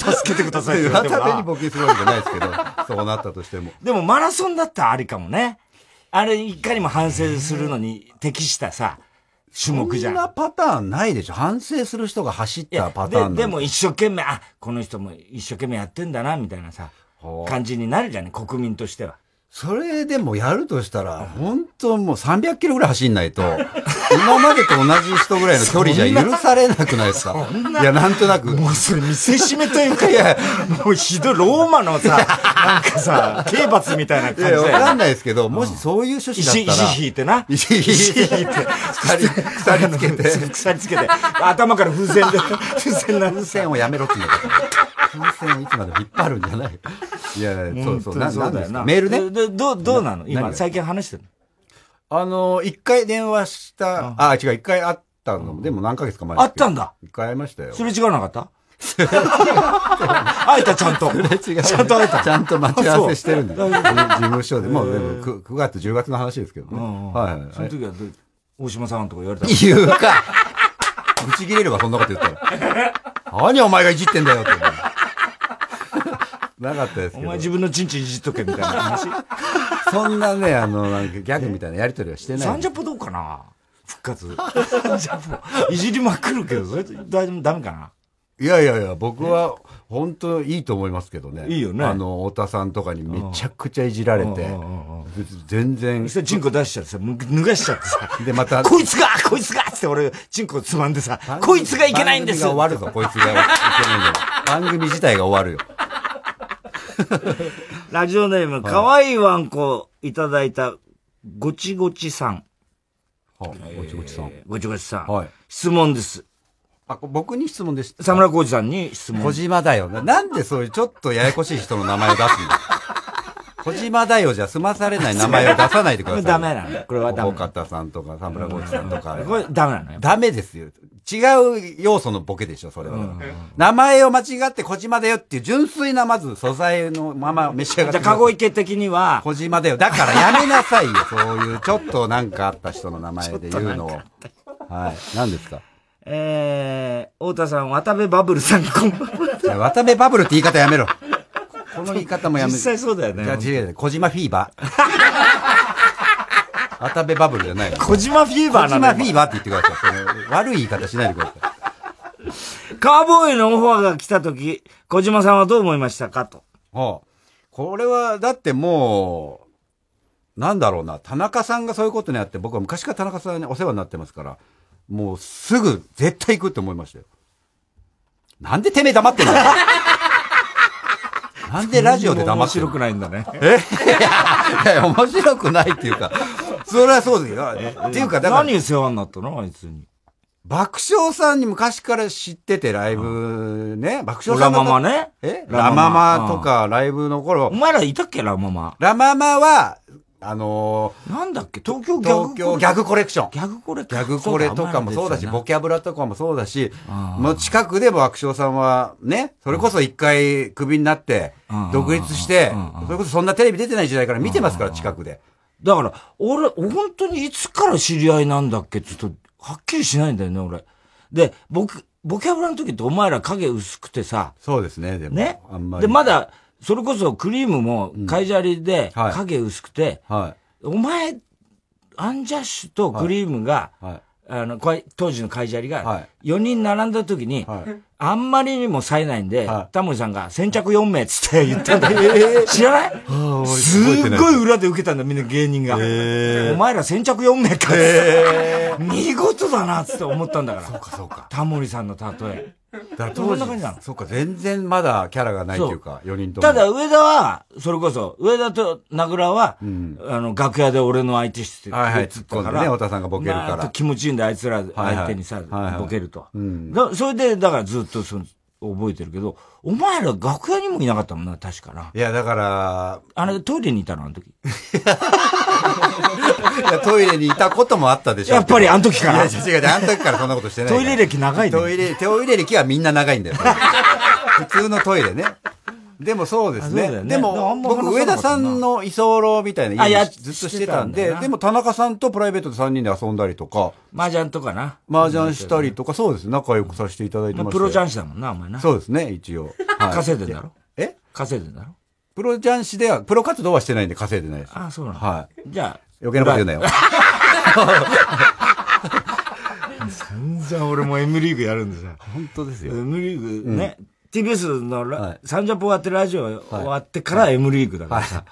Speaker 1: 助けてください って言われても
Speaker 2: 渡
Speaker 1: な
Speaker 2: 部に募金するわけじゃないですけど、 そうなった としても。
Speaker 1: でもマラソンだったらありかもね。あれ、いかにも反省するのに適したさ、種目じゃん。
Speaker 2: そんなパターンないでしょ。反省する人が走っ
Speaker 1: いや
Speaker 2: たパターンなんて
Speaker 1: ででも一生懸命、あ、この人も一生懸命やってんだな、みたいなさ、感じになるじゃん、国民としては。
Speaker 2: それでもやるとしたら、本当もう300キロぐらい走んないと、 今までと同じ人ぐらいの距離じゃ許されなくないですか
Speaker 1: ない
Speaker 2: や、なんとなく。
Speaker 1: もうそれ見せしめというか、いや、もうひどい、ローマのさ、なんかさ、刑罰みたいな感じ
Speaker 2: い
Speaker 1: だ
Speaker 2: や、
Speaker 1: よ
Speaker 2: わ
Speaker 1: ね
Speaker 2: かんないですけど、もしそういう趣旨だ
Speaker 1: 石、
Speaker 2: ったら。
Speaker 1: 石引いてな。
Speaker 2: 石引いて
Speaker 1: 石引いて。鎖、鎖つけて。 鎖つけて。頭から風船で、 風船な風
Speaker 2: 船をやめろって言うの。風船をいつまでも引っ張るんじゃない。いや、いやそうそ
Speaker 1: 本当
Speaker 2: う、
Speaker 1: に
Speaker 2: な
Speaker 1: そうだ
Speaker 2: なん
Speaker 1: よ
Speaker 2: です
Speaker 1: な。
Speaker 2: かメールね。
Speaker 1: で、どう、どうなの
Speaker 2: な
Speaker 1: 今、
Speaker 2: 何が
Speaker 1: 最近話してる
Speaker 2: あの、一回電話した、あ、違う、一回会ったの、でも何ヶ月か前ですけど
Speaker 1: あったんだ
Speaker 2: 一回会いましたよ。
Speaker 1: のすれ違わなかった会えた、ちゃんと。ちゃんと会えた。
Speaker 2: ちゃんと待ち合わせしてるんだ
Speaker 1: あそ
Speaker 2: よ。
Speaker 1: う
Speaker 2: 事務所で。もうでも 9, 月、10月の話ですけどね。はいはい。
Speaker 1: その時はどう、大島さんとか言われた
Speaker 2: 言うか。ぶち切れるわ、そんなこと言ったら。何お前がいじってんだよって。なかったですけど。
Speaker 1: お前自分のチンチンいじっとけみたいな話。
Speaker 2: そんなね、あの、なんかギャグみたいなやりとりはしてない。
Speaker 1: サンジャポどうかな復活。ジャポいじりまくるけど、それ大丈夫ダメかない
Speaker 2: やいやいや、僕は本当いいと思いますけどね。
Speaker 1: いいよね
Speaker 2: あの、太田さんとかにめちゃくちゃいじられて、全然。
Speaker 1: そしたらチンコ出しちゃってさ、む脱がしちゃってさ、
Speaker 2: で、また、
Speaker 1: こいつがこいつがっつって俺、チンコつまんでさ、こいつがいけないんです
Speaker 2: 番組が終わるぞ、こいつがいけないん だよ。番組自体が終わるよ。
Speaker 1: ラジオネーム、かわいいワンコいただいた、ごちごちさん。
Speaker 2: ごちごちさん。
Speaker 1: ごちごちさん。
Speaker 2: はい
Speaker 1: 質問です。
Speaker 2: あ、僕に質問です。
Speaker 1: 沢村浩二さんに質問。
Speaker 2: 小島だよな。なんでそういうちょっとややこしい人の名前 を出すの小島だよじゃ済まされない名前を出さないでください。
Speaker 1: ダメなの
Speaker 2: これはダメ。岡田さんとか、田村浩二さんとか。
Speaker 1: これダメなのよ。
Speaker 2: ダメですよ。違う要素のボケでしょ、それは。名前を間違って小島だよっていう純粋なまず素材のまま召し上がっ
Speaker 1: じ
Speaker 2: て
Speaker 1: ゃあ、
Speaker 2: ください
Speaker 1: 籠池的には、
Speaker 2: 小島だよ。だからやめなさいよ。そういうちょっとなんかあった人の名前で言うのを。はい。何ですか
Speaker 1: えー、太田さん、渡部バブルさん、こんばんは。
Speaker 2: いや渡部バブルって言い方やめろ。この言い方もやめ
Speaker 1: 実際そうだよね
Speaker 2: じゃあ違う違う小島フィーバー。渡部バブルじゃないの。
Speaker 1: 小島フィーバーなの
Speaker 2: 小島フィーバーって言ってくださいその。悪い言い方しないでください。
Speaker 1: カーボーイのオファーが来た時、小島さんはどう思いましたかと。
Speaker 2: はあ、これは、だってもう、なんだろうな、田中さんがそういうことにあって、僕は昔から田中さんにお世話になってますから、もうすぐ絶対行くって思いましたよ。なんでてめえ黙ってんの なんでラジオで黙ってんの面白く
Speaker 1: ないんだ ね。
Speaker 2: えいやいや、面白くないっていうか、それはそうですよ。っていうか、だから。
Speaker 1: 何世話になったのあいつに。
Speaker 2: 爆笑さんに昔から知ってて、ライブね、爆笑さ
Speaker 1: ラ
Speaker 2: ん
Speaker 1: マ
Speaker 2: の
Speaker 1: マね。
Speaker 2: えラママとか、ライブの頃。お
Speaker 1: 前らいたっけラママ。
Speaker 2: ラママは、あのー
Speaker 1: なんだっけ東京ギャグ
Speaker 2: 東京ギャグコレクション。ギ
Speaker 1: ャグコレ
Speaker 2: ギャグコレとかもそう
Speaker 1: そうだお前ら出
Speaker 2: だし、
Speaker 1: てたな
Speaker 2: ボキャブラとかもそうだし、もう近くで爆笑さんはね、それこそ一回クビになって、独立して、それこそそんなテレビ出てない時代から見てますから、近くで。
Speaker 1: だから、俺、本当にいつから知り合いなんだっけちょっと、はっきりしないんだよね、俺。で、僕、ボキャブラの時ってお前ら影薄くてさ。
Speaker 2: そうですね、でも
Speaker 1: ね。
Speaker 2: あんまり
Speaker 1: で、まだ、それこそクリームも、カイジャリで、影薄くて、お前、アンジャッシュとクリームが、あの、これ当時のカイジャリが、4人並んだ時に、あんまりにも冴えないんで、タモリさんが先着4名っつ って言ったんだ
Speaker 2: えー
Speaker 1: 知らない
Speaker 2: 俺
Speaker 1: す
Speaker 2: 覚えて
Speaker 1: っ
Speaker 2: ない
Speaker 1: ごい裏で受けたんだ、みんな芸人が。お前ら先着4名かっつって見事だなっつって思ったんだから。そう
Speaker 2: か、そうか。
Speaker 1: タモリさんの例え。
Speaker 2: だから
Speaker 1: そ
Speaker 2: 当
Speaker 1: んな感じなの
Speaker 2: 時、そうか、全然まだキャラがないというか、4人とも。
Speaker 1: ただ、上田は、それこそ、上田と名倉は、あの、楽屋で俺の相手して
Speaker 2: はいはい
Speaker 1: つった
Speaker 2: 突っ込
Speaker 1: か
Speaker 2: んで
Speaker 1: ら、
Speaker 2: ね太田さんがボケるから
Speaker 1: なん気持ちいいんだ、あいつら相手にさ、
Speaker 2: はいはいはいはい
Speaker 1: ボケると。
Speaker 2: うん
Speaker 1: だそれで、だからずっとその覚えてるけど、お前ら楽屋にもいなかったもんな、確かな。
Speaker 2: いや、だから、
Speaker 1: あれ、トイレにいたの、あの時。
Speaker 2: いやトイレにいたこともあったでしょ。
Speaker 1: やっぱりあの時から
Speaker 2: いや、違う違う、あの時からそんなことしてない。
Speaker 1: トイレ歴長いね
Speaker 2: トイレ、トイレ歴はみんな長いんだ よ。普通のトイレね。でもそうです
Speaker 1: あそうだ
Speaker 2: ね。
Speaker 1: よね
Speaker 2: で
Speaker 1: でもあ
Speaker 2: も
Speaker 1: ん、ま話さな
Speaker 2: 僕、
Speaker 1: かっ
Speaker 2: 上
Speaker 1: たな
Speaker 2: 田さんの居候みたいな
Speaker 1: あ
Speaker 2: 家
Speaker 1: や
Speaker 2: にずっとしてたん
Speaker 1: して
Speaker 2: で
Speaker 1: たんだよな、
Speaker 2: でも田中さんとプライベートで3人で遊んだりとか、
Speaker 1: 麻雀とかな。
Speaker 2: 麻雀したりとか、そうですね、仲良くさせていただいて
Speaker 1: ま
Speaker 2: ま
Speaker 1: あ
Speaker 2: す
Speaker 1: プロ雀士だもんな、お前な。
Speaker 2: そうですね、一応。はい
Speaker 1: 稼いでんだろ
Speaker 2: え
Speaker 1: 稼いでんだろ
Speaker 2: プロ雀士では、プロ活動はしてないんで稼いでないです。
Speaker 1: あそうなの
Speaker 2: はい。
Speaker 1: じゃあ。
Speaker 2: 余計なこと言うなよ。
Speaker 1: 全然俺も M リーグやるんですよ。
Speaker 2: 本当ですよ。
Speaker 1: M リーグ
Speaker 2: うん
Speaker 1: ね。TBS のラ、サンジャポ終わってラジオ終わってから M リーグだからさ。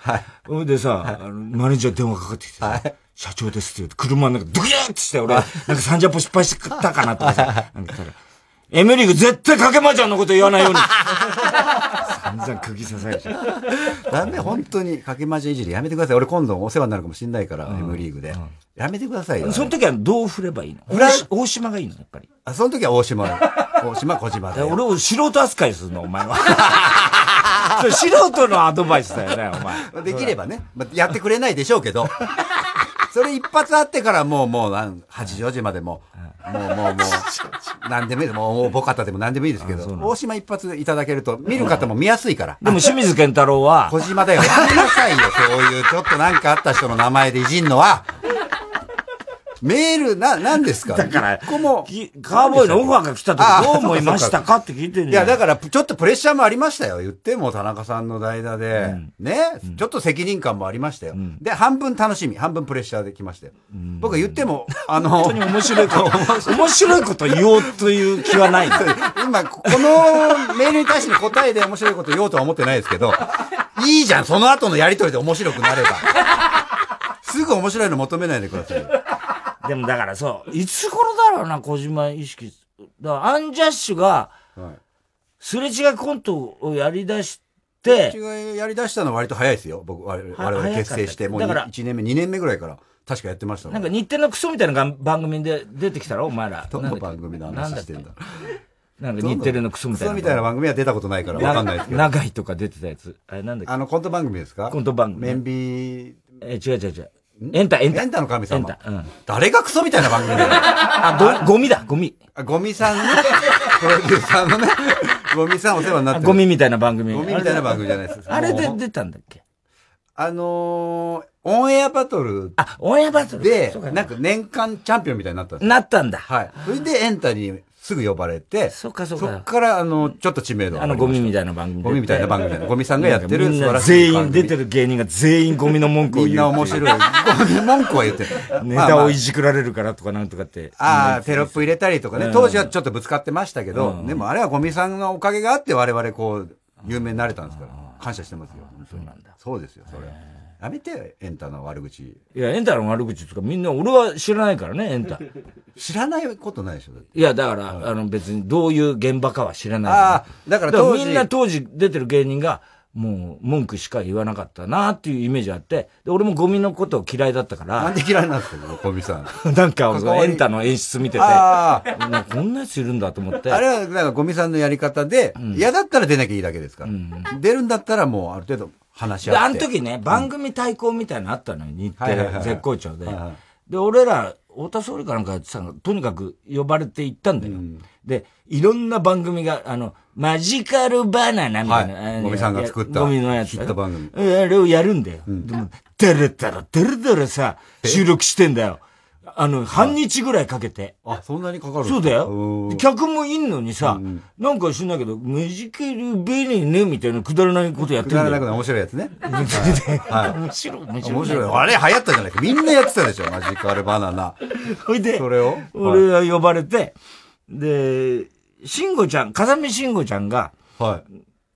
Speaker 1: ほいでさ、あのマネージャー電話かかってきてさ、社長ですって言って、車の中ドキューってして、俺、なんかサンジャポ失敗してたかなとかさ、なんか言ったら M リーグ絶対かけまちゃんのこと言わ ないように。散々釘刺されちゃう。
Speaker 2: ダメ、本当に、かけまじいじりやめてください。俺今度お世話になるかもしれないから、M リーグで。やめてくださいよ。
Speaker 1: その時はどう振ればいいの
Speaker 2: 裏
Speaker 1: 大島がいいのやっぱり。
Speaker 2: あ、その時は 大島。大島、小島で。
Speaker 1: 俺を素人扱いするの、お前は。 それ素人のアドバイスだよね、お前。
Speaker 2: できればね。まあやってくれないでしょうけ ど。それ一発あってからもう、もう、なん84時までも、もう、もう、もう、何でもいいです。もう、ボカタでも何でもいいですけど、大島一発いただけると、見る方も見やすいから。
Speaker 1: でも清水健太郎は、
Speaker 2: 小島だよ。やめなさいよ、そういう、ちょっとなんかあった人の名前でいじんのは。メール、な、何ですか
Speaker 1: だから
Speaker 2: ここも、
Speaker 1: カーボーイのオファーが来た時どう思いましたかって聞いてん
Speaker 2: い
Speaker 1: じゃ
Speaker 2: や、
Speaker 1: ん
Speaker 2: だから、ちょっとプレッシャーもありましたよ。言っても、田中さんの代打で、ね、ちょっと責任感もありましたよ。で、半分楽しみ、半分プレッシャーで来ましたよ。僕は言っ ても、あの、
Speaker 1: 本当に面白いこと、面白いこと言おうという気はない。
Speaker 2: 今、このメールに対しての答えで面白いこと言おうとは思ってないですけ ど、いいじゃん、その後のやりとりで面白くなれば。 すぐ面白いの求めないでくださいよ。
Speaker 1: でもだからそう、いつ頃だろうな、小島意識。だからアンジャッシュが、すれ違いコントをやり出して、
Speaker 2: 違いやり出したのは割と早いですよ。僕、我々
Speaker 1: は
Speaker 2: 我々結成して、
Speaker 1: 早
Speaker 2: も
Speaker 1: か
Speaker 2: う
Speaker 1: っただから
Speaker 2: 1年目、2年目ぐらいから、確かやってましたも
Speaker 1: なん
Speaker 2: ん。
Speaker 1: か日テレのクソみたいながん番組で出てきたろ、お前ら。
Speaker 2: ど
Speaker 1: なん
Speaker 2: の
Speaker 1: だっけ
Speaker 2: 番組の
Speaker 1: なん
Speaker 2: 話
Speaker 1: だっ
Speaker 2: し
Speaker 1: け
Speaker 2: てんだ
Speaker 1: なんか日テレのクソみたいな。
Speaker 2: クソみたいな番組は出たことないからわかんないですけど
Speaker 1: 長いとか出てたやつ。あれなんだっけ
Speaker 2: あの、コント番組ですか
Speaker 1: コント番組ね
Speaker 2: メンビ
Speaker 1: え、違う違う違う。エンタ、エンタ。
Speaker 2: エンタの神様
Speaker 1: エンタ。うん。
Speaker 2: 誰がクソみたいな番組だよ。
Speaker 1: あ、ゴゴミだ、ゴミ。
Speaker 2: あゴ ミさんね、プロデューサーのね、ゴミさんお世話になってる
Speaker 1: ゴミみたいな番組。
Speaker 2: ゴミみたいな番組じゃないです
Speaker 1: あれで
Speaker 2: もう
Speaker 1: 出たんだっけ
Speaker 2: あのー、オンエアバトル。
Speaker 1: あ、オンエアバトル
Speaker 2: で、なんか年間チャンピオンみたいになったんです
Speaker 1: なったんだ。
Speaker 2: はい。それでエンタにすぐ呼ばれて、
Speaker 1: そっかそっか
Speaker 2: っから、あの、ちょっと知名度
Speaker 1: あのゴミみたいな番組
Speaker 2: ゴミみたいな番組ゴミさんがやってる
Speaker 1: みん
Speaker 2: 素
Speaker 1: な
Speaker 2: 晴らしい
Speaker 1: 全
Speaker 2: 番
Speaker 1: 員
Speaker 2: 組。
Speaker 1: 出てる芸人が全員ゴミの文句を言う。
Speaker 2: みんな面 白いゴミ文句は言ってる
Speaker 1: ネタをいじくられるからとかなんとかって。
Speaker 2: ああ、テロップ入れたりとかね、
Speaker 1: うん
Speaker 2: 当時はちょっとぶつかってましたけど、
Speaker 1: うん
Speaker 2: でもあれはゴミさんのおかげがあって我々こう、有名になれたんですから、感謝してますよ、本当に。そうですよ、それは。やめてよ、エンタの悪口。
Speaker 1: いや、エンタの悪口とかみんな、俺は知らないからね、エンタ。
Speaker 2: 知らないことないでしょ、だって
Speaker 1: いや、だから、あの別にどういう現場かは知らないから。
Speaker 2: あーだから当時
Speaker 1: みんな当時出てる芸人が、もう文句しか言わなかったなっていうイメージあって、で俺もゴミのことを嫌いだったから。
Speaker 2: なんで嫌いなんですか、ゴミさん。
Speaker 1: なんか、
Speaker 2: 関わり
Speaker 1: エンタの演出見てて、
Speaker 2: あ
Speaker 1: なんかこんなやついるんだと思って。
Speaker 2: あれは、なんか、ゴミさんのやり方で、嫌だったら出なきゃいいだけですから。出るんだったら、もう、ある程度、話し合っ
Speaker 1: であ
Speaker 2: て。
Speaker 1: の時ね、番組対抗みたいなのあったのよ、日
Speaker 2: はいはいは
Speaker 1: 程
Speaker 2: い
Speaker 1: 絶好調で
Speaker 2: はいは。
Speaker 1: で、俺ら、太田総理かなんかやってたのとにかく呼ばれて行ったんだよ。で、いろんな番組が、あの、マジカルバナナみたいな。
Speaker 2: はい
Speaker 1: あの
Speaker 2: ゴミさんが作った
Speaker 1: ゴミのやつ。
Speaker 2: ヒット番組
Speaker 1: うんあれをやるんだよ。でも、だらだら、だらだらさ、収録してんだよ。あの、半日ぐらいかけて。
Speaker 2: あ、そんなにかかる
Speaker 1: そうだよ。で客もいんのにさ、なんか知んないけど、マジカルベリーね、みたいなくだらないことやってん
Speaker 2: くだ
Speaker 1: だ
Speaker 2: ら
Speaker 1: よ。
Speaker 2: なくない面白いやつね。
Speaker 1: はい面白い、面白い。
Speaker 2: 面白い。あれ流行ったじゃないか。みんなやってたでしょ、マジカルバナナ。
Speaker 1: ほいで、
Speaker 2: それを
Speaker 1: 俺は呼ばれて、で、慎吾ちゃん、風見慎吾ちゃんが、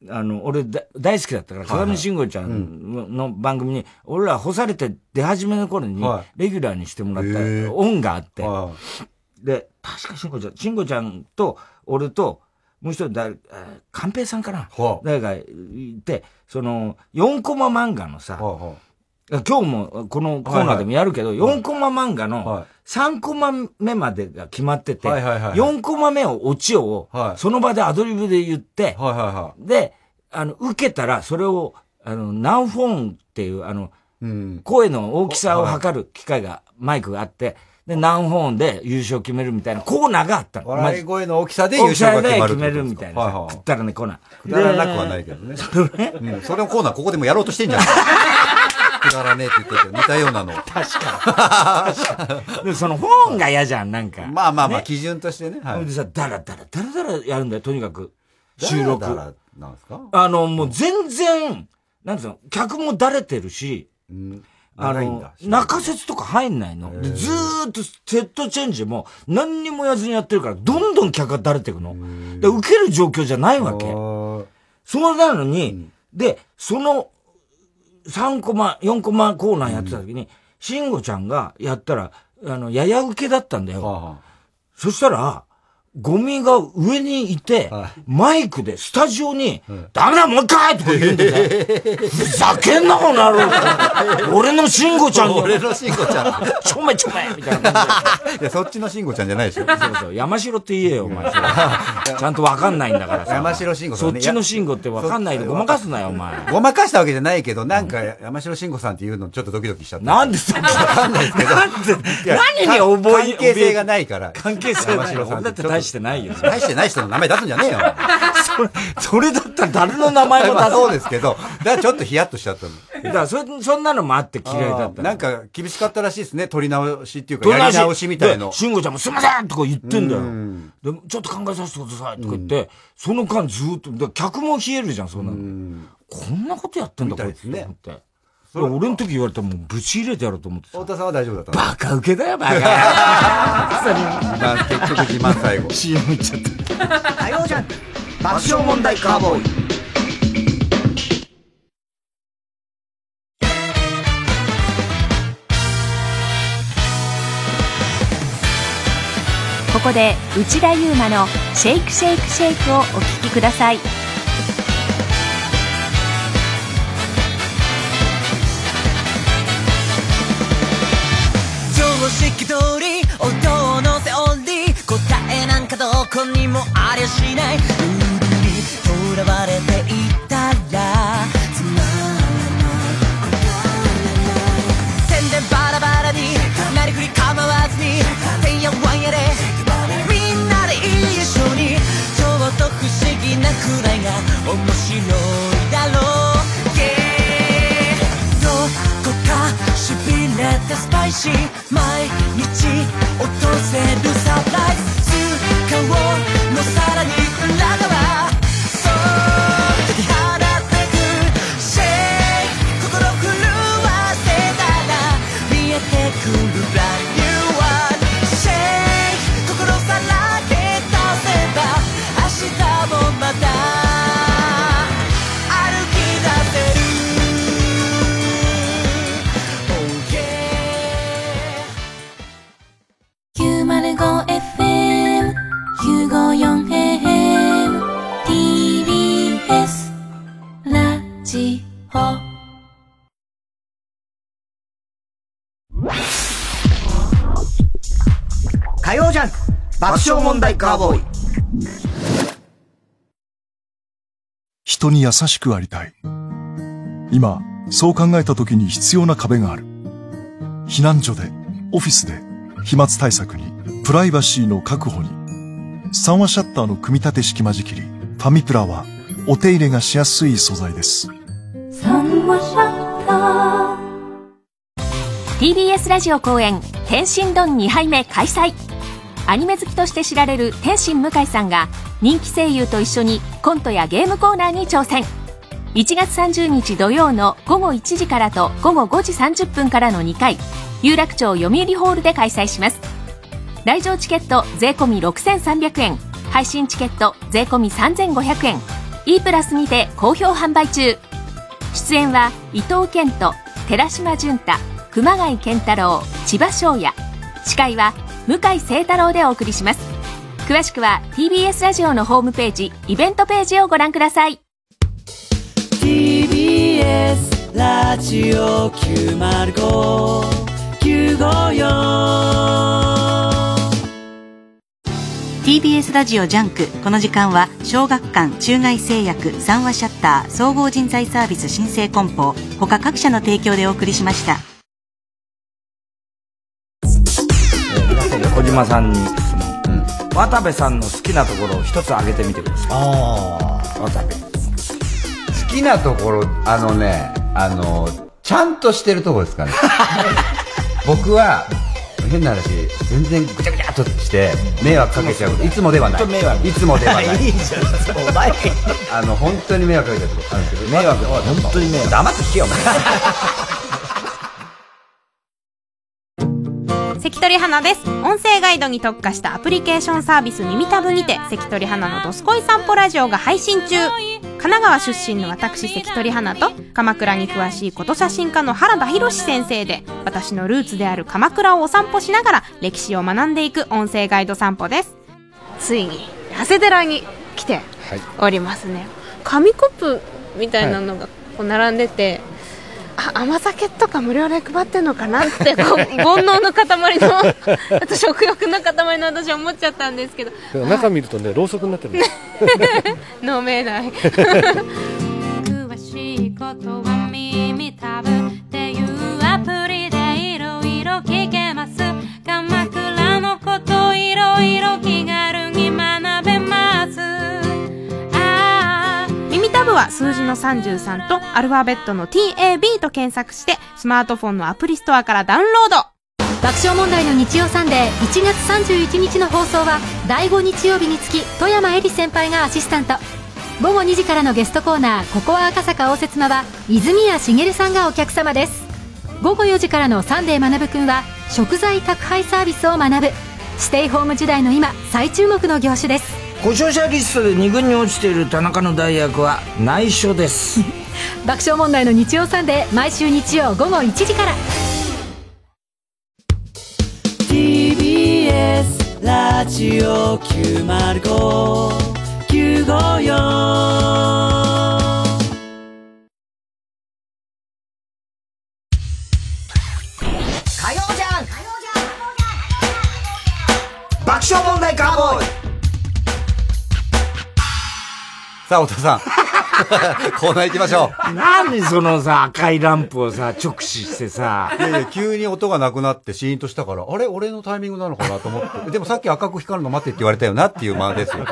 Speaker 1: あの、俺だ大好きだったか
Speaker 16: は
Speaker 1: ら、
Speaker 16: いはい
Speaker 1: 風見慎吾ちゃんの番組に、俺ら干されて出始めの頃に
Speaker 16: は、
Speaker 1: レギュラーにしてもらった恩があって、で、確か慎吾ちゃん、慎吾ちゃんと、俺と、もう一人誰、えー寛平さんかな、誰かいて、その、4コマ漫画のさ、今日もこのコーナーでもやるけど、
Speaker 16: はいはい
Speaker 1: 4コマ漫画の3コマ目までが決まってて、
Speaker 16: はいはいはい
Speaker 1: 4コマ目をオチを、その場でアドリブで言って、で、あの、受けたらそれを、あの、ナンフォンっていう、あの、声の大きさを測る機械が、マイクがあって、で、ナンフォンで優勝決めるみたいなコーナーがあったの。
Speaker 2: 笑い声の大きさで優勝が決まる
Speaker 1: 大きさで決めるみたいなさ。食ったらね、コーナー。
Speaker 2: くだらなくはないけどね。うんそれのコーナー、ここでもやろうとしてんじゃん。くだらねえって言ってたけど似たようなの。
Speaker 1: 確かに。でもその本が嫌じゃん、なんか。 まあまあまあ、
Speaker 2: 基準としてね。
Speaker 1: それでさ、だらだら、だらだらやるんだよ、とにかく。収録。
Speaker 2: だらだらなんですか
Speaker 1: あの、もう全然、なんつうの、客もだれてるし、あ
Speaker 2: 長いん
Speaker 1: の
Speaker 2: だ、
Speaker 1: 中説とか入んないの。でずーっとセットチェンジも何にもやらずにやってるから、どんどん客がだれてくの。で、受ける状況じゃないわけ。そうなのに、で、その3コマ、4コマコーナーやってた時に、慎吾ちゃんがやったら、あの、やや受けだったんだよ。そしたら、ゴミが上にいて、マイクでスタジオに、ダメだもう一回とか言うんでて、ふざけんなこの野郎俺の慎吾ちゃん
Speaker 2: 俺の慎吾ちゃん。
Speaker 1: ちょめちょめみたいな感じで。いや、そっちの慎吾ちゃんじゃないでしょ。そうそう。山城って言えよ、お前。それちゃんとわかんないんだからさ。
Speaker 2: 山城慎吾さ
Speaker 1: そ
Speaker 2: ん
Speaker 1: っ
Speaker 2: ね
Speaker 1: ちの慎吾ってわかんないでごまかすなよ、お前。
Speaker 2: ごまかしたわけじゃないけど、なんか、山城慎吾さんっていうのちょっとドキドキしちゃった。なん
Speaker 1: でそ
Speaker 2: わかんないですけど。いや
Speaker 1: 何に覚え
Speaker 2: 関係性がないから。
Speaker 1: 関係性ない俺だって大してないよ。
Speaker 2: 大してない人の名前出すんじゃねえよ。
Speaker 1: それだったら誰の名前も出さない
Speaker 2: そうですけど、だからちょっとヒヤッとしちゃったの。
Speaker 1: だからそれ、そんなのもあって嫌いだった。
Speaker 2: なんか厳しかったらしいですね。取り直しっていうか、やり直しみたいの
Speaker 1: で。慎吾ちゃんもすいませんとか言ってんだよ。で、ちょっと考えさせてくださいとか言って、その間ずーっと、で客も冷えるじゃん、そんなの。こんなことやってんだ、こいつと思って。で俺の時言われたらもうぶち入れてやろうと思って
Speaker 2: 太田さんは大丈夫だった
Speaker 1: バカ受けだよ、バ カ。
Speaker 2: まあ結局自慢最後。
Speaker 1: CM いっちゃった。
Speaker 17: 火曜ジャンク爆笑問題カーボーイ
Speaker 18: ここで内田優馬の「シェイクシェイクシェイク」をお聞きください
Speaker 9: 常識通り音のセオリー答えなんかどこにもありゃしないルールにとらわれていたらつまらない宣伝バラバラになりふり構わずにてんやわんやでみんなで一緒にちょっと不思議なくらいが面白いだろう Yeah どこかしびれてスパイシー毎日落とせるサプライズ使おう
Speaker 17: 火曜ジャンク爆笑問題カーボーイ
Speaker 19: 人に優しくありたい。今、そう考えた時に必要な壁がある。避難所で、オフィスで、飛沫対策に、プライバシーの確保に、三話シャッターの組み立て式間仕切り、ファミプラは、お手入れがしやすい素材です。
Speaker 18: TBS ラジオ公演「天津丼2杯目」開催アニメ好きとして知られる天心向井さんが人気声優と一緒にコントやゲームコーナーに挑戦1月30日土曜の午後1時からと午後5時30分からの2回有楽町読売ホールで開催します来場チケット税込み6300円配信チケット税込み3500円 e プラスにて好評販売中出演は伊藤健人寺島純太熊谷健太郎千葉翔也司会は向井聖太郎でお送りします詳しくは TBS ラジオのホームページイベントページをご覧ください
Speaker 9: TBS ラジオ905954
Speaker 20: TBS ラジオジャンクこの時間は小学館中外製薬三話シャッター総合人材サービス申請梱包他各社の提供でお送りしました
Speaker 1: 小島さんに質問、渡部さんの好きなところを一つ挙げてみてくださいああ渡部
Speaker 2: 好きなところ、あのね、あの、ちゃんとしてるところです かね。僕は、変な話、全然ぐちゃぐちゃっとして、迷惑かけちゃう。いつもではない。
Speaker 1: 本当迷惑
Speaker 2: いつもではない。
Speaker 1: いいじゃんお前
Speaker 2: あの、本当に迷惑かけちゃうとこあるんですけど。迷惑、本当に迷惑。黙って聞けよ、お 前。
Speaker 21: 関取花です音声ガイドに特化したアプリケーションサービス耳たぶにて関取花のどすこい散歩ラジオが配信中神奈川出身の私関取花と鎌倉に詳しいこと写真家の原田博先生で私のルーツである鎌倉をお散歩しながら歴史を学んでいく音声ガイド散歩ですついに長谷寺に来て
Speaker 22: はい、
Speaker 21: おりますね紙コップみたいなのがこう並んでて、あ甘酒とか無料で配ってんのかなってこう煩悩の塊の あと食欲の塊の私は思っちゃったんですけど
Speaker 22: でも中見るとね、ろうそくになってるんです
Speaker 21: 飲めない
Speaker 23: 詳しいことは耳たぶっていうアプリでいろいろ聞けます鎌倉のこといろいろ気軽に学べますああ
Speaker 21: 耳たぶは数字の33とアルファベットの TAB と検索してスマートフォンのアプリストアからダウンロード
Speaker 24: 爆笑問題の日曜サンデー1月31日の放送は第5日曜日につき富山恵里先輩がアシスタント午後2時からのゲストコーナー「ここは赤坂応接間」は泉谷しげるさんがお客様です午後4時からの「サンデーまなぶくん」は食材宅配サービスを学ぶステイホーム時代の今最注目の業種です
Speaker 1: 故障者リストで2軍に落ちている田中の代役は内緒です
Speaker 24: 爆笑問題の日曜サンデー毎週日曜午後1時から
Speaker 9: TBS ラジオ905954
Speaker 17: 火曜ジャンク
Speaker 6: 爆笑問題カーボーイ
Speaker 2: さあ、太田さん。 コーナー行きましょう。
Speaker 1: 何そのさ赤いランプをさ直視してさ
Speaker 2: いやいや、急に音がなくなってシーンとしたから、あれ俺のタイミングなのかなと思って。でもさっき赤く光るの待ってって言われたよなっていう間ですよ。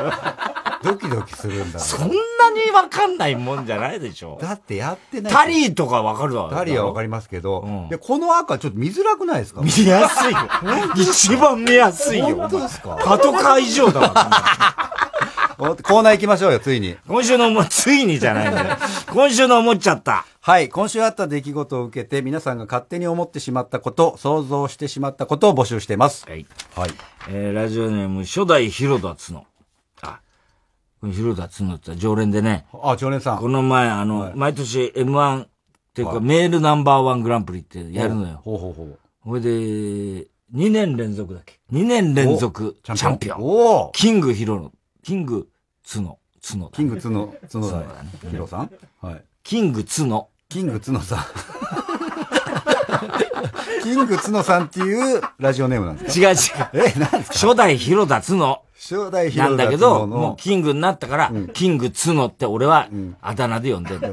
Speaker 2: ドキドキするんだ。
Speaker 1: そんなにわかんないもんじゃないでしょ
Speaker 2: だってやってない。
Speaker 1: タリーとかわかるわ
Speaker 2: タリーはわかりますけど、でこの赤ちょっと見づらくないですか
Speaker 1: 見やすいよ一番見やすいよ
Speaker 2: 本当ですか
Speaker 1: パトカー以上だわ
Speaker 2: コーナー行きましょうよ、ついに。
Speaker 1: 今週のも、ついにじゃないんだよ。今週の思っちゃった。
Speaker 2: はい、今週あった出来事を受けて、皆さんが勝手に思ってしまったこと、想像してしまったことを募集しています。
Speaker 1: はい。えーラジオネーム、初代ヒロダツノ。あ、このヒロダツノって常連でね。
Speaker 2: あ、常連さん。
Speaker 1: この前、あの、毎年 M1 っていうか、メールナンバーワングランプリってやるのよ。
Speaker 2: ほうほうほう。
Speaker 1: ほいで、2年連続だっけ ?2 年連続チ
Speaker 2: お
Speaker 1: ャンピオン。
Speaker 2: チャンピオンおー
Speaker 1: キングヒロの、キングツノ、ツノだね。
Speaker 2: キングツノ、ツノさん
Speaker 1: そうだね。
Speaker 2: ヒロさんはい。
Speaker 1: キングツノ。
Speaker 2: キングツノさん。 キング角さんっていうラジオネームなんです
Speaker 1: 違う違 う。初代広田角。
Speaker 2: 初代
Speaker 1: な
Speaker 2: 広
Speaker 1: ん
Speaker 2: 田角の
Speaker 1: だけど、もうキングになったから、キング角って俺はあだ名で呼んでる。
Speaker 2: か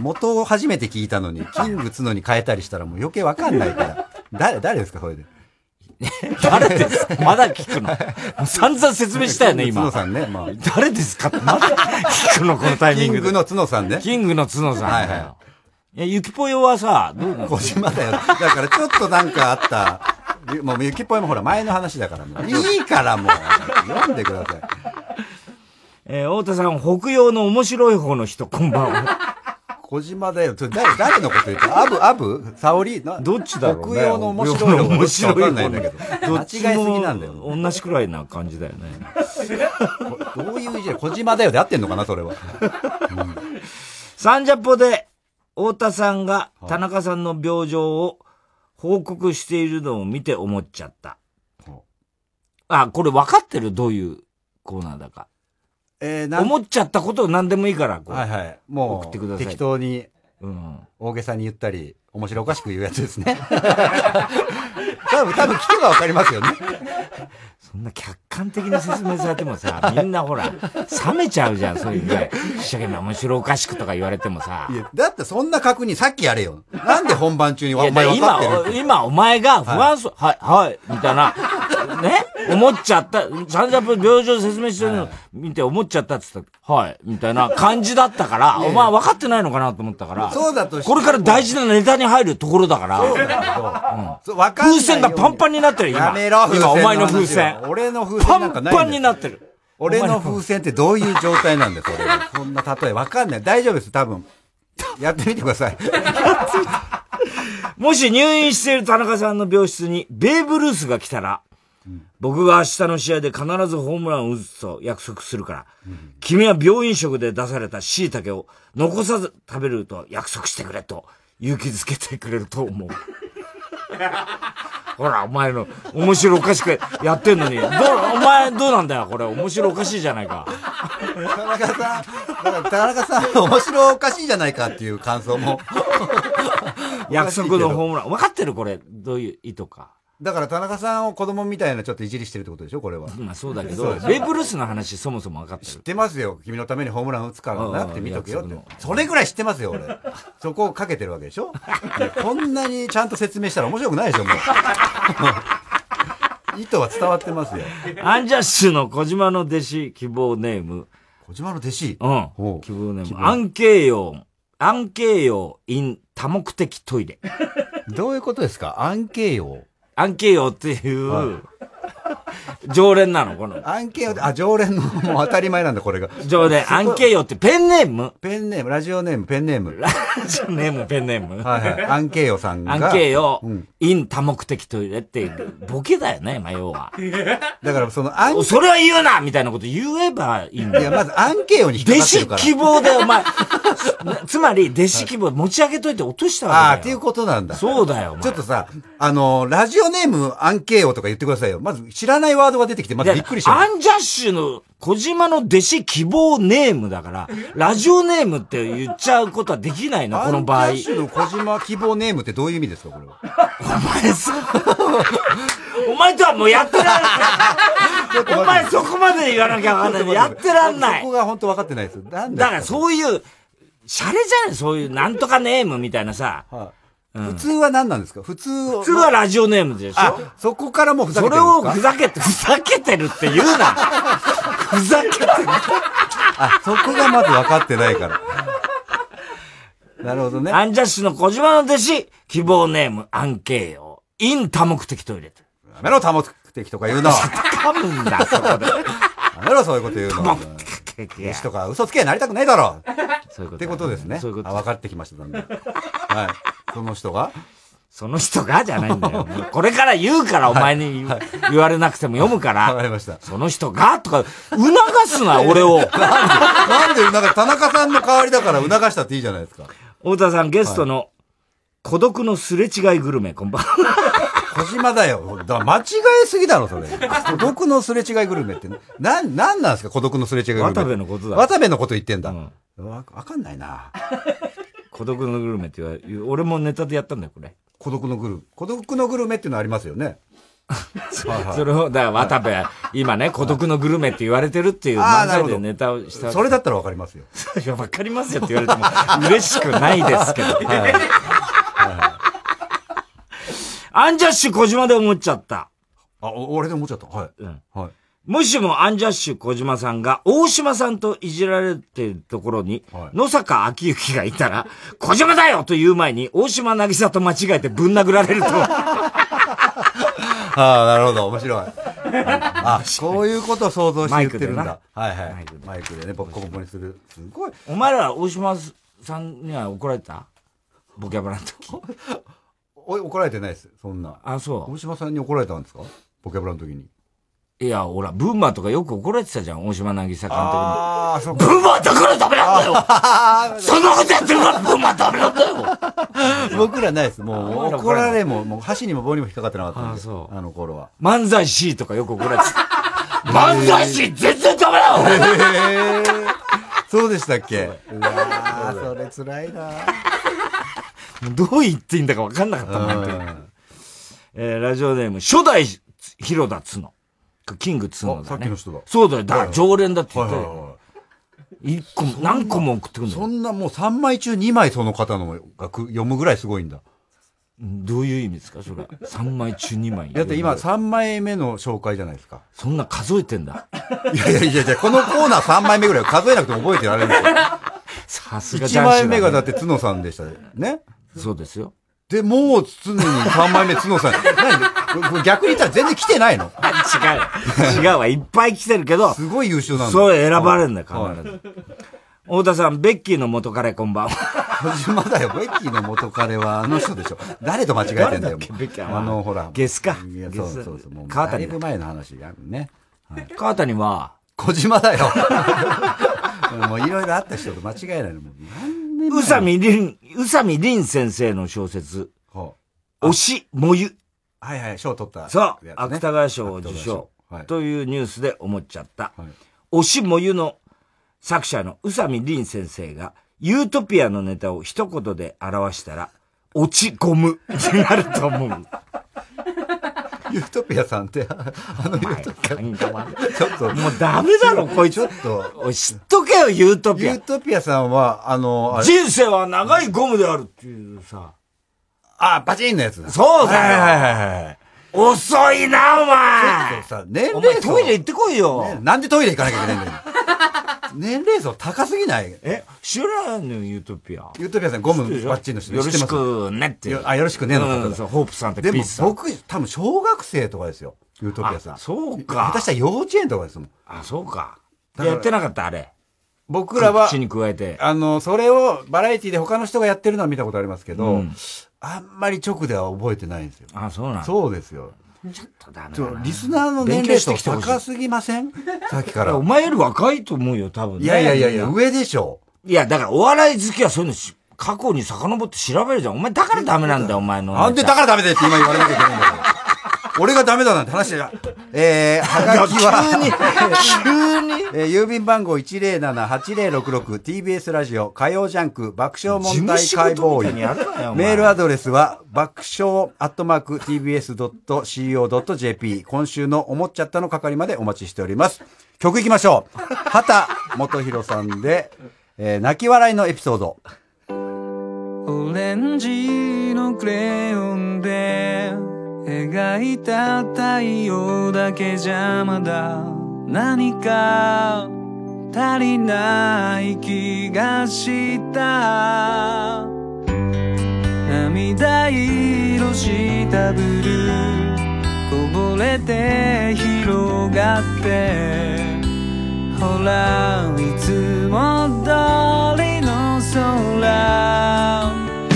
Speaker 2: 元を初めて聞いたのに、キング角に変えたりしたらもう余計わかんないから。誰、誰ですか、これで。
Speaker 1: 誰ですかまだ聞くの。もう散々説明したよね、今。
Speaker 2: キング角さんね、まあ。
Speaker 1: 誰ですかってまだ聞くの、このタイミングで。
Speaker 2: キングの角さんね。
Speaker 1: キングの角さん。
Speaker 2: はい
Speaker 1: はい。いや、ゆきぽよはさ、どうなの
Speaker 2: 小島だよ。だからちょっとなんかあった。ゆもう、ゆきぽいもほら、前の話だからもう。いいからもう。読んでください。
Speaker 1: えー、太田さん、北洋の面白い方の人、こんばんは。
Speaker 2: 小島だよ。ちょ誰、誰のこと言ってアブ、アブ沙織な
Speaker 1: どっちだろうね。
Speaker 2: 北洋の面白いの
Speaker 1: 面白い
Speaker 2: わかんないんだけど。
Speaker 1: ど
Speaker 2: 間
Speaker 1: っ
Speaker 2: 違いす
Speaker 1: ち
Speaker 2: ぎなんだよ。
Speaker 1: も同じくらいな感じだよね。
Speaker 2: どういう意地で小島だよで合ってんのかな、それは。
Speaker 1: サンジャポで、太田さんが田中さんの病状を報告しているのを見て思っちゃった。あ、これ分かってるどういうコーナーだか。
Speaker 2: え
Speaker 1: 思っちゃったことを何でもいいから、こう。
Speaker 2: はいはい。もう、
Speaker 1: 送ってください。
Speaker 2: 適当に、大げさに言ったり、面白おかしく言うやつですね。 多分、多分聞けばわかりますよね。
Speaker 1: そんな客観的に説明されてもさ、みんなほら、冷めちゃうじゃん、そういうね。一生懸命面白おかしくとか言われてもさ。
Speaker 2: だってそんな確認さっきやれよ。なんで本番中に
Speaker 1: い
Speaker 2: お
Speaker 1: やだ
Speaker 2: 前
Speaker 1: から
Speaker 2: 分かってる
Speaker 1: 今、今お前が不安そう、はい、はい、みたいな、 ね、思っちゃった、サンジャポ病状説明してるの見て思っちゃったって言ったらはい、みたいな感じだったから、
Speaker 2: いや
Speaker 1: お前分かってないのかなと思ったから、
Speaker 2: そうだとして
Speaker 1: これから大事なネタに入るところだから、
Speaker 2: そう
Speaker 1: うん風船がパンパンになってるよ、今。
Speaker 2: やめろ、風
Speaker 1: 今、
Speaker 2: 船の
Speaker 1: お
Speaker 2: 話は
Speaker 1: 前の風船。
Speaker 2: 俺の風船なんかないんだよ
Speaker 1: パンパンになってる。
Speaker 2: 俺の風船ってどういう状態なんだよ、それ。そんな例え分かんない。大丈夫です、多分。やってみてください。
Speaker 1: もし入院している田中さんの病室にベーブ・ルースが来たら、僕が明日の試合で必ずホームランを打つと約束するから、君は病院食で出された椎茸を残さず食べると約束してくれと勇気づけてくれると思う。 ほら、お前の面白おかしくやってんのに、どう、お前どうなんだよ、これ。面白おかしいじゃないか。
Speaker 2: 田中さん、だから田中さん、面白おかしいじゃないかっていう感想も。
Speaker 1: 約束のホームラン。分かってるこれ。どういう意図か。
Speaker 2: だから田中さんを子供みたいなちょっといじりしてるってことでしょ、これは。
Speaker 1: まあそうだけど、ベーブ・ルースの話そもそも分かってる。知って
Speaker 2: ますよ。君のためにホームラン打つからなって見とけよって。それぐらい知ってますよ、俺。 そこをかけてるわけでしょいやこんなにちゃんと説明したら面白くないでしょ、も う。意図は伝わってますよ。
Speaker 1: アンジャッシュの小島の弟子希望ネーム。
Speaker 2: 小島の弟子
Speaker 1: うん。希望ネーム。アンケイヨン、アンケイヨン in 多目的トイレ。
Speaker 2: どういうことですかアンケイヨン
Speaker 1: アンケイヨンっていう、常連なの、この。
Speaker 2: アンケイヨンって、あ、常連の、もう当たり前なんだ、これが。
Speaker 1: 常連アンケイヨンってペンネーム
Speaker 2: ペンネーム、ラジオネーム、ペンネーム。ラ
Speaker 1: ジオネーム、ペンネーム。
Speaker 2: はいはい。アンケイヨンさんが。
Speaker 1: アンケイヨン in 多目的トイレっていう、ボケだよね、まあ要は。
Speaker 2: だからそのアン
Speaker 1: それは言うなみたいなこと言えばいいんだよ。
Speaker 2: いやまずアンケイヨンに引っかかってるから
Speaker 1: 弟子希望でお前、つまり弟子希望持ち上げといて落としたわけだよ。
Speaker 2: ああ、っていうことなんだ。
Speaker 1: そうだよ、
Speaker 2: ちょっとさ、あの、ラジオネームアンケイオとか言ってくださいよ。まず知らないワードが出てきて、まずびっくりしちゃう。
Speaker 1: アンジャッシュの小島の弟子希望ネームだから、ラジオネームって言っちゃうことはできないの、この場合。
Speaker 2: アンジャッシュの小島希望ネームってどういう意味ですか、これは。
Speaker 1: お前とはもう やってらんない。お前
Speaker 2: ちょ
Speaker 1: そ
Speaker 2: っ
Speaker 1: こ
Speaker 2: と待って
Speaker 1: まで言わなきゃわかんないの。やってらんない
Speaker 2: そ。こが本当分かってないです。なん
Speaker 1: だからそういう、シャレじゃないそういう、なんとかネームみたいなさ。
Speaker 2: 普通は何なんですか普通普
Speaker 1: 普通はラジオネームでしょ
Speaker 2: あそこからもうふざけてる
Speaker 1: そ
Speaker 2: んです
Speaker 1: れを
Speaker 2: か
Speaker 1: ふざけて、ふざけてるって言うな。ふざけてる。
Speaker 2: あ、そこがまず分かってないから。なるほどね。
Speaker 1: アンジャッシュの小島の弟子、希望ネーム、アンケイヨン。イン多目的トイレ。
Speaker 2: やめろ、多目的とか言うの。
Speaker 1: 噛むんだ、そこで。
Speaker 2: やめろ、そういうこと言うの。弟子とか嘘つけなりたくないだろ。
Speaker 1: そういうことだね
Speaker 2: ってことですね。
Speaker 1: そういうこと
Speaker 2: あ分かってきました、だんだんはい。その人が
Speaker 1: その人がじゃないんだよ。もうこれから言うから、お前に言う言われなくても読むから。わかりました。その人がとか、促すな、俺を。
Speaker 2: なんで、なんか田中さんの代わりだから促したっていいじゃないですか。
Speaker 1: 太田さん、ゲストの、孤独のすれ違いグルメ、こんばんは。
Speaker 2: 小島だよ。だ間違えすぎだろ、それ。孤独のすれ違いグルメって。な、なんなんですか、孤独のすれ違いグルメ。
Speaker 1: 渡部のことだ
Speaker 2: 渡部のこと言ってんだ。わ、わかんないな。
Speaker 1: 孤独のグルメって言われ、俺もネタでやったんだよ、これ。
Speaker 2: 孤独のグルメ。孤独のグルメっていうのありますよね。はいはい
Speaker 1: それを、だから渡部、今ね、孤独のグルメって言われてるっていう
Speaker 2: あー
Speaker 1: 漫
Speaker 2: なる
Speaker 1: 才
Speaker 2: ほ
Speaker 1: で
Speaker 2: ど
Speaker 1: ネタをした。
Speaker 2: それだったらわかりますよ。
Speaker 1: いや、わかりますよって言われても、 嬉しくないですけど。
Speaker 2: はいはい
Speaker 1: アンジャッシュ小島で思っちゃった。
Speaker 2: あ、俺で思っちゃった。はい。
Speaker 1: うん。
Speaker 2: はい。
Speaker 1: もしもアンジャッシュ小島さんが大島さんといじられてるところに、野坂昭之がいたら、 小島だよと言う前に大島渚と間違えてぶん殴られると。
Speaker 2: ああ、なるほど。面 白い。あ、こういうことを想像して言ってるん
Speaker 1: マイク
Speaker 2: だ。はいはい。マイクでね、僕、ここにする。すごい。
Speaker 1: お前ら大島さんには怒られたボキャブラの時。
Speaker 2: おい怒られてないです。そんな。
Speaker 1: あ、そう。
Speaker 2: 大島さんに怒られたんですかボキャブラの時に。
Speaker 1: いや、ほら、ブーマーとかよく怒られてたじゃん、大島渚監督に。
Speaker 2: ああ、そ
Speaker 1: ブーマーだからダメなんだよ そんなことやってるからブーマーダメなんだよ
Speaker 2: 僕らないです。もう、怒られも、もう、箸にも棒にも引っかかってなかったんで。
Speaker 1: あー
Speaker 2: そう。あの頃 は。
Speaker 1: 漫才 C とかよく怒られ てた。漫才師全然ダメだよ
Speaker 2: へーそうでしたっけうわーそれ辛いな
Speaker 1: もうどう言っていいんだか分かんなかったもん本当にえーラジオネーム、初代広田つの。キングつのだね。
Speaker 2: あさっきの人だ
Speaker 1: そうだよ。だから常連だって言っ
Speaker 2: はい
Speaker 1: て
Speaker 2: はいは
Speaker 1: 一個も、何個も送ってくるんだよ
Speaker 2: そんなもう3枚中2枚その方のがく読むぐらいすごいんだ。
Speaker 1: どういう意味ですかそれ。3枚中2枚。
Speaker 2: だって今3枚目の紹介じゃないですか。
Speaker 1: そんな数えてんだ。
Speaker 2: いやいやいやいや、このコーナー3枚目ぐらい数えなくても覚えてられるんですよ。
Speaker 1: さすが
Speaker 2: 1枚目がだって角さんでしたね。
Speaker 1: そうですよ。
Speaker 2: で、もう常に3枚目角さん。何これ逆に言ったら全然来てないの
Speaker 1: 違う。違うわ。いっぱい来てるけど。
Speaker 2: すごい優秀なんだ。
Speaker 1: そう選ばれるんだよ
Speaker 2: はい
Speaker 1: 必太田さん、ベッキーの元彼こんばんは。
Speaker 2: 小島だよ、ベッキーの元彼はあの人でしょ。誰と間違えてんだよ、もうあの、ほら。
Speaker 1: ゲスか。
Speaker 2: いや、
Speaker 1: ゲ
Speaker 2: そう
Speaker 1: ス
Speaker 2: そうそう。もう、
Speaker 1: 川
Speaker 2: だい
Speaker 1: 谷
Speaker 2: ぶ前の話やるね。
Speaker 1: 川谷は、
Speaker 2: 小島だよ。 もういろいろあった人と間違えないのもう。
Speaker 1: 宇佐美林、宇佐美林先生の小説。推し、もゆ。
Speaker 2: はいはい、賞取った、
Speaker 1: そう、芥川賞を受賞。というニュースで思っちゃった。推し、もゆの作者の宇佐美林先生が、ユートピアのネタを一言で表したら、落ちゴムになると思 う。
Speaker 2: ユートピアさんって、あのユートピア。ちょっと。
Speaker 1: もうダメだろ、こいつ。
Speaker 2: ちょっと。
Speaker 1: 知っとけよ、ユートピア
Speaker 2: ユートピアさんは、あの、あれ
Speaker 1: 人生は長いゴムであるっていうさ。
Speaker 2: あ、バチンのやつだ
Speaker 1: そうだよ。
Speaker 2: はいはいはいはい。
Speaker 1: 遅いな、お前
Speaker 2: さ、年
Speaker 1: お前
Speaker 2: 齢層。
Speaker 1: トイレ行ってこいよ。
Speaker 2: ねなんでトイレ行かなきゃいけないんだよ。年齢層高すぎない
Speaker 1: え、知らないのよ、ユートピア。
Speaker 2: ユートピアさん、ゴムバッチンの人
Speaker 1: よろし
Speaker 2: 知ってま
Speaker 1: く
Speaker 2: す
Speaker 1: ねっていう。
Speaker 2: あ、よろしくねの
Speaker 1: う
Speaker 2: 方
Speaker 1: んそう
Speaker 2: だ。
Speaker 1: ホープさんって
Speaker 2: で
Speaker 1: ピ
Speaker 2: も
Speaker 1: ースさん。
Speaker 2: 僕、多分小学生とかですよ。ユートピアさん。
Speaker 1: そうか
Speaker 2: 私は幼稚園とかですもん。
Speaker 1: あ、そうか。
Speaker 2: だから
Speaker 1: やってなかった、あれ。
Speaker 2: 僕らは
Speaker 1: 口に加えて。
Speaker 2: あの、それをバラエティで他の人がやってるのは見たことありますけど、
Speaker 1: うん
Speaker 2: あんまり直では覚えてないんですよ。
Speaker 1: あ、そうなん
Speaker 2: そうですよ。
Speaker 1: ちょっとダメ
Speaker 2: ち
Speaker 1: だ
Speaker 2: ょ
Speaker 1: な。
Speaker 2: リスナーの年齢層
Speaker 1: 勉強してきてほしい
Speaker 2: 高すぎませんさっきから。
Speaker 1: お前より若いと思うよ、多分、ね。
Speaker 2: いやいやいやいや上でしょ。
Speaker 1: いや、だからお笑い好きはそういうのし過去に遡って調べるじゃん。お前だからダメなんだよ、お前の。
Speaker 2: なんでだからダメだよって今言われなきゃいけないんだから。俺がダメだなんて話じゃ。えー、はがきは。急に、 急に。えー、郵便番号 107-8066TBS ラジオ火曜ジャンク爆笑問題解
Speaker 1: 事務仕事み
Speaker 2: 剖
Speaker 1: たいにやるなよお前
Speaker 2: 員。メールアドレスは爆笑アットマーク TBS.CO.JP。今週の思っちゃったの係までお待ちしております。曲行きましょう。畑元博さんで、えー、泣き笑いのエピソード。
Speaker 25: オレンジのクレヨンで描いた太陽だけじゃまだ何か足りない気がした涙色したブルーこぼれて広がってほらいつも通りの空こ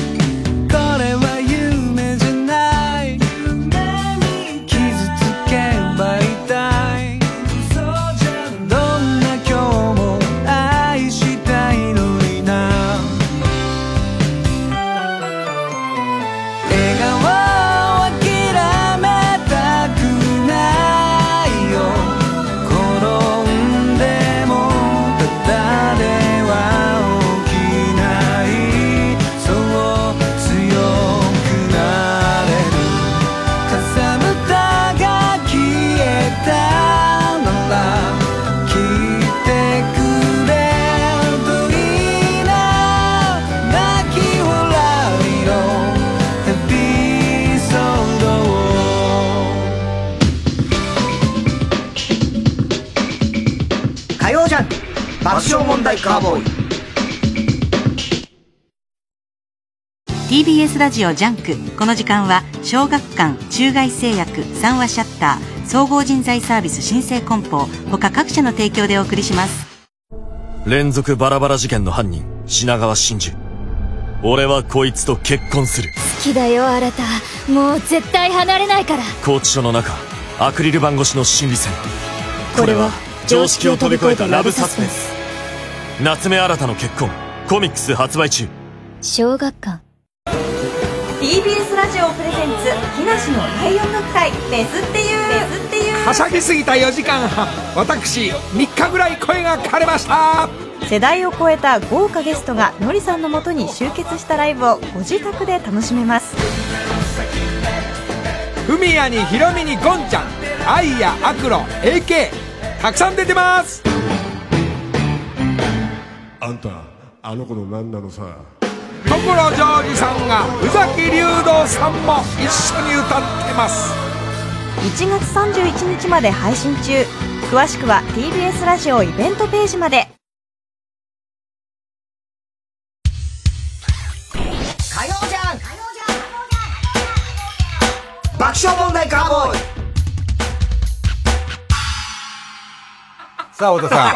Speaker 25: れは夢じゃない傷つけば痛いどんな今日も愛したいのにな笑顔を諦めたくないよ転んでもただでは起きない
Speaker 17: 爆笑問題カーボーイ
Speaker 20: TBS ラジオジャンクこの時間は小学館中外製薬三話シャッター総合人材サービス新生梱包他各社の提供でお送りします
Speaker 4: 連続バラバラ事件の犯人品川真珠俺はこいつと結婚する
Speaker 14: 好きだよあなたもう絶対離れないから
Speaker 4: 拘置所の中アクリル板越しの心理戦
Speaker 14: これは
Speaker 4: 常識を飛び越えたラブサスペンス夏目新たの結婚コミックス発売中
Speaker 14: 小学館
Speaker 17: TBS ラジオプレゼンツ木梨の第4学会メスっていうメスっていう
Speaker 11: はしゃぎすぎた4時間半 私3日ぐらい声が枯れました
Speaker 17: 世代を超えた豪華ゲストがのりさんのもとに集結したライブをご自宅で楽しめます
Speaker 11: ふみやにひろみにゴンちゃんアイやアクロ AK たくさん出てます
Speaker 26: あんたあの子の何なのさ
Speaker 11: 所ジョージさんが宇崎竜童さんも一緒に歌ってます
Speaker 17: 1月31日まで配信中詳しくは TBS ラジオイベントページまで火曜じゃん
Speaker 6: 爆笑問題カーボーイ
Speaker 2: さあ、太田さん。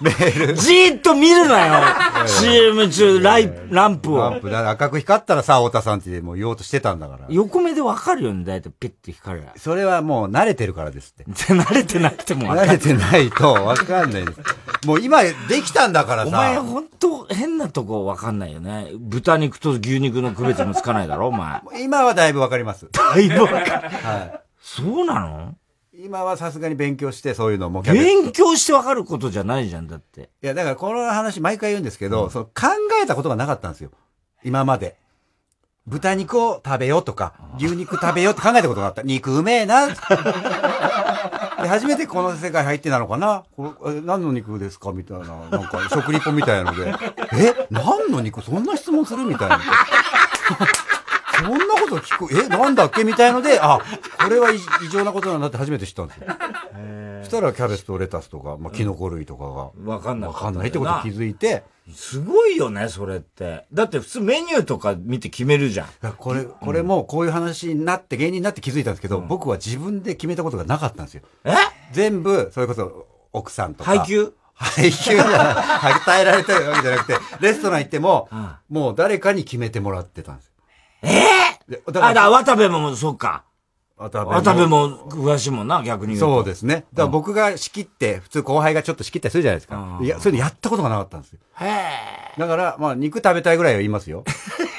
Speaker 1: メール。じーっと見る なよ。CM 中、ライ、ランプを。
Speaker 2: だから赤く光ったらさあ、太田さんってもう言おうとしてたんだから。
Speaker 1: 横目でわかるよね、だいたいピッて光る。
Speaker 2: それはもう慣れてるからですって。
Speaker 1: 慣れてなくてもわか
Speaker 2: 慣
Speaker 1: る
Speaker 2: れてないとわかんないです。もう今できたんだからさ。
Speaker 1: お前ほんと変なとこわかんないよね。豚肉と牛肉の区別もつかないだろ、お前。
Speaker 2: 今はだいぶわかります。
Speaker 1: だ いぶわかる
Speaker 2: はい。
Speaker 1: そうなの
Speaker 2: 今はさすがに勉強してそういうのも。
Speaker 1: 勉強してわかることじゃないじゃん、だって。
Speaker 2: いや、だからこの話毎回言うんですけど、その考えたことがなかったんですよ。今まで。豚肉を食べようとか、牛肉食べようって考えたことがあった。肉うめえ な。で、初めてこの世界入ってなのかなこれえ何の肉ですかみたいな。なんか食リポみたいなので。え何の肉そんな質問するみたいな。そんなこと聞く、えなんだっけみたいので、あ、これはい異常なことなんだって初めて知ったんですよ。そしたらキャベツとレタスとか、まあ、キノコ類とかが。
Speaker 1: わかんない。わ
Speaker 2: かんないってことに気づいて。
Speaker 1: すごいよね、それって。だって普通メニューとか見て決めるじゃん。
Speaker 2: これ、これもこういう話になって、芸人になって気づいたんですけど、僕は自分で決めたことがなかったんですよ。
Speaker 1: え
Speaker 2: 全部、それこそ、奥さんとか。
Speaker 1: 配給
Speaker 2: 配給が与えられてるわけじゃなくて、レストラン行っても、もう誰かに決めてもらってたんですよ。ええ
Speaker 1: あ、だから渡部も、そっか。
Speaker 2: 渡
Speaker 1: 渡部も詳しいもんな、逆に言うと。
Speaker 2: そうですね。だから僕が仕切って、普通後輩がちょっと仕切ったりするじゃないですか。いや、そういうのやったことがなかったんですよ。だから、まあ、肉食べたいぐらいは言います よ。だか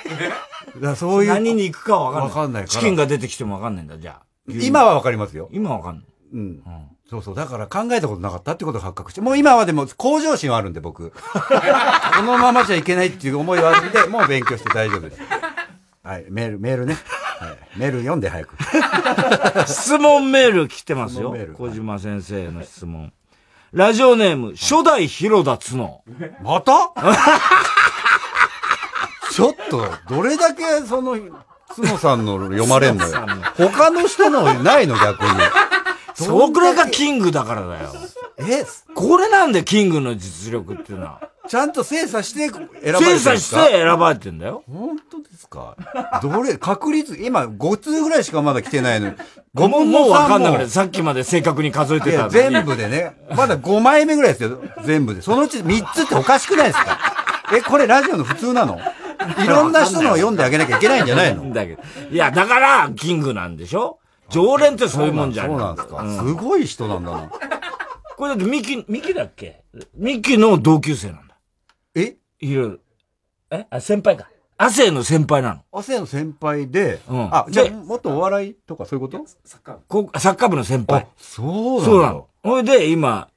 Speaker 2: らそういう。
Speaker 1: 何に行くかわかんない。
Speaker 2: わかんないから
Speaker 1: チキンが出てきてもわかんないんだ、じゃあ。
Speaker 2: 今はわかりますよ。
Speaker 1: 今わかんない。
Speaker 2: うん。そうそう。だから考えたことなかったってことが発覚して。もう今はでも向上心はあるんで、 僕。このままじゃいけないっていう思いはあるんで、もう勉強して大丈夫です。はい。メール、メールね。はい、メール読んで早く。
Speaker 1: 質問メール来てますよ。小島先生への質問。ラジオネーム、初代広田つの。
Speaker 2: また ちょっと、どれだけその、つのさんの読まれんのよ
Speaker 1: 角さんの。
Speaker 2: 他の人のないの逆に。
Speaker 1: それくらいがキングだからだよ。
Speaker 2: え
Speaker 1: これなんでキングの実力っていうのは。
Speaker 2: ちゃんと精査して選ばれてるん
Speaker 1: 精
Speaker 2: ですか
Speaker 1: 査して選ばれてんだよ。
Speaker 2: 本当ですかどれ、確率、今5通ぐらいしかまだ来てないのに。
Speaker 1: も
Speaker 2: 5
Speaker 1: うもうわかんなくなる。さっきまで正確に数えてたのに。
Speaker 2: 全部でね。まだ5枚目ぐらいですよ。全部で。そのうち3つっておかしくないですかえ、これラジオの普通なのいろんな人のを読んであげなきゃいけないんじゃないの
Speaker 1: だけど。いや、だから、キングなんでしょ常連ってそういうもんじゃ
Speaker 2: そうなんですか。すごい人なんだな。
Speaker 1: これだってミキ、ミキだっけミキの同級生なんだ。
Speaker 2: え
Speaker 1: いろいろ。えあ、先輩か。亜生の先輩なの。
Speaker 2: 亜生の先輩で、
Speaker 1: うん
Speaker 2: あ、じゃあ、
Speaker 1: で
Speaker 2: もっとお笑いとかそういうことサッカー
Speaker 1: こサッカー部の先輩。
Speaker 2: そう
Speaker 1: なの。そうなの。ほいで、今、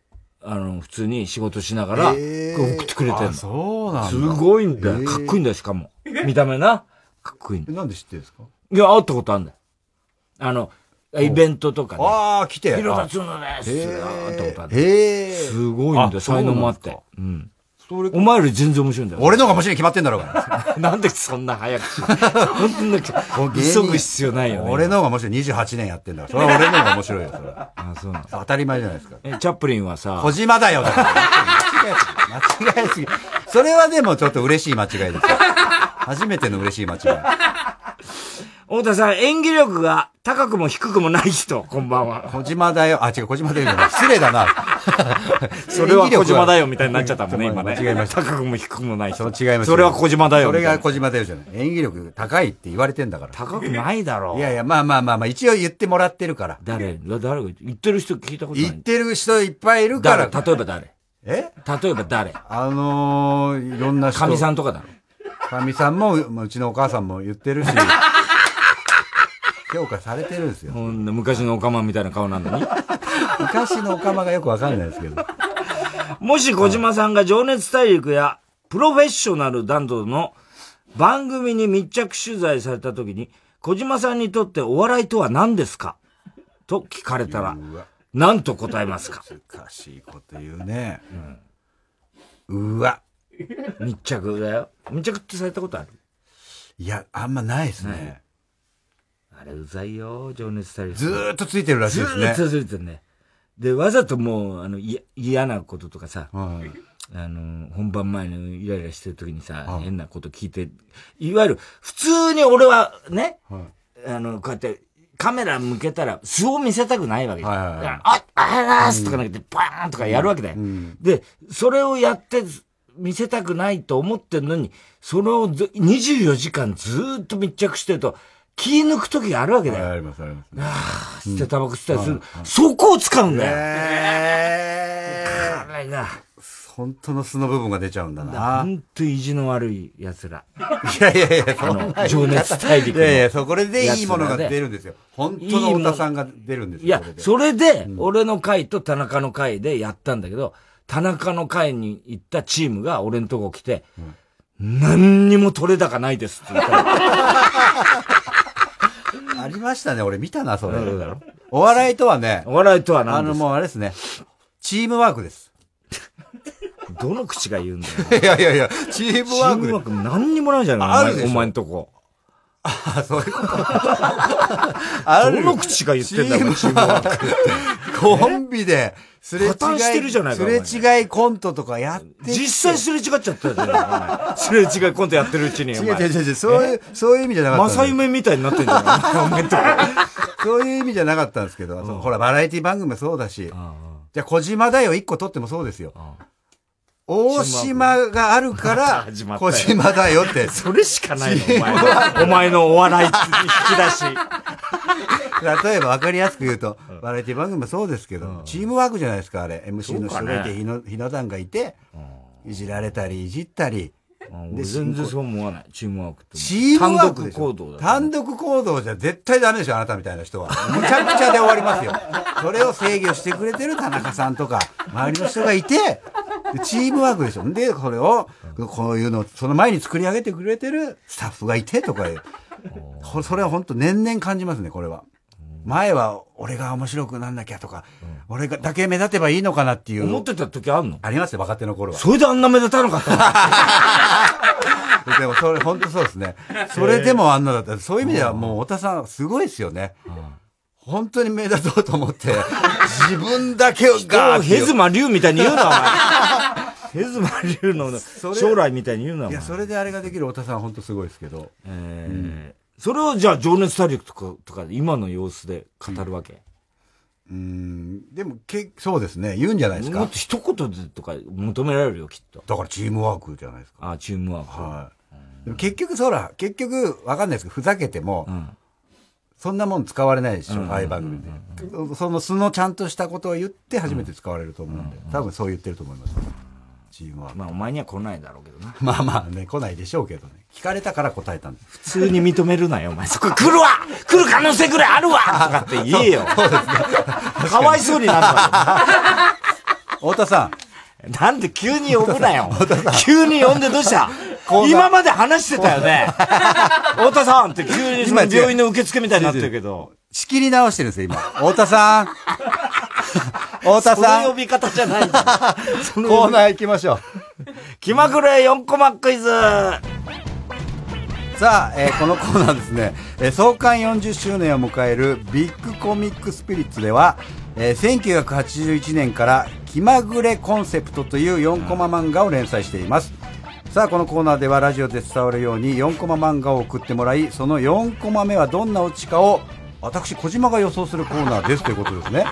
Speaker 1: あの、普通に仕事しながら、こ
Speaker 2: へー
Speaker 1: う送ってくれてるの。
Speaker 2: あそうなんだ
Speaker 1: すごいんだよ。かっこいいんだよ、しかも。見た目な。かっこいいんだ
Speaker 2: なんで知ってるんですか
Speaker 1: いや、会ったことあんだよ。あの、イベントとかね。
Speaker 2: ああ、来て。
Speaker 1: 広田つのです。
Speaker 2: へ
Speaker 1: 会ったことあんだよ。
Speaker 2: ええ。
Speaker 1: すごいんだよ、
Speaker 2: あ
Speaker 1: 才能もあって。うん。お前より全然面白いんだよ。
Speaker 2: 俺の方が面白いに決まってんだろうが。
Speaker 1: なんでそんな早く。そんな、急ぐ必要ないよね。
Speaker 2: 俺の方が面白い。28年やってんだから。それは俺の方が面白いよ、それは。
Speaker 1: あ、そうなん
Speaker 2: 当たり前じゃないですか。
Speaker 1: え、チャップリンはさ、
Speaker 2: 小島だよ、だから間違えすぎ。それはでもちょっと嬉しい間違いです。初めての嬉しい間違い。
Speaker 1: 太田さん、演技力が高くも低くもない人、こんばんは。
Speaker 2: 小島だよ。あ、違う、小島だよ。失礼だな。
Speaker 1: それは小島だよみたいになっちゃったもんね、今ね。
Speaker 2: 間違えました。
Speaker 1: 高くも低くもない人。
Speaker 2: 違いますよ
Speaker 1: それは小島だよ
Speaker 2: それが
Speaker 1: みた
Speaker 2: 小島だよじゃない。演技力高いって言われてんだから。
Speaker 1: 高くないだろう。
Speaker 2: いやいや、まあまあまあまあ、一応言ってもらってるから。
Speaker 1: 誰誰が言ってる人聞いたことない。
Speaker 2: 言ってる人いっぱいいるから。
Speaker 1: 誰例えば誰
Speaker 2: え
Speaker 1: 例えば 誰
Speaker 2: あのー、いろんな人。
Speaker 1: かみさんとかだろ。
Speaker 2: かみさんも、ううちのお母さんも言っ てるし。評価されてるんですよ。
Speaker 1: ほんで昔のオカマみたいな顔なのに。
Speaker 2: 昔のおかまがよくわかんないですけど。
Speaker 1: もし小島さんが情熱大陸やプロフェッショナル弾道の番組に密着取材された時に、小島さんにとってお笑いとは何ですかと聞かれたら、何と答えますか
Speaker 2: 難しいこと言うね。うん。うわ。
Speaker 1: 密着だよ。密着ってされたことある
Speaker 2: いや、あんまないですね。
Speaker 1: あれうざいよ、情熱大陸。
Speaker 2: ずーっとついてるらしいですね
Speaker 1: ずーっとついてるね。で、わざともう、あの、いや嫌なこととかさ、あの、本番前のイライラしてる時にさ、変なこと聞いて、いわゆる、普通に俺はね、あの、こうやって、カメラ向けたら、素を見せたくないわけじゃん。あ、あらーすとかなんかで、バーンとかやるわけだよ。で、それをやって、見せたくないと思ってんのに、それをず24時間ずーっと密着してると、気抜く時があるわけだよ。
Speaker 2: あります、あります。
Speaker 1: あー吸ってタバコ吸ったりする。そこを使うんだよ。これが。
Speaker 2: 本当の素の部分が出ちゃうんだな。
Speaker 1: 本当意地の悪い奴ら。
Speaker 2: いやいやいや、そんな
Speaker 1: あの情熱大陸
Speaker 2: い
Speaker 1: の
Speaker 2: やいや、そうこれでいいものが出るんですよ。本当の太田さんが
Speaker 1: いいも
Speaker 2: 出るんですよ。
Speaker 1: いや、それで、俺の会と田中の会でやったんだけど、田中の会に行ったチームが俺のとこ来て、何にも取れ高ないですって言ったら
Speaker 2: ありましたね、俺見たな、それ
Speaker 1: うんだろ。
Speaker 2: お笑いとはね。
Speaker 1: お笑いとは何
Speaker 2: あの、もうあれですね。チームワークです。
Speaker 1: どの口が言うんだ
Speaker 2: よ。いやいやいや、チームワーク。チームワー
Speaker 1: ク何にもないじゃない
Speaker 2: あるでしょ
Speaker 1: お前んとこ。
Speaker 2: あ、そういうこと。
Speaker 1: どの口が言ってんだよ、チームワーク。
Speaker 2: コンビで、すれ違い、
Speaker 1: 破綻してるじゃないかお前
Speaker 2: すれ違いコントとかやってきて
Speaker 1: 実際すれ違っちゃったじゃ ないすれ違いコントやってるうちに。。
Speaker 2: 違う違う違う違う、そういうう、そういう意味じゃなかったん
Speaker 1: 正
Speaker 2: です。
Speaker 1: 夢みたいになってんじゃないお前んとこ。
Speaker 2: そういう意味じゃなかったんですけど、そのほら、バラエティ番組もそうだし、じゃあ、小島だよ、一個取ってもそうですよ。大島があるか
Speaker 1: 始まっ
Speaker 2: ら、
Speaker 1: たよ
Speaker 2: 小島だよ って。
Speaker 1: それしかないのお前のお前のお笑いって引き
Speaker 2: 例えば分かりやすく言うと、バラエティ番組もそうですけど、チームワークじゃないですか、あれ。MC の人がい
Speaker 1: そうかね
Speaker 2: て、ひの、ひな壇がいて、いじられたり、いじったり。
Speaker 1: 出
Speaker 2: で
Speaker 1: し。全然そう思わない。チームワークって。
Speaker 2: チームワー
Speaker 1: 単
Speaker 2: クで
Speaker 1: 独
Speaker 2: しょ
Speaker 1: 行動だ。
Speaker 2: 単独行動じゃ絶対ダメでしょ、あなたみたいな人は。むちゃくちゃで終わりますよ。それを制御してくれてる田中さんとか、周りの人がいて、でチームワークでしょ。で、これを、こういうのを、その前に作り上げてくれてるスタッフがいてとかいう、ほそれは本当年々感じますね、これは。前は俺が面白くなんなきゃとか、俺がだけ目立てばいいのかなっていう。
Speaker 1: 思ってた時あんの
Speaker 2: ありますよ、若手の頃は。
Speaker 1: それであんな目立たなか ったの
Speaker 2: でもそれ、本当そうですね。それでもあんなだった。そういう意味ではもう、太田さん、すごいですよね。本当に目立とうと思って、 自分だけが、
Speaker 1: 人を ヘズマ竜みたいに言うなおヘ
Speaker 2: 前。
Speaker 1: ズマ竜の
Speaker 2: れ
Speaker 1: 将来みたいに言うなお
Speaker 2: いや、
Speaker 1: 前。
Speaker 2: それであれができる太田さん、本当すごいですけど。
Speaker 1: えーそれをじゃあ情熱大陸とか、とか今の様子で語るわけ。
Speaker 2: うん、でも、け、そうですね。言うんじゃないですか。
Speaker 1: もっと一言でとか求められるよ、きっと。
Speaker 2: だからチームワークじゃないですか。
Speaker 1: ああ、チームワーク。
Speaker 2: はい。でも結局、そら、結局、わかんないですけど、ふざけても、そんなもん使われないでしょ、
Speaker 1: うん
Speaker 2: ああいう番組で。その素のちゃんとしたことを言って初めて使われると思うんで、多分そう言ってると思います。チームワーク。
Speaker 1: まあ、お前には来ないだろうけどな。
Speaker 2: まあまあね、来ないでしょうけどね。聞かれたから答えたんです。普
Speaker 1: 普通に認めるなよ、お前。 そこ来るわ来る可能性ぐらいあるわとかって言え よ。かわいそうになるわ。
Speaker 2: 太田さ
Speaker 1: ん。なんで急に呼ぶなよ。急に呼んでどうした
Speaker 2: んな
Speaker 1: 今まで話してたよね。太田さんって急にその
Speaker 2: 今違う
Speaker 1: 病院の受付みたいになってるけど。
Speaker 2: 仕切り直してるんですよ、今。太田さん太田
Speaker 1: そう
Speaker 2: さ
Speaker 1: いうん呼び方じゃないんだよ。 その
Speaker 2: コーナー行きましょう。
Speaker 1: 気まぐれ4コマクイズ
Speaker 2: さあ、えーこのコーナーですね、えー創刊40周年を迎えるビッグコミックスピリッツでは、えー1981年から気まぐれコンセプトという4コマ漫画を連載しています。さあ、このコーナーではラジオで伝わるように4コマ漫画を送ってもらい、その4コマ目はどんなオチかを私、小島が予想するコーナーですということですね。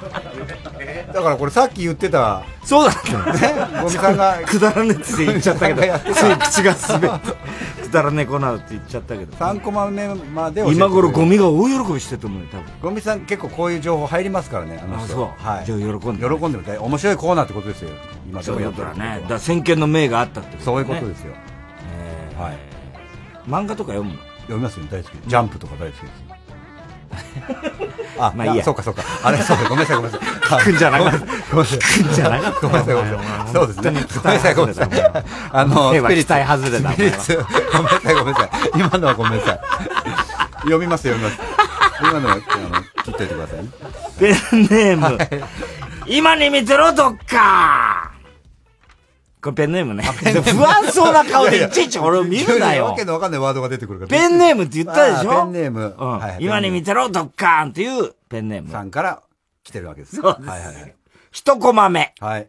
Speaker 2: だからこれさっき言ってた。
Speaker 1: そうだった
Speaker 2: ね。ゴミさんが。
Speaker 1: くだらねえって言っちゃったけど、つい口が滑って、くだらねえコーナーって言っちゃったけど。
Speaker 2: 3コマ目まで教えてくれる
Speaker 1: 今頃ゴミが大喜びしてると思うよ、多分。
Speaker 2: ゴミさん結構こういう情報入りますからね、あの人。
Speaker 1: あそう
Speaker 2: はい。
Speaker 1: じゃあ喜ん
Speaker 2: で。喜んでるね。面白いコーナーってことですよ。今
Speaker 1: そういうことだ
Speaker 2: でもやって
Speaker 1: ね。だ
Speaker 2: るこ
Speaker 1: から先見の明があったってこと、ね、
Speaker 2: そういうことですよ。
Speaker 1: え
Speaker 2: はい。
Speaker 1: 漫画とか読むの
Speaker 2: 読みますよ、大好き。ジャンプとか大好きです。あ、
Speaker 1: まあいいや
Speaker 2: そうかそうか。あれ、そうか、ごめんなさい、ごめんなさい。
Speaker 1: 聞くんじゃなかった
Speaker 2: ごめんなさい。
Speaker 1: 聞くんじゃなかった
Speaker 2: ごめんなさい、ごめんなさい。そうですね。ごめんなさい、ごめんなさい。あの、
Speaker 1: 手は
Speaker 2: スピリッ
Speaker 1: 期待外れだ
Speaker 2: スピリッツ。ごめんなさい、ごめんなさい。今のはごめんなさい。読みます、読みます。今のは、あの、切っといてくださいね。
Speaker 1: ペンネーム。今に見てろ、どっかこれペンネームね。不安そうな顔でいちいち俺を見るな
Speaker 2: 急にわ
Speaker 1: よ
Speaker 2: け。のわかんないワードが出てくるから。
Speaker 1: ペンネームって言ったでしょ
Speaker 2: あーペンネーム。はい
Speaker 1: 今に見てろ、ドッカーンっていうペンネーム。
Speaker 2: さんから来てるわけですね。
Speaker 1: そうです
Speaker 2: はいはいはい。
Speaker 1: 一コマ目。
Speaker 2: はい。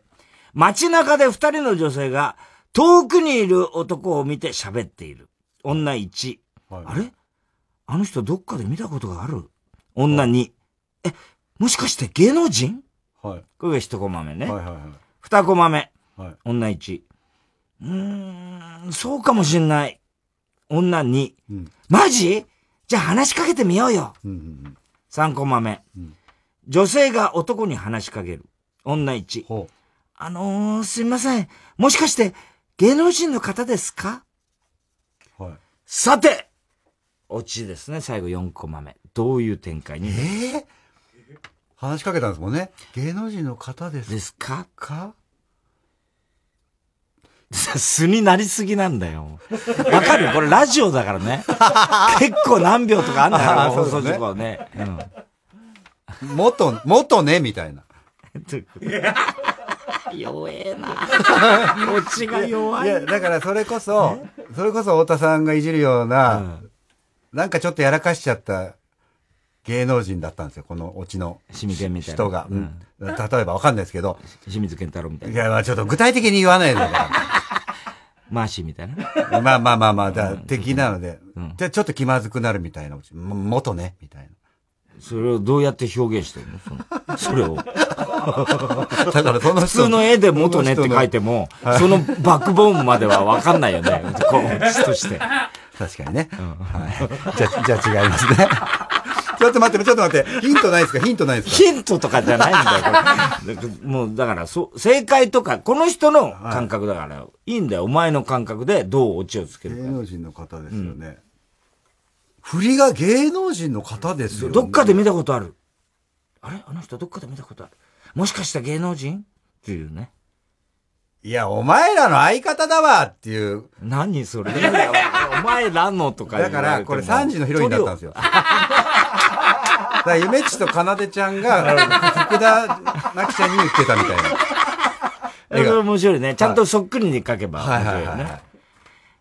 Speaker 1: 街中で二人の女性が遠くにいる男を見て喋っている。女1。あれあの人どっかで見たことがある女2。え、もしかして芸能人
Speaker 2: はい。
Speaker 1: これが一コマ目ね。
Speaker 2: はいはいはい。
Speaker 1: 二コマ目。
Speaker 2: はい
Speaker 1: 女1。うーん、そうかもしんない。女2。マジじゃあ話しかけてみようよ。三コマ目。女性が男に話しかける。女1。あのー、すいません。もしかして、芸能人の方ですか
Speaker 2: はい。
Speaker 1: さてオチですね、最後4コマ目。どういう展開に
Speaker 2: ええ話しかけたんですもんね。芸能人の方です
Speaker 1: ですか
Speaker 2: か
Speaker 1: 素になりすぎなんだよ。わかるこれラジオだから ね。結構何秒とかあんだから、
Speaker 2: あー
Speaker 1: 放
Speaker 2: そ
Speaker 1: 送
Speaker 2: うだね
Speaker 1: 事故はね。うん
Speaker 2: 元、元ね、みたいな。
Speaker 1: 弱え な。
Speaker 2: 落
Speaker 1: ちが弱い
Speaker 2: や、だからそれこそ、それこそ太田さんがいじるような、なんかちょっとやらかしちゃった芸能人だったんですよ、このオチの
Speaker 1: 清水健みたいな
Speaker 2: 人が。
Speaker 1: う
Speaker 2: うんん例えばわかんないですけど。
Speaker 1: 清水健太郎みたい
Speaker 2: い
Speaker 1: な。
Speaker 2: や、まあちょっと具体的に言わないでだか
Speaker 1: マーシーみたいな。
Speaker 2: ら。まあまあまあまあ、だ的なので、じゃあちょっと気まずくなるみたいなオチ。も元ね、みたいな。
Speaker 1: それをどうやって表現してるのそのそれを。
Speaker 2: だからその人
Speaker 1: 普通の絵で元ねって書いても、そのバックボーンまではわかんないよね。こう、 ちとして。
Speaker 2: 確かにね。はい。じゃあ、じゃあ違いますね。 ちょっと待って、ちょっと待って。ヒントないですかヒントないです
Speaker 1: ヒ
Speaker 2: か
Speaker 1: ントとかじゃないんだよ、これ。もう、だから、そう、正解とか、この人の感覚だから、いいんだよ、お前の感覚でどうオチをつけるか。
Speaker 2: 芸能人の方ですよね。振りが芸能人の方ですよ、ね。
Speaker 1: どっかで見たことある。あれあの人どっかで見たことある。もしかしたら芸能人っていうね。
Speaker 2: いや、お前らの相方だわっていう。
Speaker 1: 何 それ。お前らのとか言わ
Speaker 2: だ
Speaker 1: れ
Speaker 2: か
Speaker 1: ても
Speaker 2: ら、これ3時のヒロインだったんですよ。だから、ゆめちとかなでちゃんが、福田なきちゃんに言ってたみたいな。
Speaker 1: それ面白いね。ちゃんとそっくりに書けば面白いよね。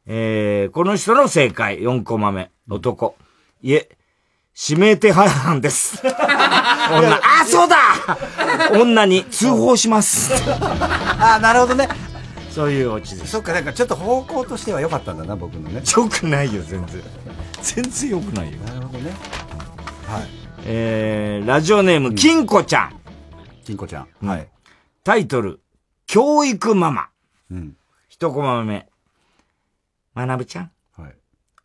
Speaker 1: えー、この人の正解、4コマ目、男。いえ、指名手配犯 です。女、あ、そうだ女に通報します。
Speaker 2: あ、なるほどね。
Speaker 1: そういうオチです。
Speaker 2: そっか、なんかちょっと方向としては良かったんだな、僕のね。
Speaker 1: よくないよ、全然。全然よくないよ。
Speaker 2: なるほどね。はい。
Speaker 1: えー、ラジオネーム、金子ちゃん。
Speaker 2: 金子ちゃん。
Speaker 1: はい。タイトル、教育ママ。
Speaker 2: うん。
Speaker 1: 一コマ目。まなぶちゃん。
Speaker 2: はい。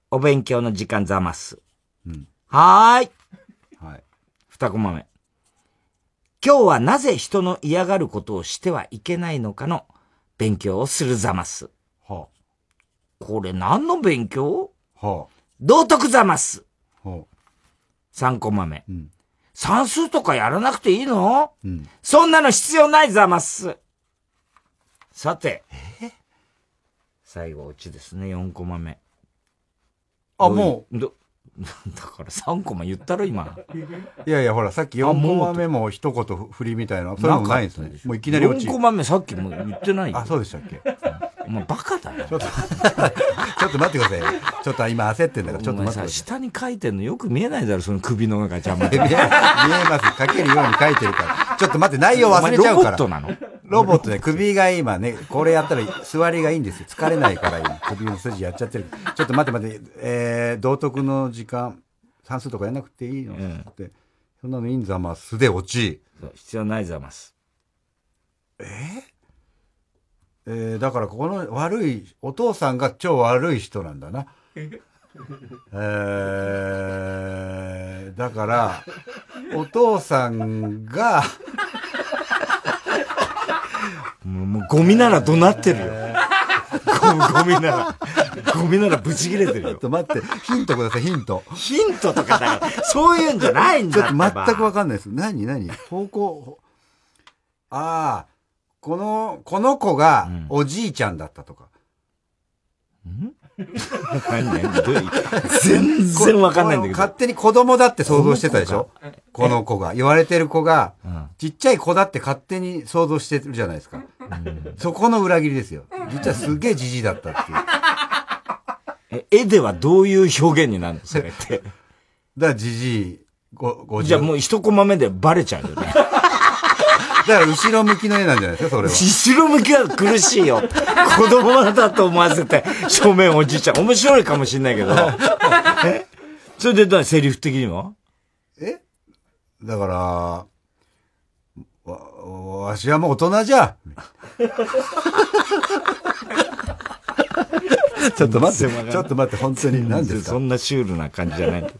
Speaker 1: お勉強の時間ざます。
Speaker 2: うん。
Speaker 1: はーい。
Speaker 2: はい。
Speaker 1: 二コマ目。今日はなぜ人の嫌がることをしてはいけないのかの勉強をするざます。
Speaker 2: は
Speaker 1: これ何の勉強
Speaker 2: は
Speaker 1: 道徳ざます。
Speaker 2: は
Speaker 1: 三コマ目。算数とかやらなくていいの
Speaker 2: うん。
Speaker 1: そんなの必要ないざます。さて。最後、オチですね、4コマ目。
Speaker 2: あも
Speaker 1: う。ど だから3コマ言ったろ、今。
Speaker 2: いやいや、ほら、さっき
Speaker 1: あ
Speaker 2: 4
Speaker 1: もう
Speaker 2: コマ目も一言振りみたいな、そういうのもないですね。もういきなり落ち。
Speaker 1: 4コマ目さっきも言ってないよ。
Speaker 2: あ、そうでしたっけ
Speaker 1: お前バカだよ。
Speaker 2: ちょっと、ちょっと待ってくださいよ。ちょっと今焦ってんだから、ちょっと待ってください。
Speaker 1: 下に書いてんのよく見えないだろ、その首の中ちゃんま
Speaker 2: 見え見えます。書けるように書いてるから。ちょっと待って、内容忘れちゃうから。
Speaker 1: お前ロボットなの
Speaker 2: ロボットね、首が今ね、これやったら座りがいいんですよ。疲れないから今、首の筋やっちゃってる。ちょっと待って待って、えー、道徳の時間、算数とかやんなくていいの、って。そんなのいいんざますで落ち。
Speaker 1: 必要ないざます。
Speaker 2: えー、だからここの悪い、お父さんが超悪い人なんだな。えー、だから、お父さんが、
Speaker 1: もうもうゴミなら怒鳴ってる よ。ゴゴミなら、ゴミならブチ切れてるよ。ちょっ
Speaker 2: と待って、ヒントください、ヒント。
Speaker 1: ヒントとかだから、そういうんじゃないんだ
Speaker 2: ちょっと全くわ
Speaker 1: か
Speaker 2: かんないです。何何方向、ああ、この、この子がおじいちゃんだったとか。
Speaker 1: 何何どういう全然わかんないんだけど
Speaker 2: こ勝手に子供だって想像してたでしょこの子が。言われてる子が、ちっちゃい子だって勝手に想像してるじゃないですか。そこの裏切りですよ。実はすげえじじいだったっていう。
Speaker 1: え、絵ではどういう表現になるのそれ って。だから
Speaker 2: じじい、ご、
Speaker 1: じゃあもう一コマ目でバレちゃうよね。
Speaker 2: だから後ろ向きの絵なんじゃないですか、それは。
Speaker 1: 後ろ向きは苦しいよ。子供だと思わせて、正面おじいちゃん。面白いかもしんないけど。 えそれでどうセリフ的にも
Speaker 2: だから、わ、わしはもう大人じゃ。 ちょっと待って ちょっと待って、本当に何ですか
Speaker 1: そんなシュールな感じじゃない。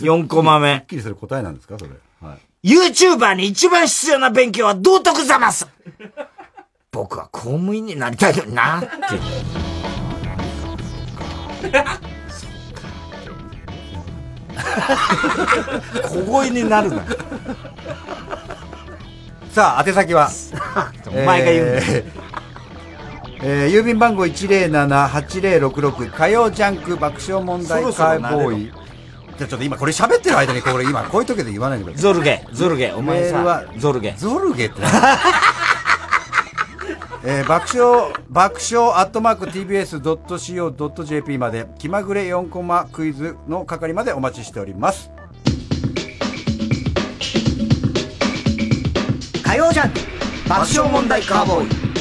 Speaker 1: 4コマ目。
Speaker 2: っきりする答えなんですか、それ。はい。
Speaker 1: YouTuber に一番必要な勉強は道徳ざます僕は公務員になりたいのにな って。小 声になるな。。
Speaker 2: さあ、宛先は
Speaker 1: お前が言うんだ
Speaker 2: えー えー郵便番号107-8066火曜ジャンク爆笑問題カーボーイ。じゃあちょっと今これ喋ってる間にこれ今こういう時で言わないでください。
Speaker 1: ゾルゲ、ゾルゲ、お前
Speaker 2: メール
Speaker 1: さ
Speaker 2: は、
Speaker 1: ゾルゲ。
Speaker 2: ゾルゲって何 えー爆笑、爆笑アットマーク tbs.co.jp まで気まぐれ4コマクイズの係までお待ちしております。
Speaker 6: 火曜ジャンク爆笑問題カーボーイ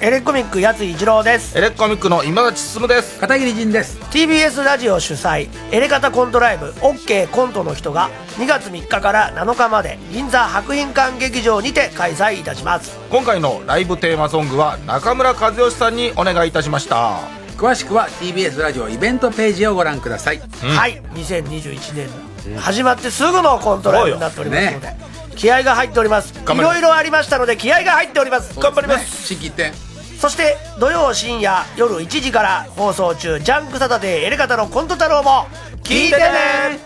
Speaker 27: エレコミックやつ一郎ですエレコミックの今立進です片桐仁です TBS ラジオ主催エレカタコントライブ OK コントの人が2月3日から7日まで銀座博品館劇場にて開催いたします
Speaker 28: 今回のライブテーマソングは中村和義さんにお願いいたしました詳しくは TBS ラジオイベントページをご覧ください、
Speaker 27: はい2021年始まってすぐのコントライブになっておりますので、気合が入っておりますい
Speaker 28: 頑張りま
Speaker 27: ろ
Speaker 28: す
Speaker 27: いろありましたので気合が入っております頑張ります
Speaker 28: 式典
Speaker 27: そして土曜深夜夜1時から放送中「ジャンクサタデーエレカタのコント太郎」も聞いてね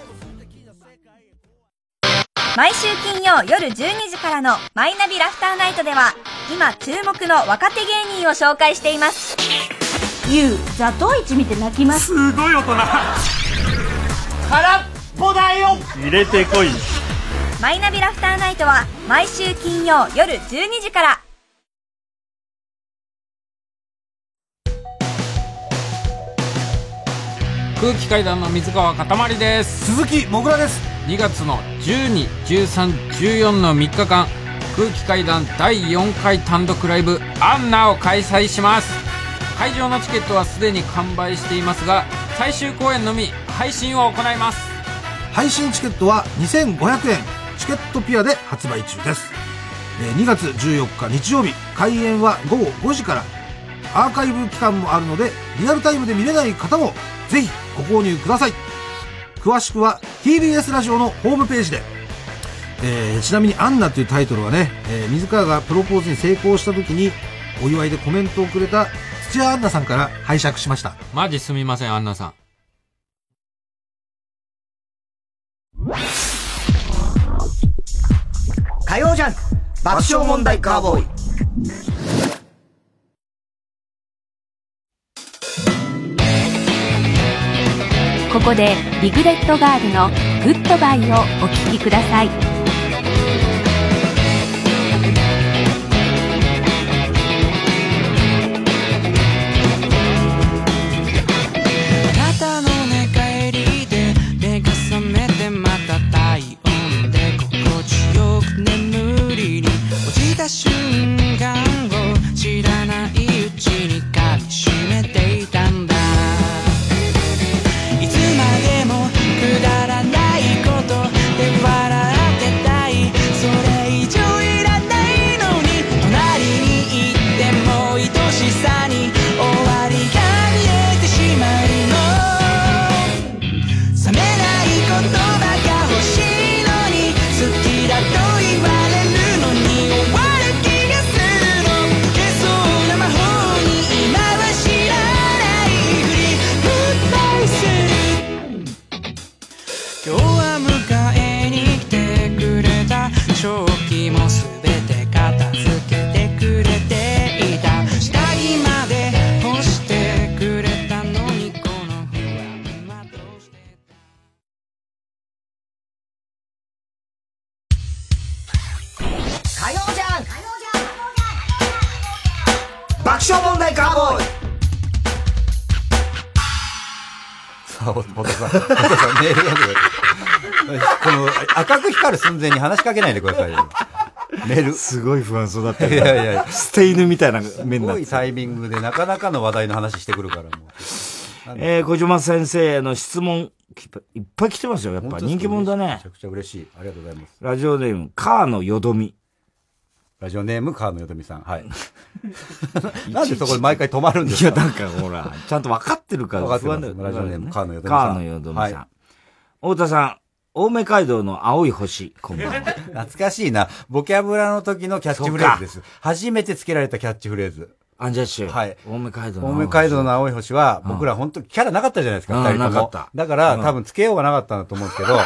Speaker 13: 毎週金曜夜12時からの「マイナビラフターナイト」では今注目の若手芸人を紹介していますユウザトウイチ見て泣きますすごい大人
Speaker 27: 空っぽだよ
Speaker 23: 入れてこい
Speaker 13: マイナビラフターナイトは毎週金曜夜12時から
Speaker 29: 空気階段の水川かたまりです鈴木もぐらです2月の121314の3日間空気階段第4回単独ライブ「アンナ」を開催します会場のチケットはすでに完売していますが最終公演のみ配信を行います
Speaker 30: 配信チケットは2500円チケットピアで発売中ですえー2月14日日曜日開演は午後5時からアーカイブ期間もあるのでリアルタイムで見れない方もぜひご購入ください詳しくは TBS ラジオのホームページで、えーちなみに「アンナ」というタイトルはね、えー水川がプロポーズに成功した時にお祝いでコメントをくれた土屋アンナさんから拝借しました
Speaker 29: マジすみませんアンナさん
Speaker 6: 火曜ジャンク爆笑問題カーボーイ
Speaker 13: ここでリグレットガールの「グッドバイ」をお聴きください
Speaker 9: 肩の寝返りで目が覚めてまた体温で心
Speaker 25: 今日は迎えに来てくれた食器もすべて片付けてくれていた下着まで干してくれたのにこの不安はどうして
Speaker 6: 火曜じゃん爆笑問題カーボーイ
Speaker 2: さあ、お元さん、元さん、メール読んでください。この、赤く光る寸前に話しかけないでくださいよ。メール。
Speaker 27: すごい不安そうだったよ
Speaker 2: いやいや、
Speaker 27: 捨て犬みたいな目に
Speaker 2: す
Speaker 27: なっ
Speaker 2: ご
Speaker 27: て
Speaker 2: いタイミングでなかなかの話題の話してくるから、もう。
Speaker 1: えー、小島先生への質問、きいっぱい来てますよ。やっぱ人気者だね。め
Speaker 2: ちゃくちゃ嬉しい。ありがとうございます。
Speaker 1: ラジオネーム、カーのよどみ。
Speaker 2: ラジオネーム、川野よどみさん。 はい。なんでそこで毎回止まるんですか
Speaker 1: いや、なんかほら、ちゃんと分かってるから
Speaker 2: 分かって
Speaker 1: 不
Speaker 2: ま
Speaker 1: 安だ
Speaker 2: す
Speaker 1: よね
Speaker 2: ラジオネーム、川野よどみさん。
Speaker 1: カーのよどみさん。
Speaker 2: はい
Speaker 1: 太田さん、青梅街道の青い星、こんばんは。
Speaker 2: 懐かしいな。ボキャブラの時のキャッチフレーズです。初めて付けられたキャッチフレーズ。
Speaker 1: アンジャッシュ。
Speaker 2: はい。
Speaker 1: 青梅街道の
Speaker 2: 青
Speaker 1: 青い星
Speaker 2: 梅街道の青い星は、僕ら本当にキャラなかったじゃないですか、
Speaker 1: うん
Speaker 2: 二人とも。
Speaker 1: なかった
Speaker 2: だから、多分付けようがなかったんだと思うんで すけど、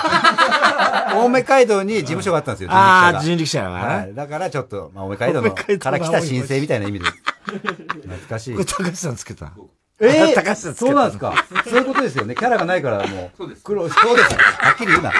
Speaker 2: 青梅街道に事務所があったんですよ、
Speaker 1: ああ、
Speaker 2: 人
Speaker 1: 人
Speaker 2: 力
Speaker 1: 力
Speaker 2: 車
Speaker 1: 車
Speaker 2: が。
Speaker 1: だからね
Speaker 2: はい。だからちょっと、まあ、青梅街道のから来た申請みたいな意味で。懐かしい。
Speaker 1: これ高橋さんつけた。
Speaker 2: ええ
Speaker 1: 高橋さんつけた。
Speaker 2: そうなんですか。そういうことですよね。キャラがないからもう。そうです。苦労そうです。はっきり言うな。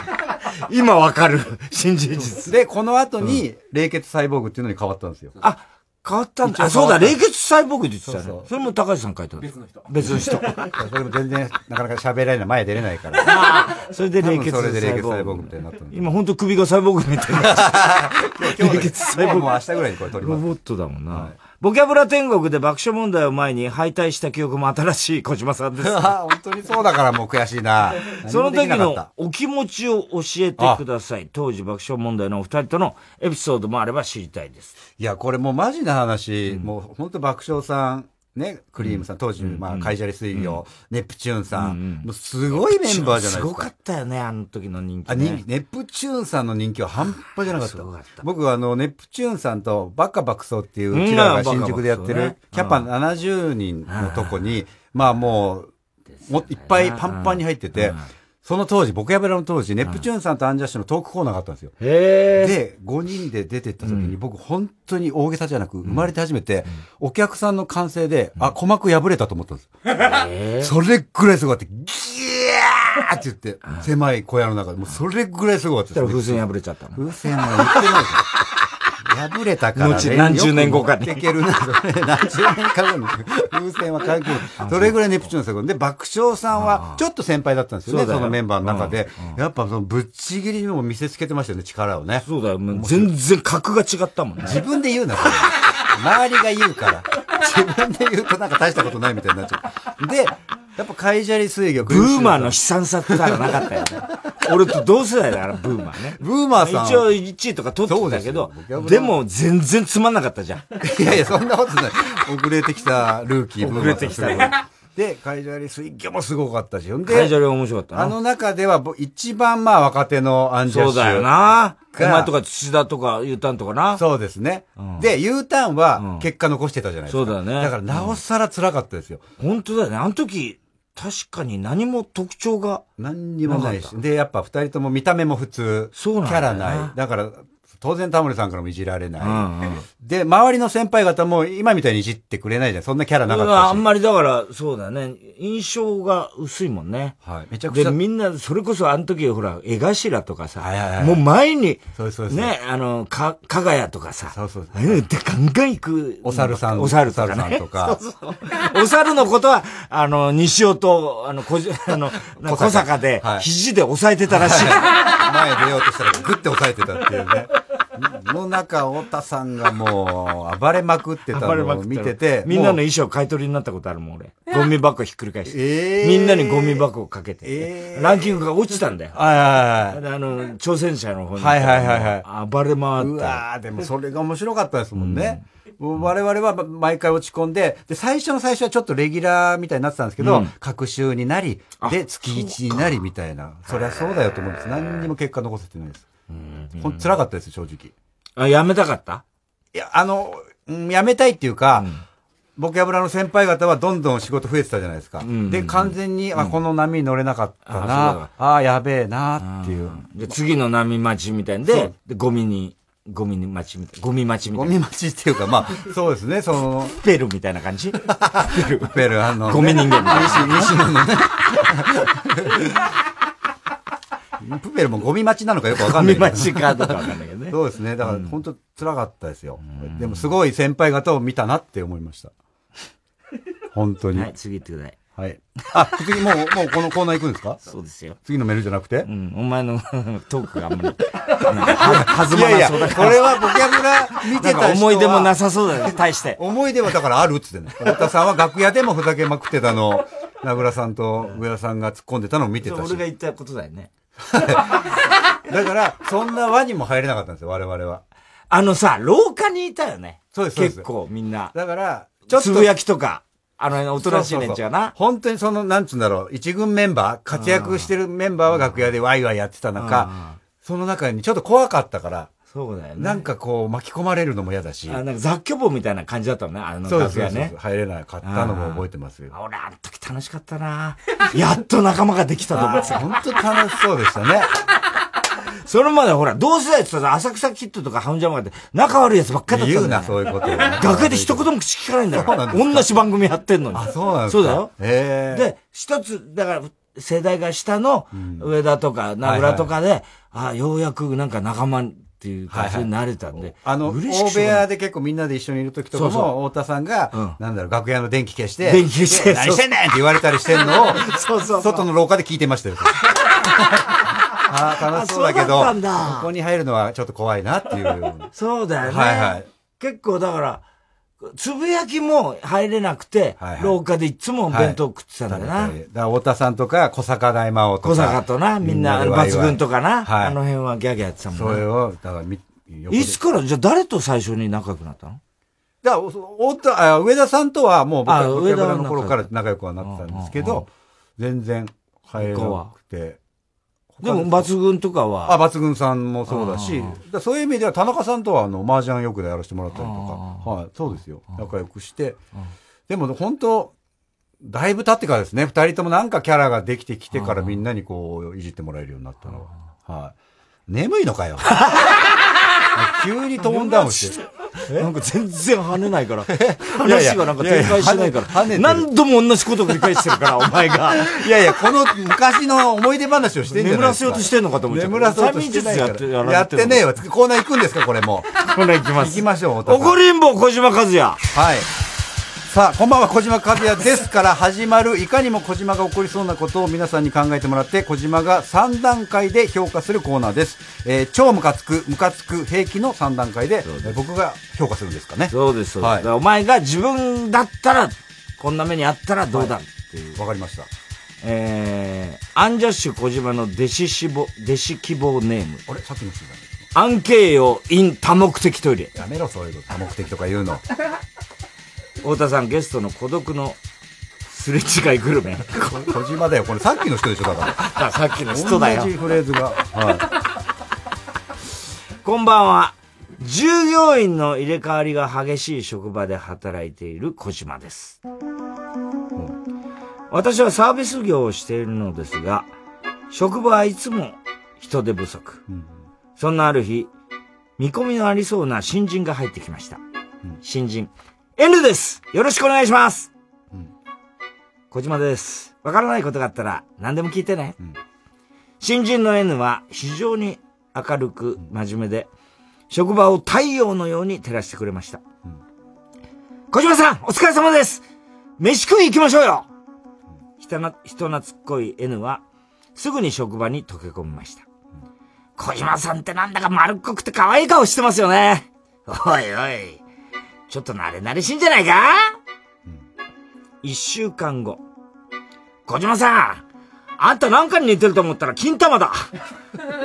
Speaker 1: 今わか る。新事実。
Speaker 2: で、この後に、冷血サイボーグっていうのに変わったんですよ。
Speaker 1: あ、変わったんだ。あ、そうだ、冷血サイボーグって言ってたね。それも高橋さん書いてある。別の人。別の 人。
Speaker 2: それも全然、なかなか喋られない、前出れない から。
Speaker 1: それで冷血
Speaker 2: 多分それで冷血
Speaker 1: サ
Speaker 2: サ
Speaker 1: イボー
Speaker 2: イボー
Speaker 1: グ
Speaker 2: グみたいになったんで
Speaker 1: 今本当首がサイボーグみたいになっちゃった。
Speaker 2: 今日
Speaker 1: 冷血サイボーグ。
Speaker 2: もう明日ぐらいにこれ撮ります
Speaker 1: ロボットだもんな。ボキャブラ天国で爆笑問題を前に敗退した記憶も新しい小島さんです。
Speaker 2: あ本当にそうだからもう悔しいな。
Speaker 1: その時
Speaker 2: 何もできなか
Speaker 1: の
Speaker 2: っ
Speaker 1: お気持ちを教えてください。当時爆笑問題のお二人とのエピソードもあれば知りたいです。
Speaker 2: たいや、これもうマジな話、もう本当爆笑さん、ね、クリームさん、当時、まあ、カイジャリ水曜、ネプチューンさん、もうすごいメンバーじゃないですか。
Speaker 1: すごかったよね、あの時の人気、ね。
Speaker 2: あ人気ネプチューンさんの人気は半端じゃなかった。僕、あの、ネプチューンさんとバカ爆走っていう、
Speaker 1: うん
Speaker 2: うちらが新宿でやって
Speaker 1: バカ爆走ね
Speaker 2: る、キャパ70人のとこに、まあもう、もいっぱいパンパンに入ってて、その当時、僕やべらの当時、ネプチューンさんとアンジャッシュのトークコーナーがあったんですよ。で、5人で出てった時に、僕本当に大げさじゃなく、生まれて初めて、お客さんの歓声で、あ、鼓膜破れたと思ったんです。それぐらいすごかった。ギャーって言って、狭い小屋の中で、もうそれぐらいすごかったです。風船
Speaker 1: 破れちゃった
Speaker 2: 風船は言ってないですよ。破れたからね。
Speaker 1: 後何十年後かに
Speaker 2: よく持ってけるな、それ。何十年か後に。風船は関係ない。それぐらいネプチューンのすごい。で、爆笑さんは、ちょっと先輩だったんですよね、
Speaker 1: そうだよ
Speaker 2: そのメンバーの中で。やっぱその、ぶっちぎりにも見せつけてましたよね、力をね。
Speaker 1: そうだよ、全然格が違ったもんね。
Speaker 2: 自分で言うな、それ。周りが言うから。自分で言うとなんか大したことないみたいになっちゃう。で、やっぱカイジャリ水魚
Speaker 1: ブーマーの悲惨さったらなか ったよね。俺と同世代だから、ブーマーね。
Speaker 2: ブーマーさん
Speaker 1: 一応1位とか取ってたけど、でも全然つまんなかったじゃん。
Speaker 2: いやいや、そんなことない。遅れてきたルーキー、
Speaker 1: 遅れてきた
Speaker 2: ブーマーさんで、会場より水魚もすごかったし、ほんで、
Speaker 1: 会場より面白かったな
Speaker 2: あの中では、ぼ一番まあ若手のアンジャッシ
Speaker 1: そ
Speaker 2: ュ
Speaker 1: うだよな。お
Speaker 2: が
Speaker 1: 前とか土田とか U ターンとかな。
Speaker 2: そうですね。で、U ターンは結果残してたじゃないですか。
Speaker 1: そうだね
Speaker 2: だから、なおさら辛かったですよ。
Speaker 1: 本当だよね。あの時、確かに何も特徴が。
Speaker 2: 何にもないし。で、やっぱ二人とも見た目も普通。そう
Speaker 1: なん
Speaker 2: キ
Speaker 1: だ
Speaker 2: ャ
Speaker 1: よな
Speaker 2: ラない。だから、当然タモリさんからもいじられない。
Speaker 1: うんうん
Speaker 2: で、周りの先輩方も今みたいにいじってくれないじゃん。そんなキャラなかったし。
Speaker 1: あんまりだから、そうだね。印象が薄いもんね。
Speaker 2: はい。めちゃくち
Speaker 1: で、
Speaker 2: ゃ
Speaker 1: みんな、それこそあの時、ほら、絵頭とかさ、もう前に、ね、あの、か、かがやとかさ、そうそうってガンガン行く。お
Speaker 2: 猿さん
Speaker 1: お猿とか、ね。
Speaker 2: お猿さんと か
Speaker 1: そうそうお猿のことは、あの、西尾と、あの、こじ、 あの、
Speaker 2: 小坂
Speaker 1: 小坂で
Speaker 2: は、い
Speaker 1: 肘で押さえてたらしい。
Speaker 2: 前出ようとしたらグッて押さえてたっていうね。の中、太田さんがもう、暴れまくってた
Speaker 1: 暴れま
Speaker 2: の
Speaker 1: く
Speaker 2: を
Speaker 1: って
Speaker 2: 見てて、
Speaker 1: みんなの
Speaker 2: もう
Speaker 1: 衣装買い取りになったことあるもん、俺。ゴミ箱ひっくり返して。
Speaker 2: えー
Speaker 1: みんなにゴミ箱をかけて、ランキングが落ちたんだよ。
Speaker 2: はいはい
Speaker 1: あの、挑戦者の方に。
Speaker 2: はいはいはい
Speaker 1: はい。暴れ回った。
Speaker 2: うわーでもそれが面白かったですもんね。もう我々はま毎回落ち込んで、で、最初の最初はちょっとレギュラーみたいになってたんですけど、
Speaker 1: うん
Speaker 2: 各週になり、で、月1になりみたいな。そりゃそうだよと思うんです。何にも結果残せてないです。ほん辛かったです、正直。
Speaker 1: あ、やめたかった
Speaker 2: いや、あの、うんやめたいっていうか、ボキャブラの先輩方はどんどん仕事増えてたじゃないですか。で、完全に、あ、この波に乗れなかったな。ああ、やべえなっていう。
Speaker 1: で、次の波待ちみたいん
Speaker 2: そ
Speaker 1: で
Speaker 2: う、
Speaker 1: でゴミに、ゴミに待ちみたい。ゴミ待ちみたいな。ゴミ
Speaker 2: 待ちっていうか、ま あ、そうですね、その。
Speaker 1: ペルみたいな感じペル。
Speaker 2: ペル、あのね
Speaker 1: ゴミ人間みたいな。
Speaker 2: 西西野のねプペルもゴミ待ちなのかよくわかんないけど。
Speaker 1: ゴミ待ちかどうかわかんないけどね
Speaker 2: そうですね。だから本当辛かったですよ。でもすごい先輩方を見たなって思いました。本当に。
Speaker 1: はい、次行ってください。
Speaker 2: はい。あ、次もう、もうこのコーナー行くんですか
Speaker 1: そうですよ。
Speaker 2: 次のメールじゃなくて
Speaker 1: うん、お前のトークがあんまり。
Speaker 2: いやいや、これはボキャブラ見てた人
Speaker 1: なんか
Speaker 2: は
Speaker 1: 思い出もなさそうだよね、大して。
Speaker 2: 思い出はだからあるっつってね。太田さんは楽屋でもふざけまくってたのを、名倉さんと上田さんが突っ込んでたのを見てたし。
Speaker 1: 俺が言ったことだよね。
Speaker 2: だから、そんな輪にも入れなかったんですよ、我々は。
Speaker 1: あのさ、廊下にいたよね。
Speaker 2: そうです、
Speaker 1: 結構みんな。
Speaker 2: だから、
Speaker 1: つぶやきとか、あの辺のおとなしい連中がな。
Speaker 2: 本当にその、なんつうんだろう、一軍メンバー、活躍してるメンバーは楽屋でワイワイやってた中、その中にちょっと怖かったから、
Speaker 1: そうだよね。
Speaker 2: なんかこう巻き込まれるのも嫌だし。
Speaker 1: あなんか雑居房みたいな感じだったもんね、あの
Speaker 2: そうで
Speaker 1: 楽
Speaker 2: す
Speaker 1: 屋
Speaker 2: そうで
Speaker 1: ね
Speaker 2: す。入れなかったのも覚えてますよ。
Speaker 1: あ俺、あの時楽しかったなやっと仲間ができたと思って
Speaker 2: 本当楽しそうでした ね。
Speaker 1: それまでほら、同世代って言ったら浅草キッドとかハウンジャムがって仲悪いやつばっかりだったんだよ。
Speaker 2: 言うなそういうこと
Speaker 1: 楽屋で一言も口聞かないんだから。同じ番組やってんのに。あ、
Speaker 2: そうなんですか
Speaker 1: そうだよ。
Speaker 2: へー
Speaker 1: で、一つ、だから、世代が下の上田とか名倉とかで、あようやくなんか仲間っていう感じになれたんで。
Speaker 2: あの、
Speaker 1: 嬉しく
Speaker 2: 大
Speaker 1: し
Speaker 2: 部
Speaker 1: ょうがない
Speaker 2: 屋で結構みんなで一緒にいる時とかも、
Speaker 1: そうそ
Speaker 2: 太田さんが、なんだろう、楽屋の電気消して、
Speaker 1: 電気消して
Speaker 2: で何してんねんって言われたりしてんのを、
Speaker 1: そうそうそう
Speaker 2: 外の廊下で聞いて ましたよ。ああ、楽しそうだけど、
Speaker 1: あそうだったんだ
Speaker 2: ここに入るのはちょっと怖いなっていう。
Speaker 1: そうだよね。
Speaker 2: はいはい
Speaker 1: 結構だから、つぶやきも入れなくて、廊下でいつも弁当食ってたんだよな。
Speaker 2: だから太田さんとか、小坂大魔王とか。
Speaker 1: 小坂とな、みんな、
Speaker 2: でワイワイ
Speaker 1: 抜群とかな、
Speaker 2: はい
Speaker 1: あの辺はギャーギャーやってたもん
Speaker 2: そ
Speaker 1: な
Speaker 2: れを、だからみ、
Speaker 1: いつから、じゃあ誰と最初に仲良くなったの
Speaker 2: だからおおおたあ上田さんとはもう僕
Speaker 1: あ
Speaker 2: は
Speaker 1: 上田
Speaker 2: ボキャブラ
Speaker 1: は
Speaker 2: の
Speaker 1: 仲
Speaker 2: 頃から仲良くはなってたんですけど、全然入れなくて。
Speaker 1: でも、抜群とかは。
Speaker 2: あ、抜群さんもそうだし、
Speaker 1: うん
Speaker 2: だからそういう意味では田中さんとはあの、麻雀よくやらせてもらったりとか、はい、そうですよ。仲良くして。でも本当、だいぶ経ってからですね、二人ともなんかキャラができてきてからみんなにこう、いじってもらえるようになったのは。はい。眠いの かよ。急にトーンダウンして。
Speaker 1: なんか全然跳ね ないから、
Speaker 2: いやいや
Speaker 1: 話がなんか展開してないから、
Speaker 2: いやいや跳ね跳ねてる
Speaker 1: 何度も同じことを繰り返してるから、お前 が。
Speaker 2: いやいや、この昔の思い出話をしてんじゃない
Speaker 1: 眠ら
Speaker 2: ですか。
Speaker 1: せようとしてんのかと思っちゃう
Speaker 2: 眠らせようとしてないから
Speaker 1: 催眠術やってや
Speaker 2: や
Speaker 1: ら
Speaker 2: っ
Speaker 1: れて
Speaker 2: て
Speaker 1: るの
Speaker 2: ねえわ。コーナー行くんですか、これもう。
Speaker 1: コーナー行きます
Speaker 2: 行きましょう、太田さん
Speaker 1: 怒りんぼ小島和也。
Speaker 2: はい。さあ、こんばんは、小島和也ですから始まる、いかにも小島が起こりそうなことを皆さんに考えてもらって、小島が3段階で評価するコーナーです。えー超ムカつく、ムカつく、平気の3段階で、えー僕が評価するんですかね。
Speaker 1: そうです、そうです。
Speaker 2: はい
Speaker 1: だからお前が自分だったら、こんな目にあったらどうだっていう。
Speaker 2: わかりました。
Speaker 1: えー、アンジャッシュ小島の弟子志望、弟子希望ネーム。
Speaker 2: あれさっきの人だね。
Speaker 1: アンケイヨ in 多目的トイレ。
Speaker 2: やめろ、そういうこと。多目的とか言うの。
Speaker 1: 太田さん、ゲストの孤独のすれ違いグルメ。
Speaker 2: 小島だよ、これさっきの人でしょ、だから。
Speaker 1: さっきの人だよ
Speaker 2: 同じフレーズが。はい。
Speaker 1: こんばんは。従業員の入れ替わりが激しい職場で働いている小島です。私はサービス業をしているのですが、職場はいつも人手不足。そんなある日、見込みのありそうな新人が入ってきました。新人、N ですよろしくお願いします、小島です。わからないことがあったら何でも聞いてね。新人の N は非常に明るく真面目で、職場を太陽のように照らしてくれました。小島さん、お疲れ様です飯食い行きましょうよ人な人懐っこい N は、すぐに職場に溶け込みました。小島さんってなんだか丸っこくて可愛い顔してますよね。おいおい、ちょっと慣れ慣れしいんじゃないか一、週間後。小島さん、あんたなんかに似てると思ったら金玉だ。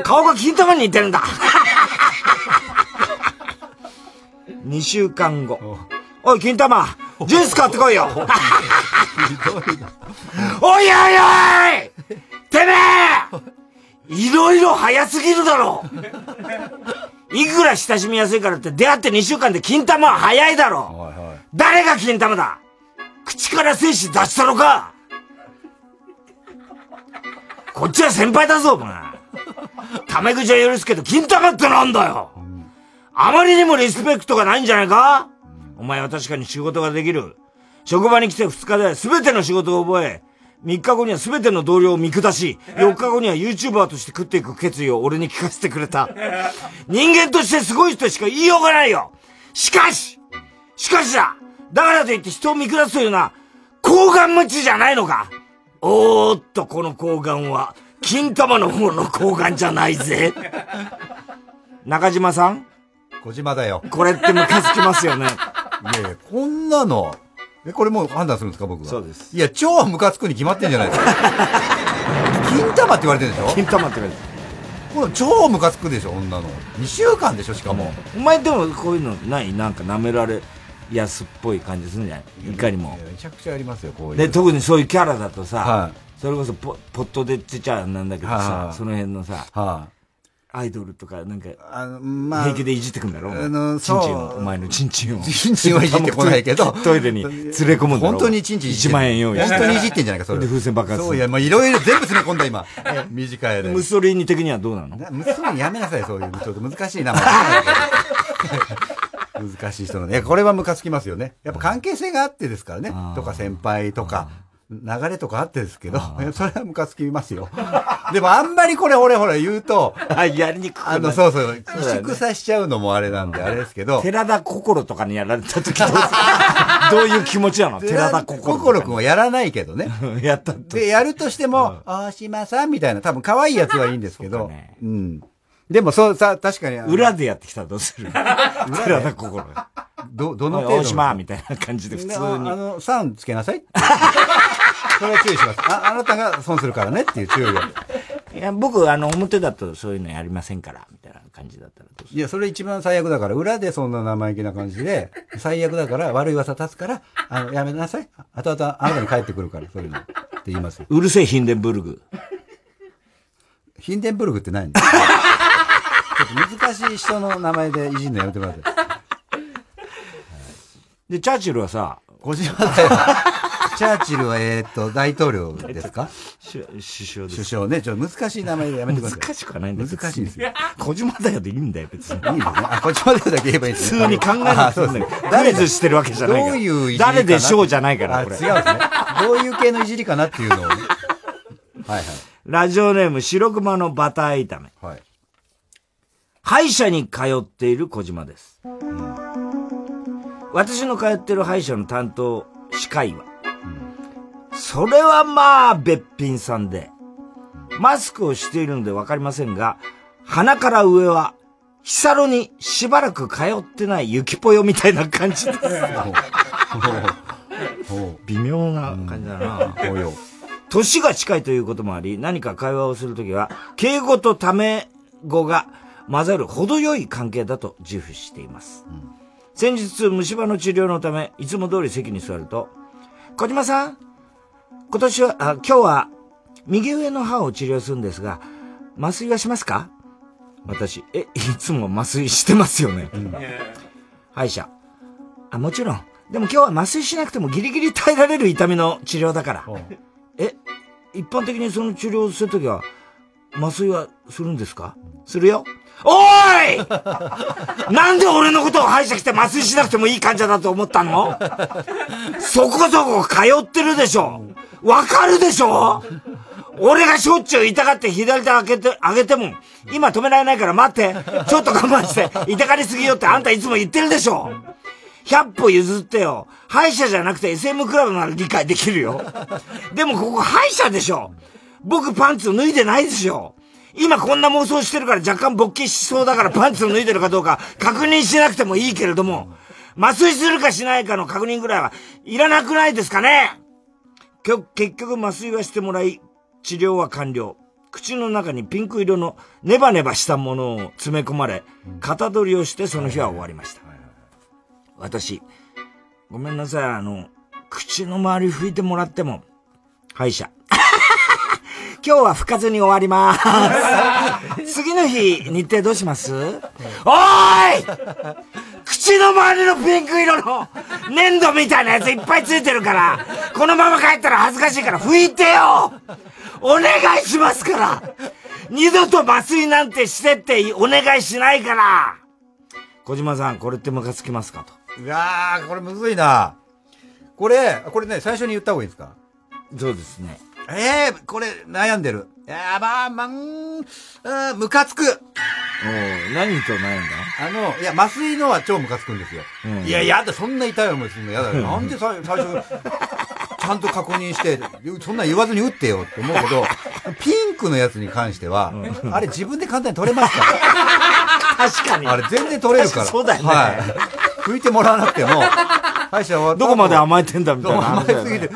Speaker 1: 顔が金玉に似てるんだ。2週間後。おい、金玉、ジュース買ってこいよ。おいおいおいてめえいろいろ早すぎるだろいくら親しみやすいからって出会って2週間で金玉は早いだろ誰が金玉だ口から精子出したのかこっちは先輩だぞ、お前。タメ口は許すけど、金玉ってなんだよあまりにもリスペクトがないんじゃないかお前は確かに仕事ができる。職場に来て2日で全ての仕事を覚え、3日後には全ての同僚を見下し、4日後には YouTuber として食っていく決意を俺に聞かせてくれた。人間としてすごい人しか言いようがないよしかししかしだだからといって人を見下すというのは、高顔無知じゃないのかおーっと、この高顔は、金玉の方の高顔じゃないぜ。 中島さん
Speaker 2: 小島だよ。
Speaker 1: これってムカつきます よね。
Speaker 2: いやいや、こんなの、え、これもう判断するんですか、僕は。そうです。いや、超はムカつくに決まってんじゃないですか。金玉って言われてるでしょ金
Speaker 1: 玉って言われて
Speaker 2: この超ムカつくでしょ、女の。2週間でしょ、しかも。
Speaker 1: お前でもこういうのないなんか舐められやすっぽい感じするんじゃないいかにも。
Speaker 2: めちゃくちゃありますよ、こういう。
Speaker 1: で、特にそういうキャラだとさ、それこそポポットでっちゃなんだけどさ、
Speaker 2: はい
Speaker 1: その辺のさ、アイドルとかなんか、
Speaker 2: まあ
Speaker 1: 平気でいじってくんだろ、お前
Speaker 2: あの
Speaker 1: チンチン
Speaker 2: そ
Speaker 1: を、
Speaker 2: う
Speaker 1: お前のチンチンを。
Speaker 2: チンチンはいじってこないけど
Speaker 1: トイレに連れ込むんだろ。
Speaker 2: 本当にチンチンいじって
Speaker 1: 1
Speaker 2: んの
Speaker 1: 万円用意
Speaker 2: 本当にいじってんじゃないかそれ
Speaker 1: で風船爆発する
Speaker 2: そういやまあいろいろ全部詰め込んだ今短い間に
Speaker 1: ムッソリーニ的にはどうなの
Speaker 2: むすぐにやめなさい、そういう。ちょっと難しいな、難しい人のね。いや、これはムカつきますよね。やっぱ関係性があってですからね。とか先輩とか、流れとかあってですけど、 それはムカつきますよ。でもあんまりこれ、俺ほら言うと、
Speaker 1: あ、やりにくくな
Speaker 2: あ
Speaker 1: る
Speaker 2: の、そうそう、
Speaker 1: そうだよね
Speaker 2: 萎縮さしちゃうのもあれなんで、あれですけど。
Speaker 1: 寺田心とかにやられた 時どうすどういう気持ちなの寺田心。
Speaker 2: 心くんはやらないけどね。
Speaker 1: やった
Speaker 2: で、やるとしても、大島さんみたいな、多分可愛いやつはいいんですけど、うん。でも、そう、さ、確かに。
Speaker 1: 裏でやってきたらどうす る寺田心。
Speaker 2: ど、どの程度
Speaker 1: 大島みたいな感じで普通に。
Speaker 2: ああの、さんつけなさい。 それは注意します。あ、あなたが損するからねっていう注意を。
Speaker 1: いや、僕、あの、表だとそういうのやりませんから、みたいな感じだったらどうす
Speaker 2: いや、それ一番最悪だから、裏でそんな生意気な感じで、最悪だから、悪い噂立つから、あの、やめなさい。後々あなたに返ってくるから、そういうの。って言いますよ。
Speaker 1: うるせえ、ヒンデンブルグ。
Speaker 2: ヒンデンブルグって何ちょっと難しい人の名前でいじんのやめてもらって。
Speaker 1: で、チャーチルはさ、
Speaker 2: 小島だよ。チャーチルは、えーっと、大統領ですか
Speaker 1: 首相です
Speaker 2: 首相ね。ちょっと難しい名前でやめてください。
Speaker 1: 難しくはないんだけど
Speaker 2: 難しいですよ。
Speaker 1: 小島だよでいいんだよ、別に。
Speaker 2: いいですね。 あ、小島だよだけ言えばいいんです
Speaker 1: 普
Speaker 2: ね
Speaker 1: 通に考えな
Speaker 2: あ
Speaker 1: くてい
Speaker 2: そ
Speaker 1: いだ
Speaker 2: うんで
Speaker 1: よ
Speaker 2: すね。誰だ
Speaker 1: クイズしてるわけじゃないから
Speaker 2: どういういじりかな
Speaker 1: 誰でしょうじゃないから
Speaker 2: あ
Speaker 1: これ
Speaker 2: 違うんですね。どういう系のいじりかなっていうのをね。はいはい。
Speaker 1: ラジオネーム、白熊のバター炒め。歯医者に通っている小島です。私の通ってる歯医者の担当、歯科医は、それはまあ、べっぴんさんで、マスクをしているのでわかりませんが、鼻から上は、ヒサロにしばらく通ってないゆきぽよみたいな感じです。微妙な感じだな。年が近いということもあり、何か会話をするときは、敬語とため語が混ざる程よい関係だと自負しています。先日、虫歯の治療のため、いつも通り席に座ると、小島さん、今年は、あ今日は、右上の歯を治療するんですが、麻酔はしますか私、え、いつも麻酔してますよね。歯医者。あ、もちろん。でも今日は麻酔しなくてもギリギリ耐えられる痛みの治療だから。え、一般的にその治療をするときは、麻酔はするんですかするよ。おーい なんで俺のことを歯医者来て麻酔しなくてもいい患者だと思ったのそこそこ通ってるでしょわかるでしょ俺がしょっちゅう痛がって左手開けて、上げても、今止められないから待って、ちょっと我慢して、痛がりすぎよってあんたいつも言ってるでしょ100歩譲ってよ。歯医者じゃなくて SM クラブなら理解できるよ。でもここ歯医者でしょ僕パンツ脱いでないでしょ今こんな妄想してるから若干勃起しそうだからパンツを脱いでるかどうか確認しなくてもいいけれども、麻酔するかしないかの確認ぐらいはいらなくないですかねきょ結局麻酔はしてもらい、治療は完了。口の中にピンク色のネバネバしたものを詰め込まれ、型取りをしてその日は終わりました。私、ごめんなさい、あの、口の周り拭いてもらっても、歯医者。 今日は拭かずに終わります。次の日、日程どうしますおーい口口の周りのピンク色の粘土みたいなやついっぱいついてるから、このまま帰ったら恥ずかしいから拭いてよお願いしますから二度と麻酔なんてしてってお願いしないから小島さん、これってムカつきますかと。
Speaker 2: うわー、これむずいな。これ、これね、最初に言った方がいいですか
Speaker 1: そうですね。
Speaker 2: えー、これ、悩んでる。やばー、まん、うームカつく。
Speaker 1: 何と悩んだ
Speaker 2: あの、いや、麻酔のは超ムカつくんですよ。
Speaker 1: うん
Speaker 2: いや、やだ、そんな痛い思いするのやだ。
Speaker 1: うん
Speaker 2: なんでさ最初、ちゃんと確認して、そんなん言わずに打ってよって思うけど、ピンクのやつに関しては、あれ自分で簡単に取れますから。
Speaker 1: 確かに。
Speaker 2: あれ全然取れるから。
Speaker 1: 確 かにそうだよね
Speaker 2: はい。拭いてもらわなくても、歯医者終わった後
Speaker 1: どこまで甘えてんだみたいな
Speaker 2: そう
Speaker 1: 話だよ
Speaker 2: 甘え
Speaker 1: ね
Speaker 2: すぎて。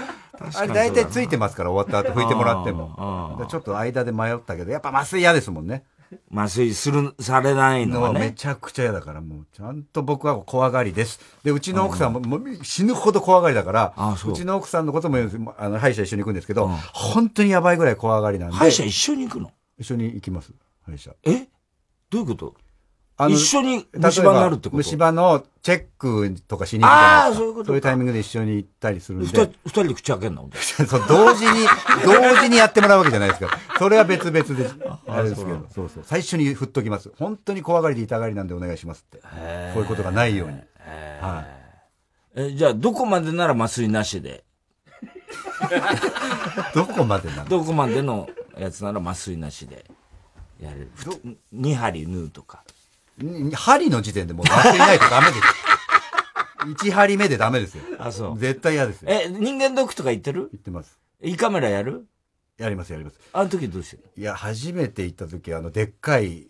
Speaker 2: あれ大体ついてますから、終わった後拭いてもらっても。でちょっと間で迷ったけど、やっぱ麻酔嫌ですもんね。
Speaker 1: 麻酔する、されないのはね
Speaker 2: めちゃくちゃ嫌だから、もう、ちゃんと僕は怖がりです。で、うちの奥さんももう死ぬほど怖がりだから、
Speaker 1: そう
Speaker 2: ちの奥さんのことも言うんですあの歯医者一緒に行くんですけど、本当にやばいぐらい怖がりなんで。
Speaker 1: 歯医者一緒に行くの
Speaker 2: 一緒に行きます、歯医者。
Speaker 1: えどういうこと
Speaker 2: あの
Speaker 1: 一緒に虫歯になるってこと
Speaker 2: 例えば虫歯のチェックとかしに行くじゃない
Speaker 1: あ
Speaker 2: ですか
Speaker 1: ーそういうことか
Speaker 2: そういうタイミングで一緒に行ったりするんで。
Speaker 1: 二人二人で口開けんの
Speaker 2: そう同時 に、同時にやってもらうわけじゃないですから。それは別々で、あれですけど。そうそう。最初に振っときます。本当に怖がりで痛がりなんでお願いしますって。こういうことがないように。はい。
Speaker 1: え、じゃあ、どこまでなら麻酔なしで。
Speaker 2: どこまでなの
Speaker 1: どこまでのやつなら麻酔なしで。やれる。ふと二針縫うとか。
Speaker 2: に針の時点でもう麻酔ないとダメです。一針目でダメですよ。
Speaker 1: あ、そう。
Speaker 2: 絶対嫌ですよ。
Speaker 1: え、人間ドックとか行ってる行
Speaker 2: ってます。
Speaker 1: 胃カメラやる
Speaker 2: やります、やります。
Speaker 1: あの時どうして
Speaker 2: いや、初めて行った時、あの、でっかい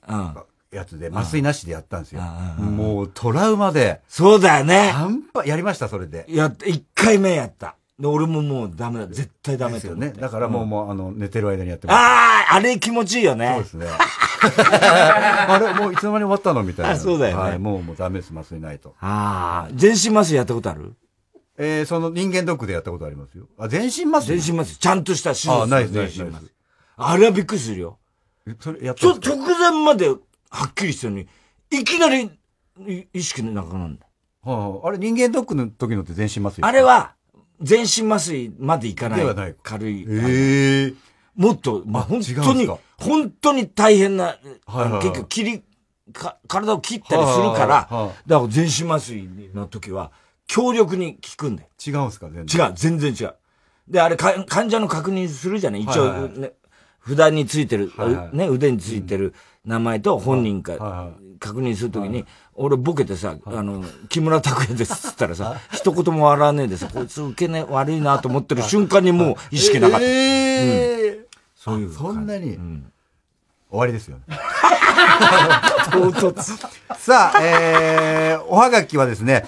Speaker 2: やつで、
Speaker 1: ん
Speaker 2: 麻酔なしでやったんですよ。もう、トラウマで。
Speaker 1: そうだよね。
Speaker 2: 半端、やりました、それで。
Speaker 1: やって、一回目やった。で、俺ももうダメだ。絶対ダメ
Speaker 2: です
Speaker 1: だ
Speaker 2: よね。だからもう、もう、あの、寝てる間にやってます。
Speaker 1: ああ、あれ気持ちいいよね。そうです
Speaker 2: ね。 あれ、もういつの間に終わったのみたいな。
Speaker 1: あそうだよね
Speaker 2: はい、もう、もうダメです、麻酔ないと。
Speaker 1: ああ、全身麻酔やったことある
Speaker 2: えー、その人間ドックでやったことありますよ。あ、全身麻酔
Speaker 1: 全身麻酔。ちゃんとした手術。
Speaker 2: あ、ないです、ないです
Speaker 1: 全身
Speaker 2: ない
Speaker 1: 麻酔
Speaker 2: です。
Speaker 1: あれはびっくりするよ。
Speaker 2: それやっ
Speaker 1: ちょ、直前まではっきりしてるのに、いきなりい意識なくなるんだ。
Speaker 2: はあ、あれ、人間ドックの時のって全身麻酔
Speaker 1: あれは、全身麻酔までいかない。
Speaker 2: ではない
Speaker 1: 軽い。
Speaker 2: ええ
Speaker 1: もっと、まあ、本
Speaker 2: 違う
Speaker 1: 当
Speaker 2: んです
Speaker 1: に
Speaker 2: か、
Speaker 1: 本当に大変な、
Speaker 2: はいはい
Speaker 1: 結局、切り、か、体を切ったりするから、
Speaker 2: はいはいはいはい
Speaker 1: だから全身麻酔の時は、強力に効くんだよ。
Speaker 2: 違うんすか全
Speaker 1: 然。違う、全然違う。で、あれ、か患者の確認するじゃない一応、
Speaker 2: はいはいはい
Speaker 1: ね、札についてる、
Speaker 2: はいはいう
Speaker 1: ね、腕についてる名前と本人か、確認するときに、俺ボケてさ、あの、木村拓哉ですっつったら さ、一言も笑わねえでさ、こいつ受けね悪いなと思ってる瞬間にもう意識なかった。うん
Speaker 2: えー
Speaker 1: そういう。
Speaker 2: そんなに、終わりですよね。
Speaker 1: 唐突。
Speaker 2: さあ、えー、おはがきはですね、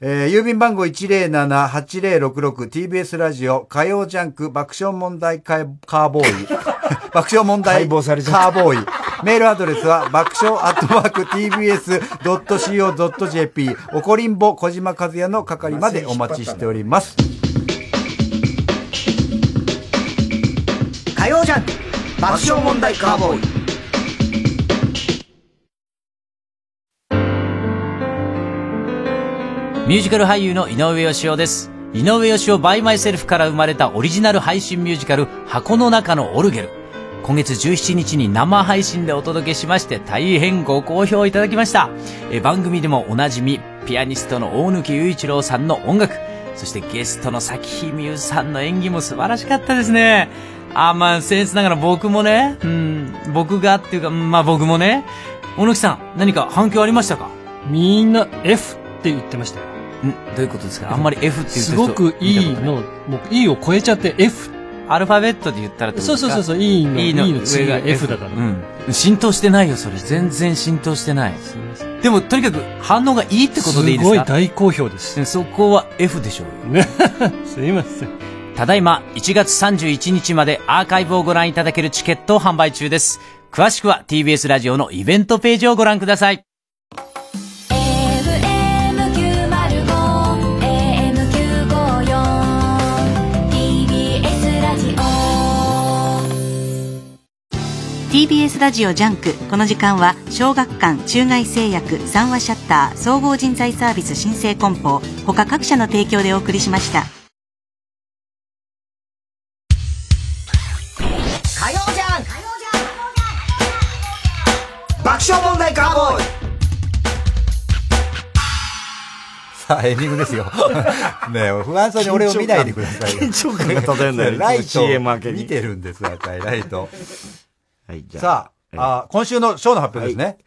Speaker 2: えー、郵便番号 107-8066TBS ラジオ火曜ジャンク爆笑問題カーカーボーイ。 爆笑問題カーボーイ。メールアドレスは爆笑アットマーク TBS.CO.JP おこりんぼ小島和也の係までお待ちしております。
Speaker 6: 火曜ジャンク爆笑問題カーボーイ
Speaker 31: ミュージカル俳優の井上芳雄です。井上芳雄 by myself から生まれたオリジナル配信ミュージカル、箱の中のオルゲル。今月17日に生配信でお届けしまして、大変ご好評いただきました。えー番組でもおなじみ、ピアニストの大貫雄一郎さんの音楽、そしてゲストの崎ひみゆさんの演技も素晴らしかったですね。あー、まあ、僭越ながら僕もね、うん、僕がっていうか、うんまあ僕もね、小野木さん、何か反響ありましたかみんな F って言ってましたよ。んどういうことですかあんまり F って言って
Speaker 16: す
Speaker 31: る人
Speaker 16: ごく
Speaker 31: 見たことない
Speaker 16: E の、もう E を超えちゃって F。
Speaker 31: アルファベットで言ったらってことですか
Speaker 16: そうそうそうそう E の E の次が F だから
Speaker 31: うん。浸透してないよ、それ。全然浸透してない。でも、とにかく反応がいいってことでいいですか
Speaker 16: すごい大
Speaker 31: 好評です。そこは F でしょうよ。すいません。ただいま、1月31日までアーカイブをご覧いただけるチケットを販売中です。詳しくは TBS ラジオのイベントページをご覧ください。
Speaker 18: AM954TBS ラジオ
Speaker 20: TBS ラジオジャンクこの時間は小学館中外製薬三話シャッター総合人材サービス新生梱包他各社の提供でお送りしました
Speaker 6: 火曜じゃん爆笑問題カーボーイ
Speaker 2: さあ、エンディングで すよ。ねえ、不安そうに俺を見ないでくださいよ。
Speaker 1: 緊張感が漂うんだよね
Speaker 2: ライ
Speaker 1: いつも CM 明
Speaker 2: ト
Speaker 1: けに
Speaker 2: 見てるんです、赤いライト。
Speaker 1: はい、じゃ
Speaker 2: さあ、あ今週のショーの発表ですね。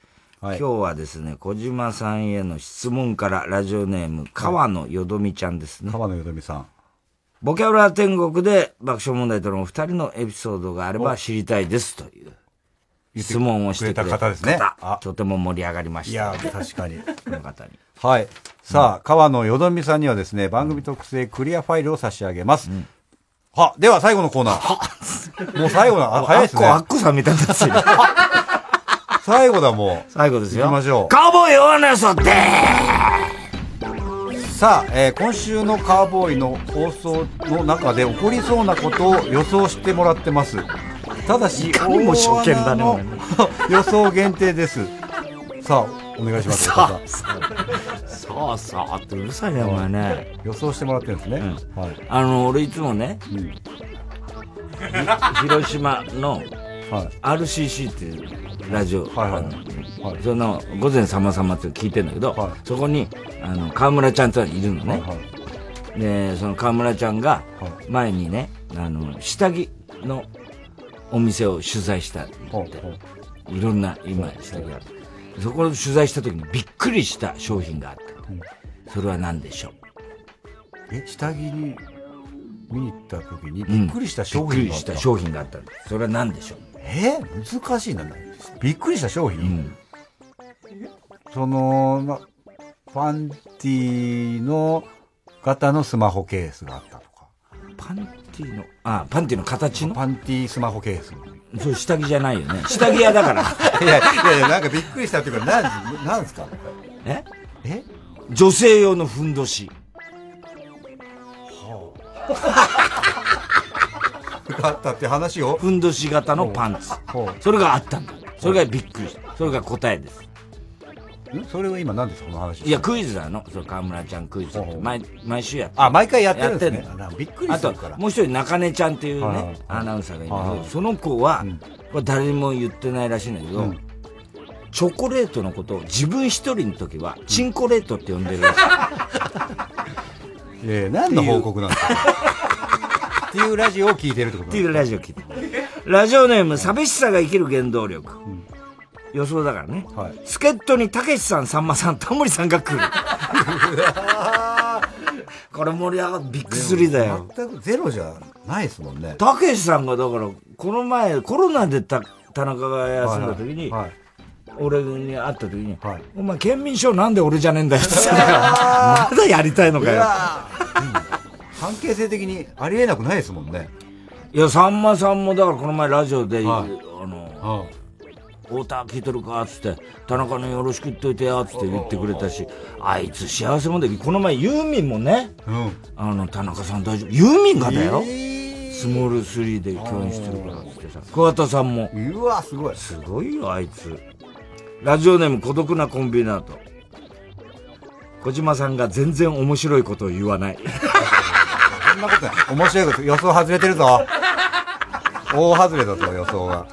Speaker 1: 今日はですね、小島さんへの質問から、ラジオネーム、川野よどみちゃんですね。
Speaker 2: 川野よどみさん。
Speaker 1: ボキャブラ天国で爆笑問題とのお二人のエピソードがあれば知りたいですという質問をしてくれ
Speaker 2: くれた方ですね
Speaker 1: 方とても盛り上がりました。
Speaker 2: いやー確かに。
Speaker 1: この方に。
Speaker 2: はい。さあ、川野よどみさんにはですね、番組特製クリアファイルを差し上げます。は、では最後のコーナー。もう最後な、あ、早いですね。
Speaker 1: あっこあっこさんみたいにな ってる
Speaker 2: 最後だ、もう。
Speaker 1: 最後ですよ
Speaker 2: 行きましょう。
Speaker 1: カウボーイオーナーソって
Speaker 2: さあ、えー今週のカーボーイの放送の中で起こりそうなことを予想してもらってますただし
Speaker 1: かにも初見だね
Speaker 2: 大穴の予想限定ですさあお願いします
Speaker 1: さあ
Speaker 2: さ
Speaker 1: そうそうってうるさいね、お前ね。
Speaker 2: 予想してもらってるんですね。はい。
Speaker 1: あの、俺いつもね、ひ広島の RCC っていうラジオ、あのその「午前さまさま」って聞いてんだけど、そこにあの川村ちゃんといるのね、でその川村ちゃんが前にねあの下着のお店を取材したって言っていろんな今下着があってそこを取材した時にびっくりした商品があった、それは何でしょう
Speaker 2: え下着に見に行った時にびっくりした
Speaker 1: び
Speaker 2: 商
Speaker 1: っ
Speaker 2: 品
Speaker 1: く
Speaker 2: が
Speaker 1: り
Speaker 2: あっ、
Speaker 1: したた商品があったんですそれは何でしょう
Speaker 2: えー難しいなびっくりした商品、その、ま、パンティの型のスマホケースがあったとか
Speaker 1: パンティのあパンティの形の
Speaker 2: パンティスマホケ ース
Speaker 1: それ下着じゃないよ ね下着屋だから
Speaker 2: いやいやいやなんかびっくりしたっていうかなんなんですか
Speaker 1: え
Speaker 2: え
Speaker 1: 女性用のふんどし
Speaker 2: あったって話を
Speaker 1: ふんどし型のパンツそれがあったんだそれがびっくりしたそれが答えです
Speaker 2: それは今何ですかこの話
Speaker 1: いやクイズなのそれ川村ちゃんクイズって毎毎週やって
Speaker 2: あ毎回やってるんですね
Speaker 1: やって
Speaker 2: あびっくりするから
Speaker 1: あともう一人中根ちゃんっていう
Speaker 2: はいはいは
Speaker 1: ね
Speaker 2: い
Speaker 1: アナウンサーがいるんだ
Speaker 2: は
Speaker 1: け
Speaker 2: い
Speaker 1: ど
Speaker 2: はい
Speaker 1: その子は、これ誰にも言ってないらしいんだけど、
Speaker 2: うん
Speaker 1: チョコレートのことを自分一人の時はチンコレートって呼んでるらしい
Speaker 2: えー、何の報告なんですか っていうラジオを聞いてるってこと
Speaker 1: っていうラジオ聞いてるラジオネーム寂しさが生きる原動力、予想だからね、助っ人にたけしさんさんまさんタモリさんが来る これ盛り上がるビッグスリーだよ
Speaker 2: 全くゼロじゃないですもんね
Speaker 1: たけしさんがだからこの前コロナでた田中が休んだ時に、
Speaker 2: はい
Speaker 1: 俺に会った時に、お前県民賞なんで俺じゃねえんだよって言ってたから まだやりたいのか
Speaker 2: う
Speaker 1: よ
Speaker 2: わー関係性的にありえなくないですもんね
Speaker 1: いやさんまさんもだからこの前ラジオで、あの、太田聞いてるか?」っつって「田中のよろしく言っといてや」っつって言ってくれたしあいつ幸せもできこの前ユーミンもね、あの田中さん大丈夫ユーミンがだよ、スモール3で共演してるからっつってさ桑田さんも
Speaker 2: うわすごい
Speaker 1: すごいよあいつラジオネーム孤独なコンビナート小島さんが全然面白いことを言わない
Speaker 2: そんなことない面白いこと予想外れて るぞ大外れだぞ予想が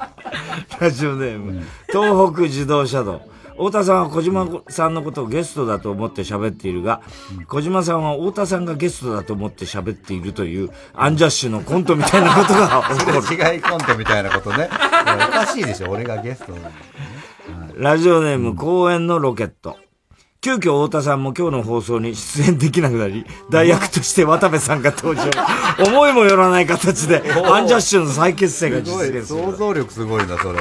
Speaker 1: ラジオネーム、東北自動車道。太田さんは小島さんのことをゲストだと思って喋っているが、小島さんは太田さんがゲストだと思って喋っているという、アンジャッシュのコントみたいなことが起こる。
Speaker 2: それ違いコントみたいなことね。いやおかしいでしょ俺がゲストなのに
Speaker 1: ラジオネーム、公園のロケット。急遽太田さんも今日の放送に出演できなくな り、代役として渡部さんが登場。思いもよらない形で、アンジャッシュの再結成が実現する。
Speaker 2: すごい想像力すごいなそれ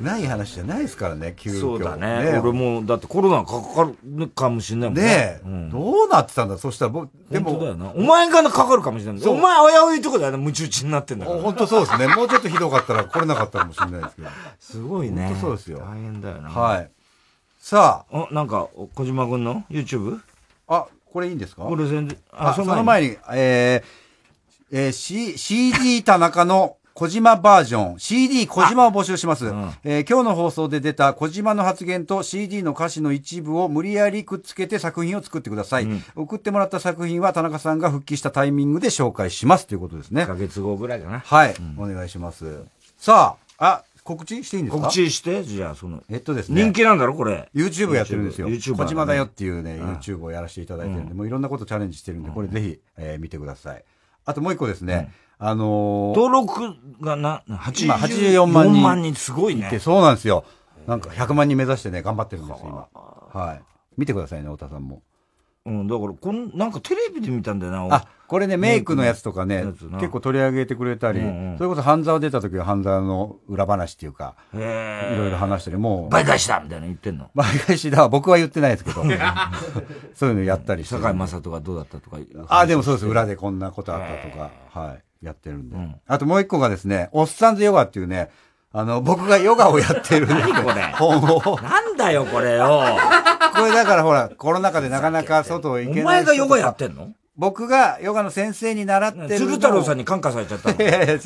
Speaker 2: ない話じゃないですからね急遽
Speaker 1: そうだね俺もだってコロナかかるかもしれないもんね
Speaker 2: ねえ、
Speaker 1: うん
Speaker 2: どうなってたんだそしたら僕でも
Speaker 1: お前がかかるかもしれない
Speaker 2: そう
Speaker 1: お前危ういとこだよねムチ打ちになってんだから
Speaker 2: 本当そうですねもうちょっとひどかったら来れなかったかもしれないですけど
Speaker 1: すごいね
Speaker 2: 本当そうですよ
Speaker 1: 大変だよな
Speaker 2: はいさ
Speaker 1: あなんかお小島君の YouTube
Speaker 2: あこれいいんですか
Speaker 1: これ全然
Speaker 2: あその前にえーえー、C、CD 田中の小島バージョン、CD 小島を募集します、えー今日の放送で出た小島の発言と CD の歌詞の一部を無理やりくっつけて作品を作ってください。送ってもらった作品は田中さんが復帰したタイミングで紹介しますということですね。1ヶ
Speaker 1: 月後ぐらいかな。
Speaker 2: はい、お願いします。さあ、あ、告知していいんですか
Speaker 1: 告知して、じゃあ、その。
Speaker 2: えっとですね。
Speaker 1: 人気なんだろ、これ。
Speaker 2: YouTube やってるんですよ。
Speaker 1: YouTube
Speaker 2: 小島だよっていうね、YouTube をやらせていただいてるんで、もういろんなことチャレンジしてるんで、これぜひ、えー見てください。あともう一個ですね、あのー
Speaker 1: 登録がな、
Speaker 2: 今84万
Speaker 1: 4
Speaker 2: 人。
Speaker 1: 万人、すごいね。
Speaker 2: てそうなんですよ。なんか100万人目指してね、頑張ってるんですよ、今。はい。見てくださいね、太田さんも。
Speaker 1: うん、だから、こん、なんかテレビで見たんだよな、
Speaker 2: あ、これね、メイクのやつとかね、
Speaker 1: な
Speaker 2: 結構取り上げてくれたり、
Speaker 1: うんうん
Speaker 2: それこそ半沢出た時は半沢の裏話っていうか、
Speaker 1: い
Speaker 2: いろいろ話したり、もう。
Speaker 1: 倍返しだみたいなの言ってんの、
Speaker 2: 倍返しだは僕は言ってないですけ どそういうのやったりして。
Speaker 1: 坂井雅人がどうだったとか。
Speaker 2: あ、でもそうです。裏でこんなことあったとか、はい、やってるんで。あともう一個がですね、おっさんずヨガっていうね、あの、僕がヨガをやってるね、
Speaker 1: 何これ
Speaker 2: 本を。
Speaker 1: なんだよ、これよ。
Speaker 2: これだからほら、コロナ禍でなかなか外行けない。
Speaker 1: お前がヨガやってんの
Speaker 2: 僕がヨガの先生に習ってるのを。
Speaker 1: 鶴太郎さんに感化されちゃったの。
Speaker 2: いやいや、違う、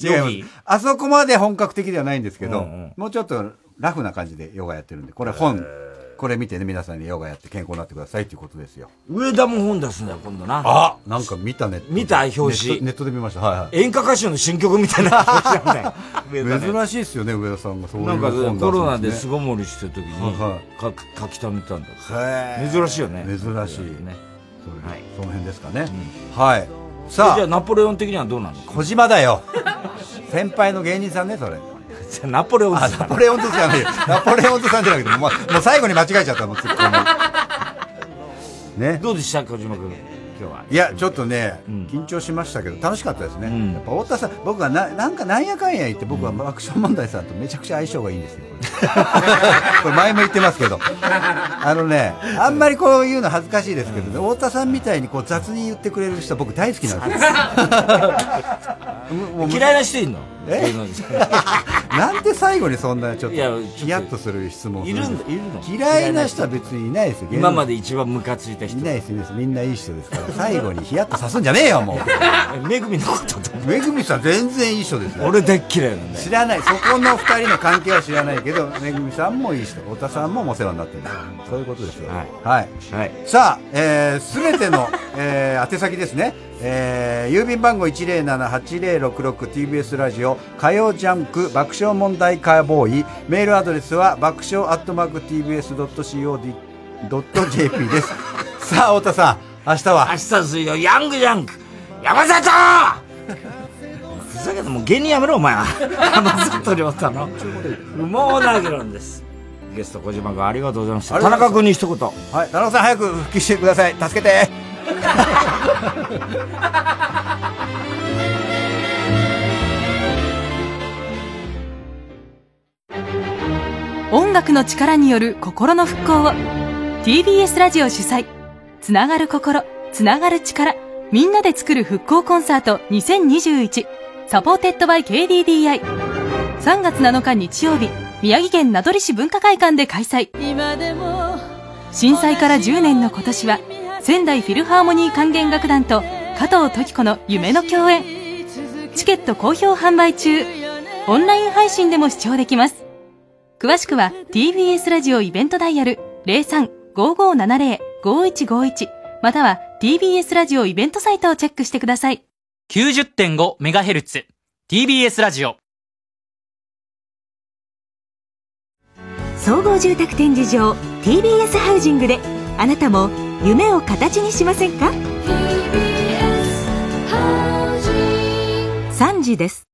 Speaker 1: ヨ
Speaker 2: 違
Speaker 1: ギ
Speaker 2: います。あそこまで本格的ではないんですけど、
Speaker 1: うんうん
Speaker 2: もうちょっとラフな感じでヨガやってるんで、これ本、これ見てね、皆さんにヨガやって健康になってくださいっていうことですよ。
Speaker 1: 上田も本出すんだよ、今度な。
Speaker 2: あなんか見たね。
Speaker 1: 見た表紙
Speaker 2: ネットネットで見ました。はいはい。
Speaker 1: 演歌歌手の新曲みたいな 話なんだよ。
Speaker 2: 珍しいですよね、上田さんがそういう
Speaker 1: なんか
Speaker 2: 本出すんですね
Speaker 1: コロナで巣ごもりしてる時に
Speaker 2: は
Speaker 1: か書き溜めたんだ
Speaker 2: へー
Speaker 1: 珍しいよね
Speaker 2: 珍しい
Speaker 1: ね
Speaker 2: はいその辺ですかねはいさ
Speaker 1: あじゃあナポレオン的にはどうなの
Speaker 2: 小島だよ先輩の芸人さんね、それ。
Speaker 1: ナポレオンズさん
Speaker 2: ナポレオンズさん じゃないナポレオンズさんじゃなくて、もうもう最後に間違えちゃったの、ツッコミね。
Speaker 1: どうでした小島君、今日は。
Speaker 2: いや、ちょっとね、緊張しましたけど、楽しかったですね。やっぱ太田さん、僕はな、なんかなんやかんや言って、僕はアクション問題さんとめちゃくちゃ相性がいいんですよ。これこれ前も言ってますけど。あのね、あんまりこういうの恥ずかしいですけどね、太田さんみたいにこう雑に言ってくれる人、僕大好きなんですよ。
Speaker 1: 嫌いな人いんの
Speaker 2: え
Speaker 1: 芸能 人
Speaker 2: なんで最後にそんなちょっと
Speaker 1: いやちょっ
Speaker 2: ヒヤッとする質問をす
Speaker 1: いるん
Speaker 2: ん
Speaker 1: だ
Speaker 2: で
Speaker 1: いるの
Speaker 2: す嫌いな人は別にいないですよ
Speaker 1: 今まで一番ムカついた人
Speaker 2: いないですいないですみんないい人ですから最後にヒヤッとさすんじゃねえよも
Speaker 1: うめぐみのことと
Speaker 2: めぐみさん全然いい人ですよ
Speaker 1: 俺大っ嫌いなんだよ
Speaker 2: 知らないそこの二人の関係は知らないけどめぐみさんもいい人太田さんもお世話になってるんだそういうことですよはい、さあ、えー、全ての、えー、宛先ですね、えー、郵便番号 107-8066TBS ラジオ火曜ジャンク爆笑問題カーボーイメールアドレスは爆笑アットマーク TBS.CO.jp ですさあ太田さん明日は
Speaker 1: 明日水曜ヤングジャンク山里ふざけてもう芸人やめろお前は 山里亮太の不毛な議論ですゲスト小島君ありがとうございました田中君に一言
Speaker 2: はい田中さん早く復帰してください助けて
Speaker 23: 音楽の力による心の復興を TBS ラジオ主催つながる心つながる力みんなで作る復興コンサート2021サポーテッドバイ KDDI3 月7日日曜日宮城県名取市文化会館で開催
Speaker 9: 今でも
Speaker 23: 震災から10年の今年は仙台フィルハーモニー管弦楽団と加藤時子の夢の共演チケット好評販売中オンライン配信でも視聴できます詳しくは TBS ラジオイベントダイヤル03-5570-5151または TBS ラジオイベントサイトをチェックしてください
Speaker 31: 90.5MHz。TBS ラジオ。
Speaker 20: 総合住宅展示場 TBS ハウジングであなたも夢を形にしませんか3時です